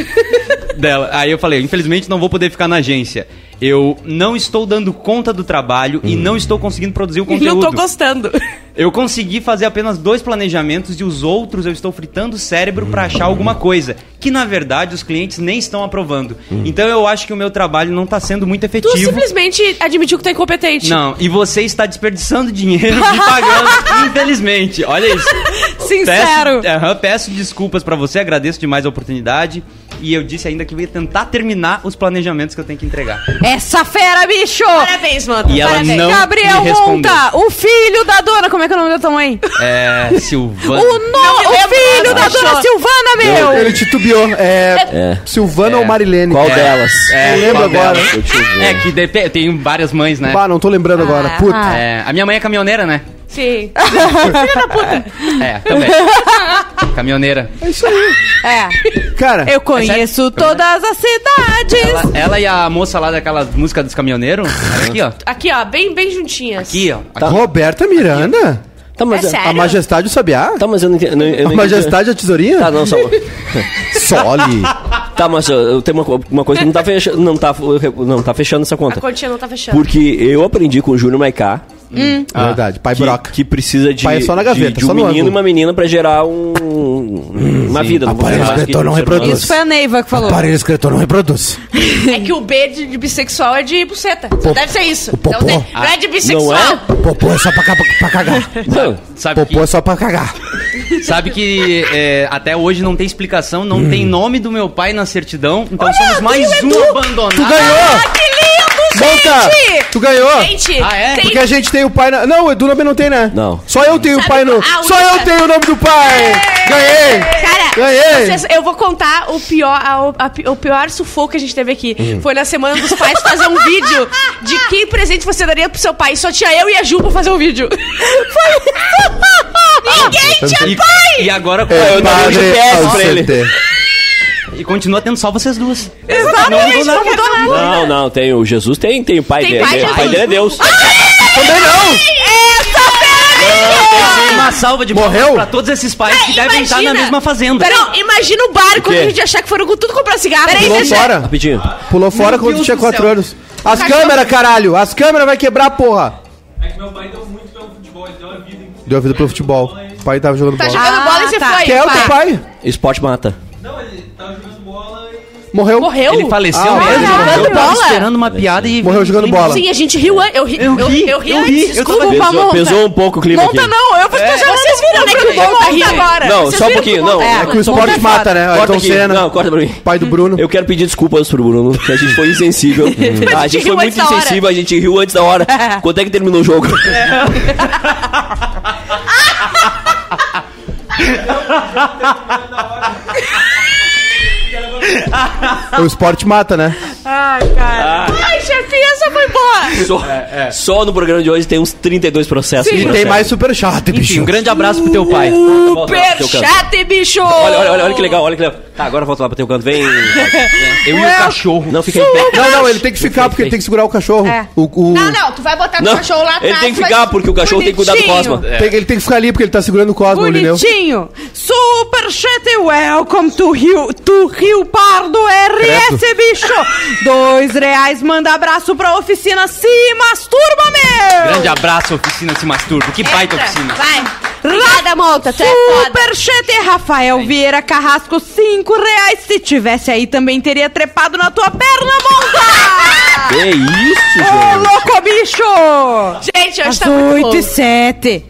Speaker 8: dela. Aí eu falei, infelizmente não vou poder ficar na agência. Eu não estou dando conta do trabalho
Speaker 3: Hum.
Speaker 8: e não estou conseguindo produzir o
Speaker 4: Não
Speaker 8: conteúdo.
Speaker 4: tô gostando.
Speaker 8: Eu consegui fazer apenas dois planejamentos e os outros eu estou fritando o cérebro pra achar alguma coisa. Que na verdade os clientes nem estão aprovando. Então eu acho que o meu trabalho não tá sendo muito
Speaker 4: Tu
Speaker 8: efetivo.
Speaker 4: simplesmente admitiu que tu é incompetente.
Speaker 8: Não, e você está desperdiçando dinheiro me pagando, infelizmente. Olha isso.
Speaker 1: Sincero.
Speaker 8: Peço, aham, peço desculpas pra você, agradeço demais a oportunidade. E eu disse ainda que eu ia tentar terminar os planejamentos que eu tenho que entregar.
Speaker 1: Essa fera, bicho!
Speaker 4: Parabéns, mano.
Speaker 8: E ela
Speaker 4: Parabéns.
Speaker 8: não
Speaker 1: Gabriel
Speaker 8: me respondeu.
Speaker 1: Monta, o filho da dona. Como é que é o nome da tua mãe?
Speaker 8: É, Silvana.
Speaker 1: O, no,
Speaker 4: me
Speaker 1: o
Speaker 4: lembro,
Speaker 1: filho
Speaker 4: não,
Speaker 1: da
Speaker 4: não
Speaker 1: dona
Speaker 4: achou.
Speaker 1: Silvana, meu!
Speaker 2: Ele titubeou. É, Silvana ou Marilene?
Speaker 3: Qual delas?
Speaker 8: É,
Speaker 2: Eu lembro
Speaker 8: qual
Speaker 2: agora.
Speaker 8: delas?
Speaker 3: Eu te ouvi.
Speaker 8: É que depe- eu tenho várias mães, né?
Speaker 2: Pá, não tô lembrando
Speaker 4: Ah.
Speaker 2: agora. Puta.
Speaker 8: É, a minha mãe é caminhoneira, né?
Speaker 4: Sim.
Speaker 8: É, também. caminhoneira.
Speaker 2: É isso aí.
Speaker 1: É,
Speaker 2: Cara,
Speaker 1: eu conheço todas as cidades.
Speaker 8: Ela, ela e a moça lá daquela música dos caminhoneiros. era Aqui, ó.
Speaker 4: Aqui, ó, bem, bem juntinhas.
Speaker 8: Aqui, ó.
Speaker 2: tá. Roberta Miranda?
Speaker 3: Tá, mas,
Speaker 4: É sério?
Speaker 2: A Majestade do Sabiá?
Speaker 3: tá, mas eu não entendi. eu não- eu
Speaker 2: A
Speaker 3: não entendi.
Speaker 2: Majestade da Tesourinha?
Speaker 3: Tá, não, só.
Speaker 2: Sole.
Speaker 3: Tá, mas eu, eu tenho uma, co- uma coisa que não tá, fecha, não, tá, não tá fechando essa
Speaker 4: A
Speaker 3: conta.
Speaker 4: continha não tá fechando.
Speaker 3: Porque eu aprendi com o Júnior Maiká
Speaker 2: Ah, Verdade, pai
Speaker 3: Ah, que,
Speaker 2: broca.
Speaker 3: que precisa de,
Speaker 2: Pai é só na gaveta,
Speaker 3: de, de um
Speaker 2: só no
Speaker 3: menino
Speaker 2: ângulo.
Speaker 3: e uma menina pra gerar um, uma vida. não vou
Speaker 2: aparelho
Speaker 3: falar mais
Speaker 2: escritor não
Speaker 3: que um ser humano.
Speaker 2: reproduz.
Speaker 1: Isso foi a Neiva que falou.
Speaker 2: Aparelho escritor não reproduz.
Speaker 4: É que o B de, de bissexual é de buceta. Só deve ser isso.
Speaker 2: popô.
Speaker 4: Não, tem, não é de bissexual.
Speaker 3: Não
Speaker 2: Popô é só pra, ca- pra cagar.
Speaker 3: Não,
Speaker 8: Sabe que,
Speaker 2: Popô é só pra cagar.
Speaker 8: sabe que é, até hoje não tem explicação,
Speaker 2: Hum.
Speaker 8: não tem nome do meu pai na certidão. Então somos mais um
Speaker 2: Tu
Speaker 8: abandonado.
Speaker 2: ganhou!
Speaker 1: Ah, que lindo,
Speaker 2: Volta!
Speaker 1: gente!
Speaker 2: Tu ganhou!
Speaker 4: Gente,
Speaker 8: Ah, é?
Speaker 4: tem-
Speaker 2: Porque a gente tem o pai na... Não, o Edu também não tem, né?
Speaker 3: Não.
Speaker 2: Só eu tenho o pai no...
Speaker 4: Ah, o
Speaker 2: Só eu
Speaker 4: Lucas.
Speaker 2: tenho o nome do pai! Ganhei!
Speaker 4: Cara,
Speaker 2: Ganhei!
Speaker 4: vocês- eu vou contar o pior, a- a pi- o pior sufoco que a gente teve aqui. Foi na Semana dos Pais fazer um vídeo de que presente você daria pro seu pai. Só tinha eu e a Ju pra fazer o vídeo. Foi... Ninguém tinha...
Speaker 8: E, e agora
Speaker 2: É,
Speaker 8: eu não-
Speaker 2: padre
Speaker 3: GPS pra ele.
Speaker 2: Alcete.
Speaker 8: e continua tendo só vocês duas.
Speaker 1: Exatamente, não mudou nada.
Speaker 3: não, não, tem o Jesus, tem, tem o pai
Speaker 4: Tem
Speaker 3: dele.
Speaker 4: pai de
Speaker 3: o pai dele é Deus.
Speaker 2: Também não!
Speaker 8: Tem uma salva de
Speaker 2: Morreu?
Speaker 8: palmas pra todos esses pais que devem estar na
Speaker 4: É, imagina.
Speaker 8: mesma fazenda.
Speaker 4: Pera, não, imagina o barco
Speaker 3: quê?
Speaker 4: que a gente achar que foram tudo comprar cigarro.
Speaker 2: Pulou
Speaker 4: deixa-
Speaker 2: fora.
Speaker 3: Rapidinho.
Speaker 2: Pulou fora
Speaker 8: Meu
Speaker 2: quando
Speaker 8: Deus
Speaker 2: tinha
Speaker 8: do
Speaker 2: 4
Speaker 8: céu.
Speaker 2: anos. As câmeras, caralho! As câmeras vai quebrar, porra! É que meu pai deu muito pelo futebol, deu a vida. Deu a vida pelo futebol. O pai tava jogando
Speaker 4: Tá
Speaker 2: bola.
Speaker 4: jogando
Speaker 1: Ah,
Speaker 4: bola e você
Speaker 1: tá.
Speaker 4: foi.
Speaker 2: Que é o teu
Speaker 4: pá.
Speaker 2: pai?
Speaker 3: Esporte mata.
Speaker 2: Morreu.
Speaker 4: Morreu?
Speaker 8: Ele é faleceu
Speaker 2: Ah,
Speaker 8: mesmo?
Speaker 4: jogando
Speaker 8: eu tava
Speaker 4: bola?
Speaker 8: esperando uma piada e...
Speaker 2: Morreu jogando bola.
Speaker 4: Sim, a gente riu. an- Eu ri, eu,
Speaker 8: ri,
Speaker 4: eu ri
Speaker 8: eu
Speaker 4: antes.
Speaker 8: ri, eu
Speaker 4: Desculpa,
Speaker 8: tava-
Speaker 4: Pamonta.
Speaker 3: Pesou, pesou um pouco o clima
Speaker 1: Monta
Speaker 3: aqui.
Speaker 1: não, eu vou
Speaker 3: É.
Speaker 1: estar jogando
Speaker 4: Vocês viram
Speaker 1: esse
Speaker 4: que o
Speaker 1: monta
Speaker 4: Monta ri
Speaker 1: agora.
Speaker 3: Não,
Speaker 1: Vocês
Speaker 3: só um
Speaker 1: viram
Speaker 3: pouquinho,
Speaker 1: que o
Speaker 3: não.
Speaker 1: monta-
Speaker 2: É que o esporte mata, né?
Speaker 3: Corta
Speaker 2: Ayrton
Speaker 3: aqui.
Speaker 2: Senna.
Speaker 3: Não, corta pra mim.
Speaker 2: Pai do Bruno.
Speaker 3: Então Eu quero pedir desculpas pro Bruno, que a gente foi insensível. Ah, a gente
Speaker 4: riu
Speaker 3: foi muito
Speaker 4: antes da hora.
Speaker 3: insensível, a gente riu antes da hora. Quando é que terminou o jogo?
Speaker 2: O esporte mata, né?
Speaker 4: Ai, chefinha, essa foi boa.
Speaker 3: Só, só no programa de hoje tem uns 32 processos.
Speaker 2: E tem mais superchat,
Speaker 8: Enfim,
Speaker 2: bicho.
Speaker 8: um grande abraço pro teu pai.
Speaker 3: Teu canto.
Speaker 4: Superchat, bicho!
Speaker 3: Olha, olha, olha, olha que legal, olha que legal. Tá, agora volta lá pro teu canto. Vem.
Speaker 8: Eu e o cachorro.
Speaker 3: Não, fica aí.
Speaker 2: Não, não, ele tem que ficar porque ele tem que segurar o cachorro. O, o-
Speaker 4: É. Não, não, tu vai botar
Speaker 3: Não,
Speaker 4: o cachorro lá atrás.
Speaker 3: ele tem que
Speaker 4: vai-
Speaker 3: ficar, porque o cachorro tem que cuidar do
Speaker 1: Bonitinho.
Speaker 3: Cosma.
Speaker 2: tem- ele tem que ficar ali porque ele tá segurando o Cosmo, entendeu?
Speaker 1: Bonitinho. Superchat e welcome to Rio, to Rio Pardo RS, bicho. Dois reais, manda abraço pra oficina Se Masturba, meu.
Speaker 8: Grande abraço, oficina se masturba. Que baita
Speaker 4: Entra,
Speaker 8: oficina.
Speaker 4: Vai. Obrigada, Monta, tu é foda.
Speaker 1: Superchat e Rafael Vieira Carrasco, cinco reais. Se tivesse aí, também teria trepado na tua perna, monta!
Speaker 3: Que isso,
Speaker 1: Ô,
Speaker 3: gente?
Speaker 1: louco, bicho!
Speaker 4: Gente, hoje
Speaker 1: Às
Speaker 4: tá muito
Speaker 1: oito e
Speaker 4: bom.
Speaker 1: sete.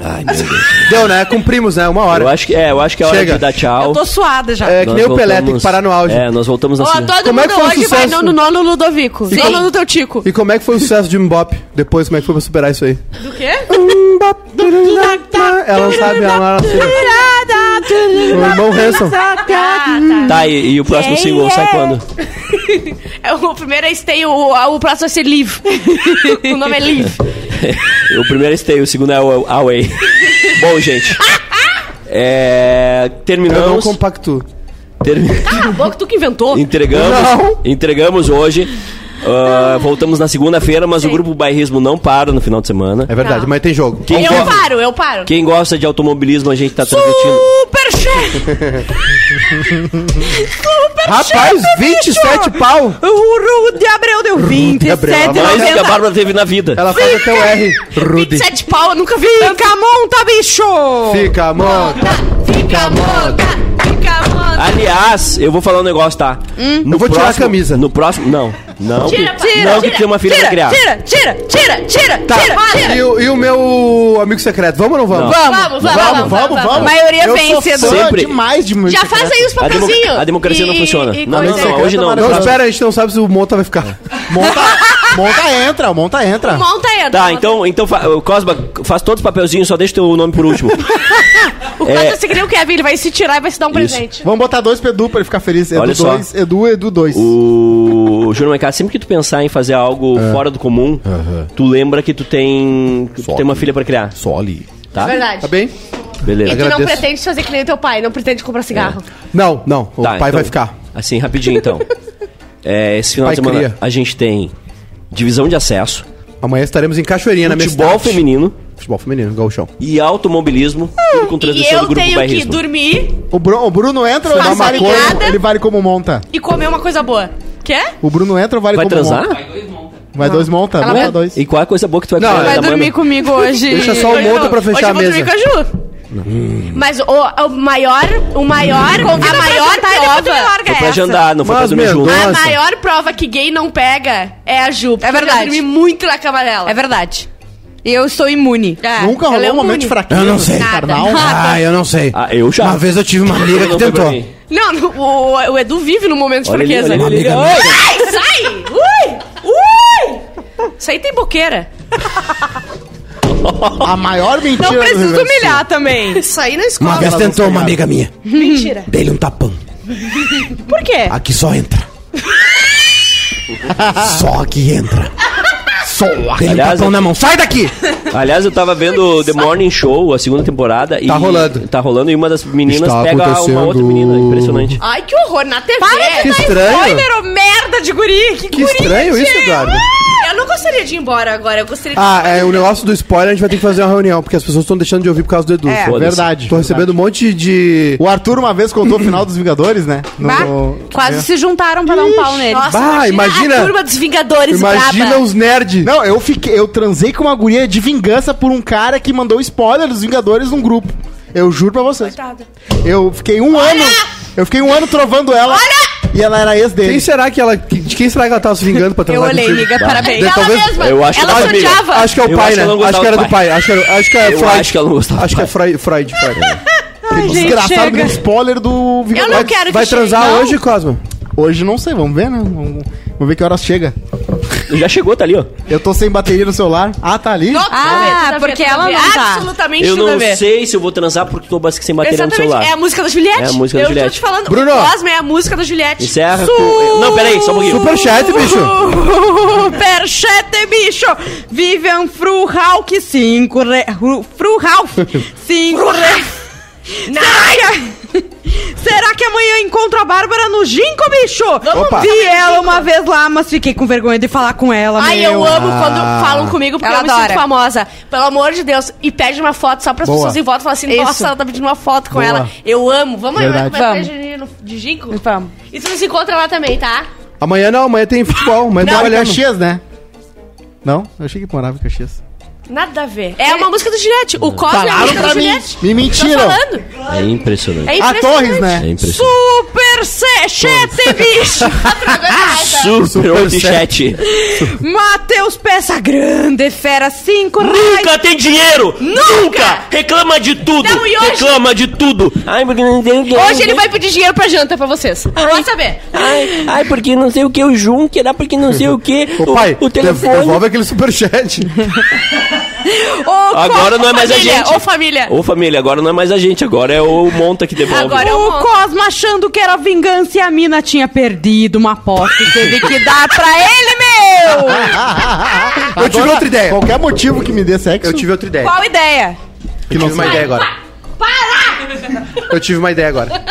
Speaker 3: Ai, meu Deus.
Speaker 2: Deu, né? Cumprimos, né? Uma
Speaker 3: Eu
Speaker 2: hora.
Speaker 3: acho que é, eu acho que é hora
Speaker 2: Chega.
Speaker 3: de dar tchau.
Speaker 1: Eu tô suada já.
Speaker 2: É que
Speaker 3: Nós
Speaker 2: nem o Pelé, tem que
Speaker 3: voltamos-
Speaker 2: parar no auge.
Speaker 3: É, nós voltamos na
Speaker 4: Ó,
Speaker 3: segunda.
Speaker 4: todo
Speaker 2: Como é que
Speaker 4: mundo
Speaker 2: foi o
Speaker 4: hoje vai
Speaker 2: sucesso?
Speaker 4: no, no nono Ludovico.
Speaker 2: E
Speaker 4: Nono
Speaker 2: como-
Speaker 4: do teu Tico.
Speaker 2: E como é que foi o sucesso de Mbop? Depois, como é que foi pra superar isso aí?
Speaker 4: Do quê?
Speaker 2: Ela não sabe, ela não era assim. O irmão Hanson.
Speaker 4: Hum.
Speaker 3: Tá, e, e o próximo
Speaker 1: Quem
Speaker 3: single sai
Speaker 1: é?
Speaker 3: quando?
Speaker 4: É, o primeiro é Stay, o, o, o próximo vai ser Live. o nome é Live.
Speaker 3: O primeiro é Stay, o segundo é o Away. Bom, gente. É.
Speaker 2: Eu não
Speaker 3: Terminamos.
Speaker 2: compacto.
Speaker 3: termi-
Speaker 4: Cala a boca, tu que inventou.
Speaker 3: Então Entregamos.
Speaker 2: Não.
Speaker 3: Entregamos hoje. Ah, voltamos na segunda-feira, mas o grupo Bairrismo não para no final de semana.
Speaker 2: É verdade, mas tem jogo.
Speaker 3: Quem,
Speaker 4: Eu
Speaker 3: go-
Speaker 4: paro, eu paro.
Speaker 3: quem gosta de automobilismo, a gente tá transmitindo.
Speaker 1: Superchat!
Speaker 2: Rapaz, 27 pau!
Speaker 1: O Rude Abreu deu
Speaker 2: Abreu, a
Speaker 3: Mais do que a
Speaker 1: 27,90.
Speaker 3: Bárbara teve na vida.
Speaker 2: Ela faz até o R. Rude.
Speaker 4: 27 pau, eu nunca vi.
Speaker 1: Fica a monta, bicho!
Speaker 2: Fica, mano.
Speaker 4: Fica, monta, fica, mano.
Speaker 3: Aliás, eu vou falar um negócio, tá? No
Speaker 2: Eu vou tirar a
Speaker 3: próximo-
Speaker 2: camisa.
Speaker 3: No próximo. Não. Não.
Speaker 4: Tira,
Speaker 3: que,
Speaker 4: tira,
Speaker 3: não que
Speaker 4: tira,
Speaker 3: tinha uma filha pra criar.
Speaker 1: Tira, tira, tira, tira,
Speaker 2: Tá.
Speaker 1: tira, tira.
Speaker 2: E, o- e o meu amigo secreto, vamos ou não vamos?
Speaker 1: Vamos.
Speaker 4: Vamos, vamos, vamos, vamos,
Speaker 1: A
Speaker 4: vamos.
Speaker 1: maioria
Speaker 5: Eu sou
Speaker 1: vence,
Speaker 5: fã
Speaker 1: Edu.
Speaker 3: Sempre.
Speaker 5: demais de
Speaker 4: Já faz aí os
Speaker 3: A, demo-
Speaker 4: papelzinhos.
Speaker 3: a democracia não
Speaker 4: E-
Speaker 3: funciona.
Speaker 4: e
Speaker 3: não, não,
Speaker 4: coisa. assim.
Speaker 3: não, hoje não.
Speaker 2: Não,
Speaker 3: no próximo.
Speaker 2: espera, a gente não sabe se o Monta vai ficar.
Speaker 5: Monta, monta entra, monta entra.
Speaker 4: Monta entra.
Speaker 3: Tá,
Speaker 4: monta.
Speaker 3: então, então fa- ô, Cosma, faz todos os papelzinhos, só deixa teu nome por último.
Speaker 4: O
Speaker 3: é-
Speaker 4: Cosma, se que nem o Kevin, ele vai se tirar e vai se dar um
Speaker 3: Isso.
Speaker 4: presente.
Speaker 5: Vamos botar dois pro Edu pra ele ficar feliz. Edu
Speaker 3: Olha só.
Speaker 5: 2, Edu, Edu 2.
Speaker 3: O Júnior Mercado, sempre que tu pensar em fazer algo
Speaker 2: É.
Speaker 3: fora do comum, tu lembra que tu tem, que tu
Speaker 2: Só
Speaker 3: tem uma
Speaker 2: que-
Speaker 3: filha pra criar,
Speaker 2: Soli.
Speaker 3: tá?
Speaker 4: Verdade.
Speaker 2: Tá bem?
Speaker 4: E
Speaker 3: Beleza.
Speaker 4: tu não
Speaker 2: agradeço.
Speaker 4: pretende fazer que nem teu pai, não pretende comprar cigarro.
Speaker 2: Não, não. O
Speaker 3: Tá,
Speaker 2: pai
Speaker 3: então,
Speaker 2: vai ficar.
Speaker 3: Assim, rapidinho então. É, esse final
Speaker 2: Pai
Speaker 3: de semana
Speaker 2: cria.
Speaker 3: a gente tem divisão de acesso,
Speaker 2: Amanhã estaremos em Cachoeirinha, na
Speaker 3: futebol
Speaker 2: minha cidade.
Speaker 3: feminino
Speaker 2: Futebol feminino, gauchão.
Speaker 3: e automobilismo, tudo com
Speaker 4: E
Speaker 3: transmissão do
Speaker 4: eu
Speaker 3: grupo
Speaker 4: tenho que
Speaker 3: Bairrismo.
Speaker 4: dormir
Speaker 5: O, Bru- o Bruno entra ou
Speaker 4: Faz
Speaker 5: ele vale, como,
Speaker 4: ligada.
Speaker 5: ele vale como monta?
Speaker 4: e comer uma coisa boa. Quer?
Speaker 5: O Bruno entra ou vale
Speaker 3: Vai
Speaker 5: como
Speaker 3: transar?
Speaker 5: monta? Vai dois monta,
Speaker 4: Ah. Ela
Speaker 5: monta
Speaker 4: vai-
Speaker 5: dois.
Speaker 3: E qual é a coisa boa que tu vai
Speaker 2: Não,
Speaker 3: criar
Speaker 2: vai
Speaker 1: Vai
Speaker 3: da Amanda?
Speaker 1: dormir comigo hoje.
Speaker 2: Deixa só o
Speaker 1: Hoje
Speaker 2: Monta
Speaker 1: não.
Speaker 2: pra
Speaker 4: Hoje
Speaker 2: fechar
Speaker 4: eu
Speaker 2: a
Speaker 4: vou dormir
Speaker 2: mesa.
Speaker 4: com a Ju. Mas o, o maior, o maior, a maior prova,
Speaker 1: larga
Speaker 3: Foi pra
Speaker 1: essa.
Speaker 3: jantar, não foi pra
Speaker 2: Mas,
Speaker 3: dormir
Speaker 2: meu,
Speaker 3: junto.
Speaker 2: dois-
Speaker 4: a
Speaker 2: Nossa.
Speaker 4: maior prova que gay não pega é a Ju. porque
Speaker 1: É verdade.
Speaker 4: Eu dormi muito na cama dela.
Speaker 1: É verdade. E eu sou imune.
Speaker 4: É,
Speaker 5: Nunca
Speaker 4: ela
Speaker 5: rolou
Speaker 4: é
Speaker 5: um momento
Speaker 4: imune.
Speaker 5: de fraqueza.
Speaker 2: Eu não sei.
Speaker 5: carnal?
Speaker 4: Nada.
Speaker 2: Ah, eu não sei.
Speaker 3: Ah, eu já.
Speaker 2: Uma vez eu tive uma amiga que
Speaker 3: Não foi pra
Speaker 2: tentou.
Speaker 3: mim.
Speaker 4: Não, o, o Edu vive no momento de
Speaker 3: Olha ali,
Speaker 4: fraqueza.
Speaker 3: olha ali, olha ali.
Speaker 4: Ai, sai! Ui! Ui! Isso aí tem boqueira.
Speaker 5: A maior mentira
Speaker 1: Não
Speaker 5: do Rio
Speaker 1: preciso
Speaker 5: Grande do Sul.
Speaker 1: humilhar também.
Speaker 4: Isso aí na escola.
Speaker 2: Uma vez
Speaker 5: Ela não
Speaker 2: tentou uma
Speaker 5: pegava.
Speaker 2: amiga minha.
Speaker 4: Mentira.
Speaker 2: Dei-lhe um tapão.
Speaker 4: Por quê?
Speaker 2: Aqui só entra. só aqui entra. Só Dei-lhe um
Speaker 3: Aliás,
Speaker 2: tapão
Speaker 3: eu-
Speaker 2: na mão. Sai daqui!
Speaker 3: Aliás, eu tava vendo The Morning Show, a segunda temporada. e
Speaker 2: Tá rolando.
Speaker 3: Tá rolando e uma das meninas
Speaker 2: Está
Speaker 3: pega uma
Speaker 2: acontecendo.
Speaker 3: outra menina. Impressionante.
Speaker 4: Ai, que horror. Na TV.
Speaker 2: Que estranho.
Speaker 1: Spoiler, ô merda de guri. Que,
Speaker 2: Que estranho isso, Eduardo.
Speaker 4: Ah! Eu não gostaria de ir embora agora. Eu gostaria de...
Speaker 2: Ah, é, o negócio do spoiler a gente vai ter que fazer uma reunião, porque as pessoas estão deixando de ouvir por causa do Edu.
Speaker 1: É.
Speaker 2: Foda-se.
Speaker 5: Verdade.
Speaker 2: Tô recebendo um monte de...
Speaker 5: O Arthur uma vez contou o final dos Vingadores, né? No-
Speaker 1: Bah,
Speaker 5: no-
Speaker 1: quase se juntaram pra dar um pau nele.
Speaker 4: Nossa,
Speaker 2: Bah,
Speaker 4: a
Speaker 2: imagina-
Speaker 4: turma dos Vingadores
Speaker 2: Imagina
Speaker 4: braba.
Speaker 2: os nerds.
Speaker 5: Não, eu fiquei, eu transei com uma guria de vingança por um cara que mandou spoiler dos Vingadores num grupo. Eu juro pra vocês. Eu fiquei um ano. Eu fiquei um ano trovando ela. E ela era ex dele.
Speaker 2: Quem será que ela... De quem será que ela tava se vingando pra
Speaker 1: Eu
Speaker 2: transar
Speaker 1: olhei,
Speaker 2: contigo?
Speaker 1: liga, parabéns.
Speaker 2: Ela Talvez-
Speaker 4: mesma.
Speaker 3: Eu acho
Speaker 4: ela
Speaker 3: que-
Speaker 4: se odiava.
Speaker 2: Acho que é o
Speaker 3: Eu
Speaker 2: pai,
Speaker 3: acho que
Speaker 2: né?
Speaker 3: ela não
Speaker 2: acho que era do
Speaker 3: gostava
Speaker 2: pai. Acho que, era, acho que é
Speaker 3: Eu
Speaker 2: Freud.
Speaker 3: acho que ela não gostava
Speaker 2: Acho
Speaker 3: do
Speaker 2: que é Freud. Freud, Freud.
Speaker 1: Ai, gente,
Speaker 5: Desgraçado
Speaker 1: chega.
Speaker 5: no spoiler do
Speaker 4: Eu
Speaker 5: Vingadores.
Speaker 4: não quero que
Speaker 2: Vai
Speaker 4: chegue,
Speaker 2: transar
Speaker 4: não.
Speaker 2: hoje, Cosmo?
Speaker 5: Hoje não sei, vamos ver, né? Vamos, vamos ver que horas chega.
Speaker 3: Já chegou, tá ali, ó.
Speaker 5: Eu tô sem bateria no celular. Ah, tá ali.
Speaker 4: Não, tudo a ver, tudo a ver,
Speaker 1: porque
Speaker 4: tudo a
Speaker 1: ela
Speaker 4: ver.
Speaker 1: não tá.
Speaker 4: Absolutamente
Speaker 3: Eu
Speaker 4: tudo a
Speaker 3: não
Speaker 4: ver.
Speaker 3: sei se eu vou transar porque tô basicamente sem bateria no
Speaker 4: Exatamente,
Speaker 3: celular.
Speaker 4: é a música da Juliette.
Speaker 3: É a música da
Speaker 4: eu
Speaker 3: Juliette.
Speaker 4: tô te falando,
Speaker 2: Bruno.
Speaker 4: o Cosma é a música da Juliette.
Speaker 3: Encerra
Speaker 4: Su-
Speaker 3: com... Não, peraí, só um pouquinho.
Speaker 2: Superchat, bicho.
Speaker 1: Superchat, bicho! Vivian Fruhalk, 5 re... Ru- Fruhalk, 5 re... Será que... Será que amanhã encontro a Bárbara no Ginkgo, bicho?
Speaker 2: Opa.
Speaker 1: Vi ela uma vez lá, mas fiquei com vergonha de falar com ela, né?
Speaker 4: Ai,
Speaker 1: meu.
Speaker 4: eu amo quando falam comigo porque
Speaker 1: Ela
Speaker 4: eu me
Speaker 1: adora.
Speaker 4: sinto famosa. Pelo amor de Deus. E pede uma foto só pras
Speaker 5: Boa.
Speaker 4: pessoas em volta e falam assim:
Speaker 1: Isso.
Speaker 4: nossa, ela tá pedindo uma foto com
Speaker 5: Boa.
Speaker 4: ela. Eu amo. Vamos aí, vai vai
Speaker 5: Verdade.
Speaker 1: Vamos.
Speaker 4: de, de ginkgo?
Speaker 1: Vamos.
Speaker 4: E tu se encontra lá também, tá?
Speaker 2: Amanhã não, amanhã tem futebol. Amanhã
Speaker 5: Mora em
Speaker 2: trabalhando.
Speaker 5: Caxias, né? Não? Eu achei que morava em Caxias.
Speaker 4: Nada a ver. É uma música do Juliette. O Cosma é a
Speaker 5: Falaram
Speaker 4: música
Speaker 5: pra
Speaker 4: do
Speaker 5: mim.
Speaker 4: Juliette.
Speaker 5: Me
Speaker 4: Tô
Speaker 5: mentiram.
Speaker 4: falando.
Speaker 3: É impressionante.
Speaker 4: É
Speaker 5: A
Speaker 4: impressionante.
Speaker 5: Torres, né?
Speaker 3: É impressionante.
Speaker 1: Superchat, bicho!
Speaker 3: Super chat.
Speaker 1: Matheus Peça Grande, fera, 5 reais.
Speaker 3: Nunca tem dinheiro! Nunca! Reclama de tudo!
Speaker 4: Não, e hoje-
Speaker 3: Reclama de tudo! Ai, porque não tem dinheiro. né?
Speaker 4: Hoje ele vai pedir dinheiro pra janta pra vocês. Vai saber.
Speaker 3: Ai, ai, porque não sei o que, o Junker, ah, porque não sei o que,
Speaker 2: Ô, pai,
Speaker 3: o telefone.
Speaker 2: devolve aquele superchat.
Speaker 1: Ô,
Speaker 3: Agora não é mais a
Speaker 4: família,
Speaker 3: gente.
Speaker 4: Ô, família.
Speaker 3: Ô família, agora não é mais a gente, agora é o Monta que devolve.
Speaker 4: Agora-
Speaker 1: O
Speaker 4: monto.
Speaker 1: Cosmo achando que era vingança e a mina tinha perdido uma aposta e teve que dar pra ele, meu!
Speaker 2: Eu tive outra ideia.
Speaker 5: Qualquer motivo que me dê sexo.
Speaker 2: Eu tive outra ideia.
Speaker 1: Qual ideia?
Speaker 2: Eu tive uma ideia agora. Para! Eu tive uma ideia agora.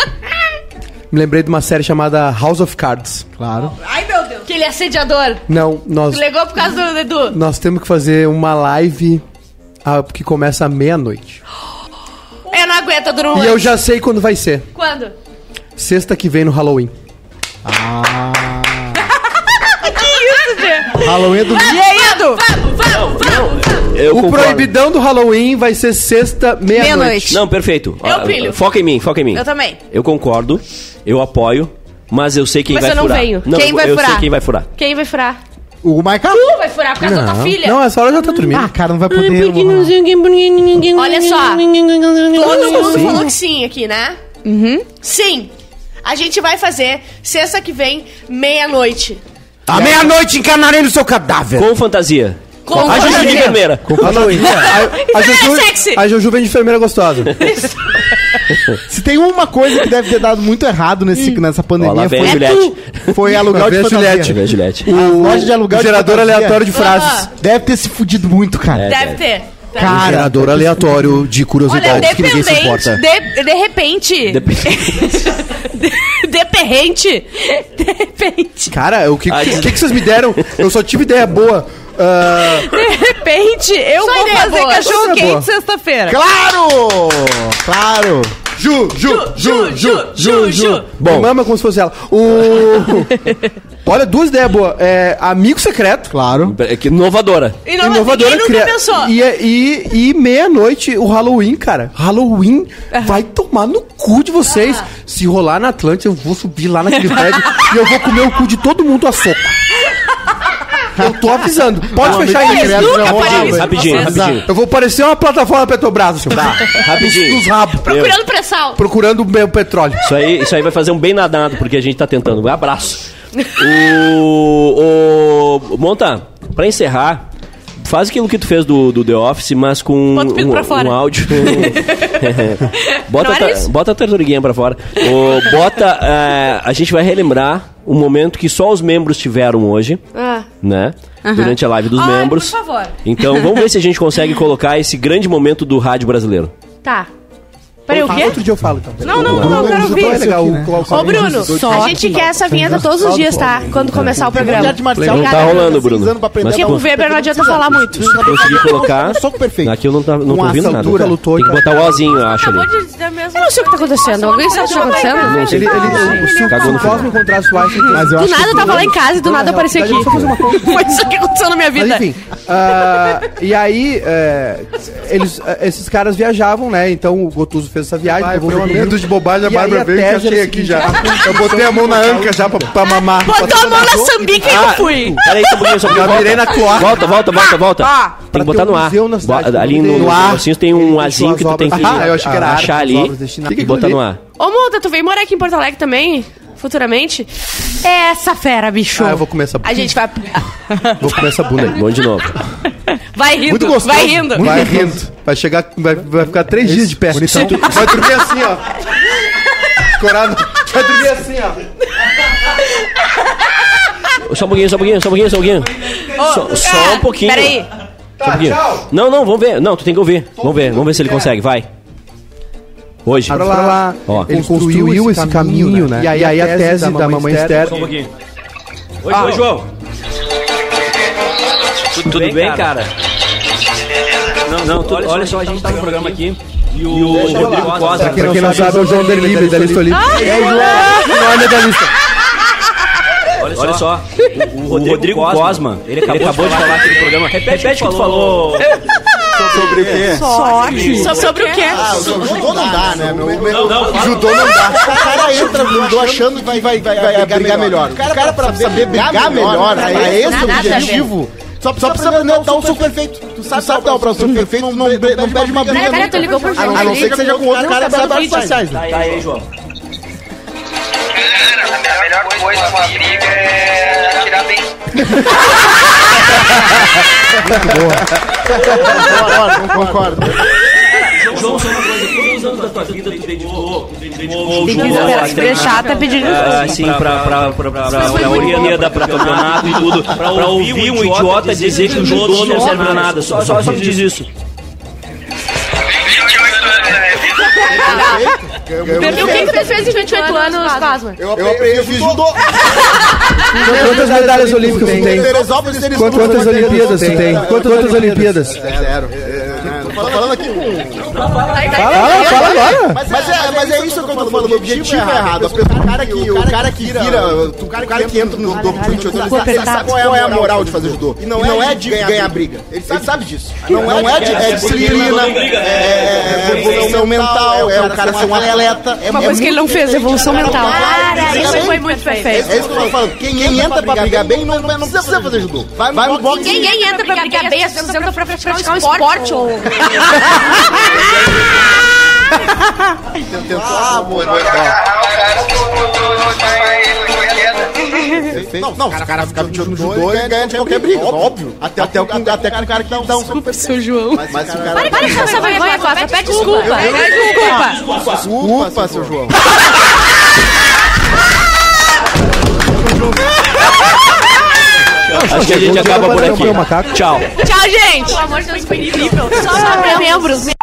Speaker 2: Me lembrei de uma série chamada House of Cards.
Speaker 5: Claro.
Speaker 4: Ai, meu Deus. Aquele é assediador.
Speaker 2: Não, nós,
Speaker 4: Tu Legou por causa do Edu.
Speaker 2: nós temos que fazer uma live ah, que começa à meia-noite.
Speaker 4: Eu não aguento, Drum.
Speaker 2: E eu já sei quando vai ser.
Speaker 4: Quando?
Speaker 2: Sexta que vem no Halloween.
Speaker 5: Ah.
Speaker 1: Que isso, gente?
Speaker 5: Halloween é domingo.
Speaker 4: Ah!
Speaker 1: E aí, Edu?
Speaker 4: Vamos, vamos, vamos, vamos.
Speaker 3: Eu
Speaker 2: o
Speaker 3: concordo.
Speaker 2: proibidão do Halloween vai ser sexta, meia-noite.
Speaker 1: Meia-noite.
Speaker 3: Não, perfeito.
Speaker 4: Eu
Speaker 3: Ah,
Speaker 4: pilho.
Speaker 3: Foca em mim, foca em mim.
Speaker 1: Eu também.
Speaker 3: Eu concordo, eu apoio, mas eu sei quem
Speaker 4: Mas
Speaker 3: vai
Speaker 4: eu não
Speaker 3: furar.
Speaker 4: venho.
Speaker 1: Quem
Speaker 3: eu,
Speaker 1: vai
Speaker 3: eu
Speaker 1: furar?
Speaker 3: sei quem vai furar.
Speaker 4: Quem vai furar?
Speaker 5: O Michael.
Speaker 4: Tu vai furar por causa da tua filha.
Speaker 2: Não, essa hora já tá dormindo.
Speaker 5: Ah, cara, não vai poder. não vai rolar.
Speaker 4: Olha só. Todo mundo
Speaker 2: Sim.
Speaker 4: falou que sim aqui, né? Uhum. Sim. A gente vai fazer sexta que vem, meia-noite.
Speaker 2: À meia-noite encanarei no seu cadáver.
Speaker 3: Com fantasia.
Speaker 4: Com
Speaker 3: a gente de
Speaker 4: fantasia.
Speaker 3: enfermeira.
Speaker 2: Halloween. a, a, Juju,
Speaker 4: sexy.
Speaker 2: a Juju vem de enfermeira gostosa.
Speaker 5: Se tem uma coisa que deve ter dado muito errado nesse,
Speaker 4: Hum.
Speaker 5: nessa
Speaker 3: Ó, lá
Speaker 5: pandemia
Speaker 3: vem a
Speaker 5: foi,
Speaker 3: Juliette.
Speaker 5: foi aluguel
Speaker 2: Lá vem
Speaker 5: de
Speaker 2: a
Speaker 5: fantasia.
Speaker 2: Juliette.
Speaker 3: Vem a Juliette.
Speaker 5: A loja de aluguel
Speaker 2: O
Speaker 5: de
Speaker 2: gerador
Speaker 5: fantasia
Speaker 2: aleatório de frases.
Speaker 5: Deve ter se fudido muito, cara.
Speaker 3: É.
Speaker 4: Deve ter.
Speaker 5: Cara,
Speaker 2: gerador aleatório de
Speaker 4: Olha,
Speaker 2: curiosidades
Speaker 4: dependente, de, de repente,
Speaker 3: Dep-
Speaker 4: de, deperrente, de repente,
Speaker 2: Cara, o que,
Speaker 3: Ah,
Speaker 2: que,
Speaker 3: diz-
Speaker 2: que que vocês me deram? Eu só tive ideia boa. Ah,
Speaker 1: De repente, eu
Speaker 4: Só
Speaker 1: vou
Speaker 4: ideia
Speaker 1: fazer
Speaker 4: boa.
Speaker 2: Só
Speaker 1: cachorro
Speaker 2: ideia boa.
Speaker 1: quente sexta-feira.
Speaker 5: Claro! Claro!
Speaker 2: Ju, Ju, Ju, Ju, Ju, Ju.
Speaker 3: Bom.
Speaker 2: Me mama como se fosse ela. O... Olha, duas ideias boas. É, amigo secreto.
Speaker 5: Claro.
Speaker 3: É que Inovadora.
Speaker 4: Inova- ninguém nunca
Speaker 2: cria-
Speaker 4: pensou.
Speaker 2: E, é- e, e meia-noite, o Halloween, cara. Halloween vai tomar no cu de vocês. Se rolar na Atlântida, eu vou subir lá naquele prédio e eu vou comer o cu de todo mundo a soco. Eu tô avisando. Pode
Speaker 5: Não,
Speaker 2: fechar
Speaker 5: amigo
Speaker 2: aí.
Speaker 5: secreto
Speaker 4: nunca
Speaker 5: não rola,
Speaker 4: fariam
Speaker 5: velho.
Speaker 4: isso.
Speaker 3: Rapidinho,
Speaker 4: Vocês-
Speaker 3: rapidinho.
Speaker 2: Eu vou parecer uma plataforma Petrobras, assim,
Speaker 3: Tá, rapidinho.
Speaker 2: nos rabos.
Speaker 4: procurando pré-sal.
Speaker 2: Procurando o meu petróleo.
Speaker 3: Isso aí, isso aí vai fazer um bem nadado, porque a gente tá tentando. Um abraço. O, o- Monta, pra encerrar, faz aquilo que tu fez do, do The Office, mas com
Speaker 4: Bota o pinto
Speaker 3: um,
Speaker 4: pra fora.
Speaker 3: um áudio. bota,
Speaker 4: Não
Speaker 3: a,
Speaker 4: era
Speaker 3: ta-
Speaker 4: isso?
Speaker 3: bota a tartaruguinha pra fora. O, bota. eh, a gente vai relembrar um momento que só os membros tiveram hoje,
Speaker 4: Ah.
Speaker 3: né? Durante a live dos
Speaker 4: Ai,
Speaker 3: membros.
Speaker 4: por favor.
Speaker 3: Então vamos ver se a gente consegue colocar esse grande momento do rádio brasileiro.
Speaker 4: Tá. Peraí, o quê?
Speaker 2: Outro dia eu falo, então.
Speaker 4: Não, não, não, eu quero
Speaker 2: Bruno,
Speaker 4: ouvir.
Speaker 2: é legal,
Speaker 5: isso aqui,
Speaker 2: o- o-
Speaker 4: Ô, Bruno, a gente quer essa vinheta todos os dias, tá? Quando começar o programa.
Speaker 5: Arte marcial,
Speaker 3: Não
Speaker 5: cara,
Speaker 3: tá rolando,
Speaker 5: seis
Speaker 3: Bruno.
Speaker 5: anos pra aprender.
Speaker 3: Mas
Speaker 4: Porque
Speaker 3: pô-
Speaker 4: o Weber não adianta falar muito.
Speaker 3: consegui colocar.
Speaker 5: Só com o perfeito.
Speaker 3: Aqui eu não, tá, não
Speaker 5: Com
Speaker 3: tô ouvindo
Speaker 5: essa
Speaker 3: nada.
Speaker 5: altura,
Speaker 2: lutou,
Speaker 3: Tem que botar o Ozinho, eu acho ali.
Speaker 4: de dizer mesmo.
Speaker 6: Eu não sei o que tá acontecendo. Alguém sabe o que tá acontecendo?
Speaker 3: Não sei.
Speaker 2: Ele, ele, ele, se o-
Speaker 3: Cagou
Speaker 2: se
Speaker 3: no
Speaker 2: o Cosmo encontrasse o Einstein...
Speaker 5: Mas eu
Speaker 4: Do
Speaker 5: acho que
Speaker 4: nada tá- eu tava lá em casa e do nada eu apareci aqui.
Speaker 2: Deixa eu só fazer uma coisa.
Speaker 4: Foi isso que aconteceu na minha vida.
Speaker 2: Mas enfim, ah, e aí, é, eles, ah, esses caras viajavam, né? Então o Gotuso fez essa viagem.
Speaker 5: Vai,
Speaker 2: levou
Speaker 5: foi
Speaker 2: o
Speaker 5: um
Speaker 2: Bruno.
Speaker 5: medo de bobagem, a
Speaker 2: E aí
Speaker 5: Bárbara veio e
Speaker 2: tese
Speaker 5: achei
Speaker 2: era a
Speaker 5: aqui
Speaker 2: seguinte, ah,
Speaker 5: já.
Speaker 2: Eu botei a mão na anca já pra, pra
Speaker 5: ah,
Speaker 2: mamar.
Speaker 4: tá
Speaker 5: tá
Speaker 4: Botou a mão na sambica e eu fui. Ah, tá.
Speaker 3: Peraí, só um pouquinho, só um pouquinho.
Speaker 2: Eu mirei
Speaker 3: volta.
Speaker 2: na cloaca.
Speaker 3: Volta, volta, volta, volta. tem
Speaker 2: Pra
Speaker 3: que
Speaker 2: ter
Speaker 3: botar
Speaker 2: um
Speaker 3: no ar.
Speaker 2: museu na cidade,
Speaker 3: Bo- ali
Speaker 2: o nome
Speaker 3: no,
Speaker 2: dele.
Speaker 3: no
Speaker 2: No ar.
Speaker 3: negocinho tem um
Speaker 2: Ele
Speaker 3: azinho que
Speaker 2: deixou
Speaker 3: tu
Speaker 2: as
Speaker 3: tem que
Speaker 2: obras- Ah, eu achei que era
Speaker 3: achar
Speaker 2: arte,
Speaker 3: ali
Speaker 2: as obras destinadas.
Speaker 3: e
Speaker 2: Que
Speaker 3: botar
Speaker 2: que
Speaker 3: no
Speaker 2: eu li?
Speaker 3: ar.
Speaker 4: Ô, Monta, tu vem morar aqui em Porto Alegre também? Futuramente? É
Speaker 1: Essa fera, bicho.
Speaker 2: Ah, eu vou comer essa bunda.
Speaker 4: A gente vai.
Speaker 2: Vou comer essa bunda aí.
Speaker 3: Bom de novo.
Speaker 4: Vai rindo.
Speaker 2: Muito gostoso.
Speaker 4: Vai rindo.
Speaker 2: Vai rindo. Vai chegar, vai, vai ficar três dias de pé. Vai dormir assim, ó. Escorado. Vai dormir assim, ó.
Speaker 3: Só um pouquinho, só um pouquinho, só um pouquinho, só um pouquinho. Só, só um pouquinho.
Speaker 4: é. Peraí.
Speaker 3: Só um pouquinho.
Speaker 2: tchau. um
Speaker 3: Não, não, vamos ver. Não, tu tem que ouvir. Vamos ver, vamos ver se ele consegue. Vai. Hoje.
Speaker 2: Pra tá lá.
Speaker 3: Ó.
Speaker 2: Ele construiu esse caminho, né? E aí, a tese da, mamãe Esther...
Speaker 3: Só um pouquinho. Oi, oi, João. Tu- Ah. Tudo, bem, cara? Não, não, tu- olha, só, a gente tá no programa aqui. E o, Rodrigo Costa.
Speaker 2: Pra quem não, sabe, é o João Derlibe, da lista olímpica. É João, não é medalhista.
Speaker 3: Olha só, o, o Rodrigo, Cosma, ele acabou, de falar aqui no programa. Repete, o que tu falou.
Speaker 5: Sobre o quê?
Speaker 4: Só sobre o quê?
Speaker 5: Judô Ah, não dá, né? Meu, meu,
Speaker 3: Não, não, fala.
Speaker 5: Judô não dá. O cara entra no judô achando que vai, vai, vai, vai brigar, melhor. O cara, pra saber brigar melhor, é esse o
Speaker 4: nada a ver.
Speaker 5: objetivo. Só, só precisa né, dar o soco perfeito. Tu sabe, dar o soco perfeito, não, não, não perde uma briga.
Speaker 6: Cara,
Speaker 5: nunca.
Speaker 6: tu ligou pro
Speaker 5: A
Speaker 6: João.
Speaker 5: não ser que seja com outro cara das artes marciais, né?
Speaker 3: Tá aí, João.
Speaker 9: A melhor coisa com a briga é tirar bem.
Speaker 5: né? Concordo, concordo.
Speaker 3: João, só uma coisa. Quantos anos da tua vida tu dedicou? Tu dedicou o
Speaker 1: Tem que
Speaker 3: João,
Speaker 1: esperar
Speaker 3: a
Speaker 1: se deixar até pedir desculpa.
Speaker 3: assim, pra, pra, pra, pra, pra, pra Olianeda, pra campeonato e tudo. Pra ouvir um idiota dizer que o judô não serve pra nada. Só, só, só me diz isso.
Speaker 9: 28 anos, né?
Speaker 4: E o que que tu fez em 28 anos, Cosma?
Speaker 5: Eu aprendi, eu fiz judô.
Speaker 2: Quantas medalhas olímpicas tu
Speaker 5: Em
Speaker 2: tem?
Speaker 5: Teresópolis, eles É,
Speaker 2: Quantas Olimpíadas tu tem? Quantas Olimpíadas?
Speaker 5: Zero. é. Tô falando falando aqui com.
Speaker 2: Fala, fala agora.
Speaker 5: Mas, é, mas é isso que eu tô falando. O objetivo é errado. O cara que, o cara que vira, o cara que entra no doping de judô, ele sabe- sabe qual é a moral de fazer judô. E não é de ganhar briga. Ele sabe sabe disso. Não é- não é de é disciplina, é é evolução mental, é o cara ser um atleta. é-
Speaker 4: Uma
Speaker 5: é
Speaker 4: coisa que ele não
Speaker 5: muito né?
Speaker 4: fez, evolução mental.
Speaker 5: Para,
Speaker 4: Então, isso
Speaker 5: isso
Speaker 4: foi
Speaker 5: foi
Speaker 4: muito perfeito.
Speaker 5: É isso que eu tô falando. Quem, entra pra brigar bem, não, não precisa fazer judô. Vai, vai no boxe.
Speaker 4: Ninguém entra pra brigar bem, as pessoas entram pra praticar um esporte. ou-
Speaker 5: Tentou. Ah, amor. Não, não, os caras ficam mentindo no judô e ganham de qualquer briga, óbvio. Até, até, o- até, até o cara que dá um super
Speaker 4: Seu João.
Speaker 5: Mas, mas o cara...
Speaker 4: Para com essa vergonha, Costa. Pede desculpa. Pede desculpa.
Speaker 5: Desculpa, seu João.
Speaker 3: Acho que a gente acaba por
Speaker 2: Não, não, não,
Speaker 3: aqui.
Speaker 2: macaco.
Speaker 3: Tchau.
Speaker 4: Tchau, gente. Pelo amor de Deus, foi incrível. Só pra membros.